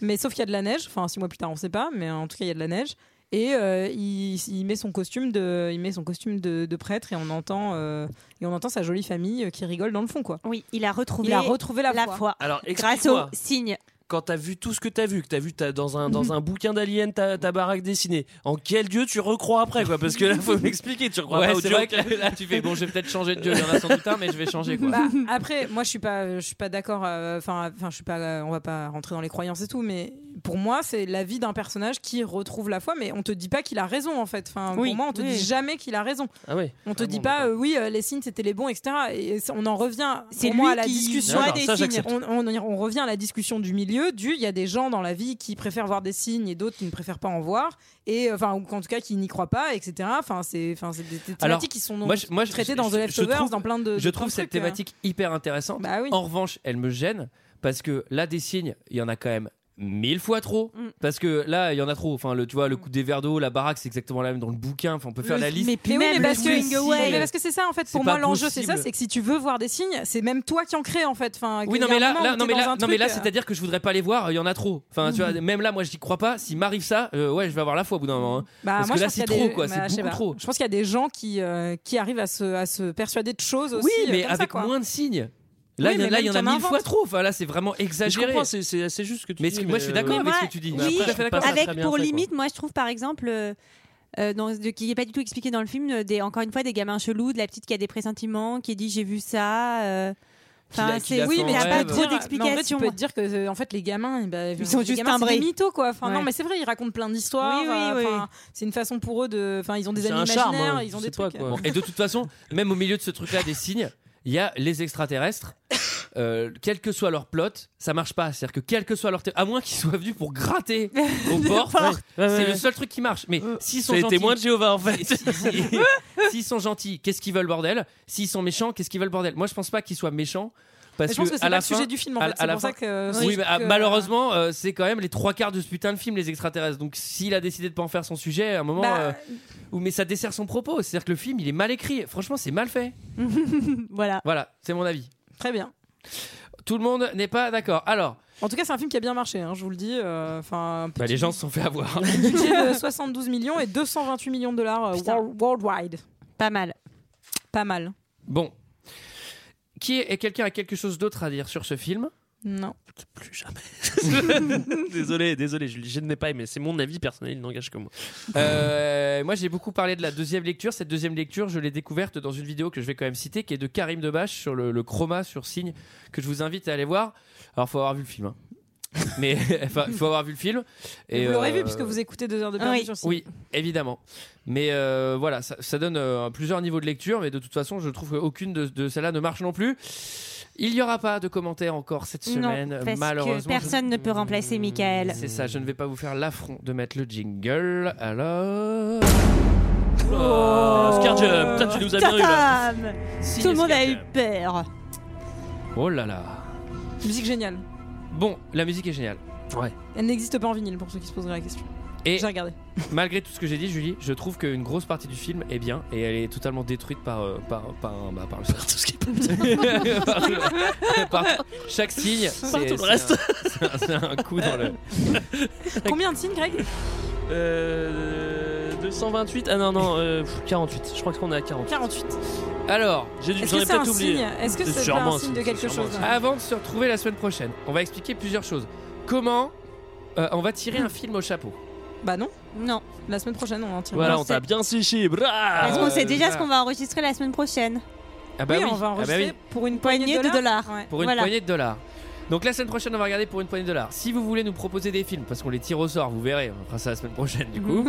S12: mais sauf qu'il y a de la neige. Enfin, six mois plus tard, on sait pas, mais en tout cas, il y a de la neige. Et euh, il, il met son costume de, il met son costume de, de prêtre et on entend euh, et on entend sa jolie famille euh, qui rigole dans le fond, quoi.
S6: Oui, il a retrouvé,
S12: il a retrouvé la, foi.
S11: Alors,
S6: grâce au
S11: explique-moi.
S6: signe.
S11: Quand t'as vu tout ce que t'as vu, que t'as vu t'as- dans un, dans un bouquin d'Alien ta, ta baraque dessinée, en quel dieu tu recrois après quoi Parce que là, faut m'expliquer, tu recrois
S1: Ouais,
S11: pas au
S1: c'est
S11: dieu.
S1: vrai que là tu fais bon, je vais peut-être changer de dieu, il y en a sans doute un, mais je vais changer quoi.
S12: Bah, après, moi, je suis pas, je suis pas d'accord. euh, Enfin, enfin, je suis pas. euh, on va pas rentrer dans les croyances et tout, mais pour moi, c'est la vie d'un personnage qui retrouve la foi, mais on te dit pas qu'il a raison en fait. Enfin,
S11: Oui,
S12: pour moi, on te
S11: oui.
S12: dit jamais qu'il a raison.
S11: Ah ouais.
S12: On te dit pas, euh, oui, euh, les signes c'était les bons, etc. Et ça- on en revient.
S6: C'est
S12: pour moi
S6: lui
S12: à la
S6: qui
S12: discussion.
S1: Ah,
S6: voit des Ça, signes. j'accepte.
S12: On, on- on revient à la discussion du milieu. Du, il y a des gens dans la vie qui préfèrent voir des signes et d'autres qui ne préfèrent pas en voir. Et euh, enfin, ou en tout cas qui n'y croient pas, etc. Enfin, c'est, enfin, c'est des, des thématiques
S1: Alors,
S12: qui sont
S1: moi, je- moi, je-
S12: traitées dans
S1: je-
S12: The
S1: je
S12: Leftovers,
S1: trouve-
S12: dans plein
S1: Je
S12: de. de plein
S1: trouve
S12: de
S1: cette
S12: trucs, euh.
S1: thématique hyper intéressante.
S12: Bah
S1: En revanche, elle me gêne parce que là, des signes, il y en a quand même mille fois trop
S12: Mm.
S1: parce que là il y en a trop enfin le tu vois le coup des verres d'eau la baraque c'est exactement la même dans le bouquin enfin on peut faire
S12: Le-
S1: la liste
S12: Mais, Mm. oui, mais parce que mais parce que c'est ça en fait. Pour
S1: euh, C'est
S12: moi,
S1: pas
S12: l'enjeu c'est ça,
S1: possible.
S12: c'est que si tu veux voir des signes, c'est même toi qui en crée en fait. Enfin,
S1: Oui,
S12: qu'il
S1: non,
S12: y a
S1: mais
S12: un
S1: là,
S12: moment
S1: là-
S12: où
S1: non,
S12: t'es
S1: mais
S12: dans
S1: là,
S12: un
S1: non, mais
S12: truc,
S1: là,
S12: euh, Mm.
S1: c'est-à-dire que je voudrais pas les voir, il y en a trop. Enfin, tu vois, même là, moi, je n'y crois pas. S'il m'arrive ça, euh, ouais, je vais avoir la foi au bout d'un moment. hein.
S12: Bah,
S1: Parce
S12: moi,
S1: que
S12: je
S1: là,
S12: pense qu'il
S1: c'est
S12: y a
S1: trop,
S12: des-
S1: quoi,
S12: bah,
S1: c'est
S12: je sais
S1: beaucoup
S12: pas.
S1: trop.
S12: Je pense qu'il y a des gens qui, euh, qui arrivent à se, à se persuader de choses aussi.
S1: Oui,
S12: euh,
S1: mais
S12: comme ça,
S1: avec
S12: quoi.
S1: moins de signes. Là,
S12: Oui,
S1: il y en-
S12: mais
S1: là,
S12: même
S1: il y en a
S12: t'en
S1: mille
S12: inventes.
S1: fois trop. Enfin, là, c'est vraiment exagéré.
S11: comprends, c'est- c'est juste ce que tu
S1: mais
S11: dis,
S1: ce que-
S11: mais,
S1: Moi, je suis
S11: euh,
S1: d'accord
S11: Mais
S1: avec ce
S11: moi,
S1: que tu dis.
S11: oui,
S1: Tout à fait d'accord.
S6: avec pour limite, moi je trouve par exemple, euh, euh, dans- de- qui n'est pas du tout expliqué dans le film, euh, des, encore une fois des gamins chelous, de la petite qui a des pressentiments, qui dit j'ai vu ça. euh,
S12: Qu'il a-
S6: Enfin,
S12: qu'il
S6: c'est
S12: a fait
S6: oui,
S12: en
S6: mais il n'y a
S12: rêve.
S6: pas
S12: Mais
S6: trop
S12: en vrai, tu
S6: d'explications.
S12: peux te dire que euh, en fait les gamins, eh ben,
S6: Ils sont
S12: les
S6: juste
S12: gamins, c'est
S6: timbrés.
S12: des mythos quoi. Enfin, non,
S6: Ouais.
S12: mais c'est vrai, ils racontent plein d'histoires.
S6: Oui, oui,
S12: euh,
S6: oui,
S12: enfin, C'est une façon pour eux de. Enfin, ils ont des
S1: C'est
S12: amis
S1: un charme,
S12: imaginaires,
S1: hein,
S12: ils ont
S1: je
S12: des
S1: sais pas,
S12: trucs. euh.
S1: quoi. Bon, et de toute façon, même au milieu de ce truc-là des signes, il y a les extraterrestres. euh, quel que soit leur plot, ça marche pas. C'est-à-dire que quel que soit leur, thé- à moins qu'ils soient venus pour gratter aux portes,
S11: Ouais, ouais,
S1: c'est
S11: ouais.
S1: le seul truc qui marche. Mais s'ils sont
S11: C'est les
S1: gentils,
S11: témoins de Jéhovah, en fait.
S1: s'ils sont gentils, qu'est-ce qu'ils veulent bordel S'ils sont méchants, qu'est-ce qu'ils veulent bordel Moi, je pense pas qu'ils soient méchants. Parce
S12: Mais je pense que c'est
S1: à
S12: pas
S1: la
S12: le
S1: fin-
S12: sujet du film, en
S1: à-
S12: fait.
S1: à
S12: C'est
S1: la
S12: pour ça
S1: fin-
S12: que- euh,
S1: Oui,
S12: c'est
S1: mais, ah,
S12: que-
S1: malheureusement, euh, c'est quand même les trois quarts de ce putain de film, les extraterrestres. Donc, s'il a décidé de pas en faire son sujet, à un moment,
S12: Bah-
S1: euh, ou mais ça dessert son propos. C'est-à-dire que le film, il est mal écrit. Franchement, c'est mal fait.
S6: voilà.
S1: Voilà, c'est mon avis.
S12: Très bien.
S1: Tout le monde n'est pas d'accord. Alors,
S12: En tout cas, c'est un film qui a bien marché, hein, je vous le dis. euh, Enfin, un
S1: bah, les gens se sont fait avoir.
S12: budget de 72 millions et 228 millions de dollars euh, world- worldwide.
S6: Pas mal.
S12: Pas mal.
S1: bon, qui est, et quelqu'un a quelque chose d'autre à dire sur ce film
S12: Non.
S11: Plus jamais. désolé, désolé, je, je n'ai pas aimé. C'est mon avis personnel, il n'engage que moi.
S1: Euh, moi, j'ai beaucoup parlé de la deuxième lecture. Cette deuxième lecture, je l'ai découverte dans une vidéo que je vais quand même citer, qui est de Karim Debache sur le, le chroma sur signe, que je vous invite à aller voir. Alors, faut avoir vu le film. hein. Mais enfin, il faut avoir vu le film. Et,
S12: vous l'aurez
S1: euh,
S12: vu puisque vous écoutez deux heures de perdu sur
S1: oui, évidemment. Mais euh, voilà, ça, ça donne euh, plusieurs niveaux de lecture, mais de toute façon, je trouve qu'aucune de, de celles-là ne marche non plus. Il n'y aura pas de commentaires encore cette semaine,
S6: non, parce que
S1: malheureusement. je-
S6: personne ne peut remplacer Michael.
S1: C'est ça, je ne vais pas vous faire l'affront de mettre le jingle, alors...
S11: Oh, Scar Jump, putain, tu nous as bien eu là.
S6: Tatam
S1: Signe
S6: Tout le monde a eu
S1: Scarjump.
S6: peur.
S1: Oh là là.
S12: Musique géniale.
S1: Bon, la musique est géniale. Ouais.
S12: Elle n'existe pas en vinyle pour ceux qui se poseraient la question.
S1: Et
S12: J'ai regardé.
S1: malgré tout ce que j'ai dit, Julie, je trouve qu'une grosse partie du film est bien et elle est totalement détruite par euh, par par, bah, par le tout ce qui est par, le- par- chaque signe,
S11: Par
S1: c'est-
S11: tout le
S1: c'est
S11: reste.
S1: un- c'est un- C'est un, coup dans le.
S12: Combien de signes, Greg
S11: Euh, 228 Ah non, non, euh, pff, 48. Je crois qu'on est à 48.
S12: 48.
S1: Alors,
S11: j'ai dû-
S12: Est-ce
S11: j'en ai
S12: que c'est
S11: peut-être
S12: un
S11: oublié.
S12: signe Est-ce que c'est
S11: sûrement
S12: pas un signe de
S11: c'est
S12: quelque
S11: sûrement
S12: chose
S11: un signe.
S1: Avant de se retrouver la semaine prochaine, on va expliquer plusieurs choses. Comment euh, on va tirer un film au chapeau
S12: Bah non.
S6: Non.
S12: La semaine prochaine, on en tire.
S11: Voilà,
S12: un.
S11: on t'a bien séché.
S6: Parce qu'on
S11: Parce
S6: sait déjà ce qu'on va enregistrer la semaine prochaine.
S1: Ah bah
S12: oui,
S1: oui.
S12: on va
S1: Ah bah
S12: enregistrer
S1: oui.
S12: pour une
S6: Poignée
S12: poignée,
S6: de dollars.
S12: Ouais.
S1: Pour une
S6: Voilà.
S1: poignée de dollars. Donc la semaine prochaine, on va regarder pour une poignée de dollars. Si vous voulez nous proposer des films, parce qu'on les tire au sort, vous verrez, on fera ça la semaine prochaine du coup.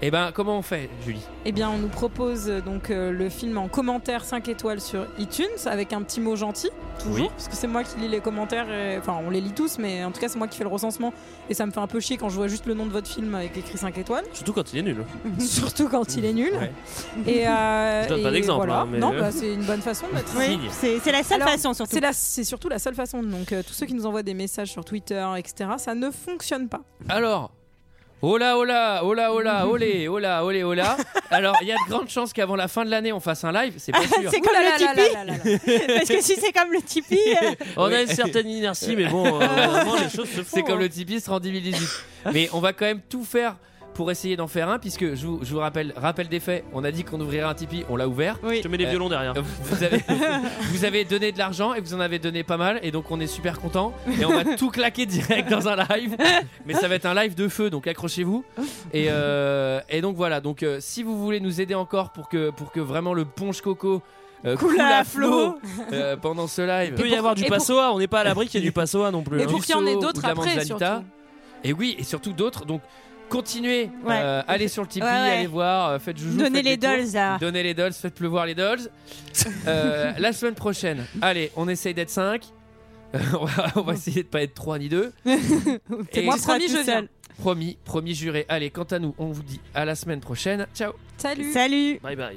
S1: et ben comment on fait, Julie
S12: Eh bien, on nous propose euh, donc euh, le film en commentaire 5 étoiles sur iTunes avec un petit mot gentil, toujours,
S1: Oui.
S12: parce que c'est moi qui lis les commentaires. et- Enfin, on les lit tous, mais en tout cas, c'est moi qui fais le recensement et ça me fait un peu chier quand je vois juste le nom de votre film avec écrit 5 étoiles.
S11: Surtout quand il est nul. hein.
S12: Surtout quand il est nul.
S11: Ouais.
S12: Et, euh,
S11: Je donne pas
S12: et
S11: d'exemple,
S12: voilà.
S11: hein, mais
S12: Non,
S11: euh.
S12: bah, c'est une bonne façon de mettre.
S11: Oui, Signe.
S6: c'est- c'est la seule façon, surtout.
S12: C'est la- c'est surtout la seule façon. Donc, euh, tous ceux qui nous envoient des messages sur Twitter, etc., ça ne fonctionne pas.
S1: Alors, hola, hola, hola, hola, olé, hola, olé, hola. Alors, il y a de grandes chances qu'avant la fin de l'année, on fasse un live, c'est pas sûr.
S6: C'est
S12: Ouh Oh
S6: comme
S12: là
S6: le
S12: là là là là
S6: Tipeee. Parce que si c'est comme le euh, Tipeau,
S11: On a une certaine inertie, mais bon, euh, heureusement, les choses se font.
S1: C'est comme
S11: hein.
S1: le Tipeee sera en 2018. Mais on va quand même tout faire pour essayer d'en faire un, puisque je vous, je vous rappelle, rappel des faits, on a dit qu'on ouvrirait un Tipeee, on l'a ouvert.
S11: Je te mets les
S1: Euh,
S11: violons derrière.
S1: Vous avez, vous avez donné de l'argent et vous en avez donné pas mal, et donc on est super content. Et on va tout claquer direct dans un live. Mais ça va être un live de feu, donc accrochez-vous. Et, euh, et donc voilà, donc euh, si vous voulez nous aider encore pour que, pour que vraiment le ponche coco. euh,
S12: Coule à flot.
S1: euh, pendant ce live.
S11: Il peut y avoir du passoa, on n'est pas à l'abri qu'il y ait du passoa non plus. hein.
S12: Et pour qu'il y en ait
S1: Gusso
S12: d'autres
S1: ou de la
S12: après,
S1: Manzanita.
S12: surtout.
S1: Et oui, et surtout d'autres. Donc continuez,
S6: Ouais.
S1: euh, allez sur le Tipeee,
S6: Ouais, ouais.
S1: allez voir, euh, faites joujou.
S6: Donnez
S1: faites
S6: les
S1: tours.
S6: dolls à-
S1: Donnez les dolls, faites pleuvoir les dolls. Euh, la semaine prochaine, allez, on essaye d'être 5. on, va, on va essayer de pas être 3 ni 2.
S12: Et moi, promis, je viens.
S1: Promis, promis, juré. Allez, quant à nous, on vous dit à la semaine prochaine. Ciao
S12: Salut.
S6: Salut.
S11: Bye bye.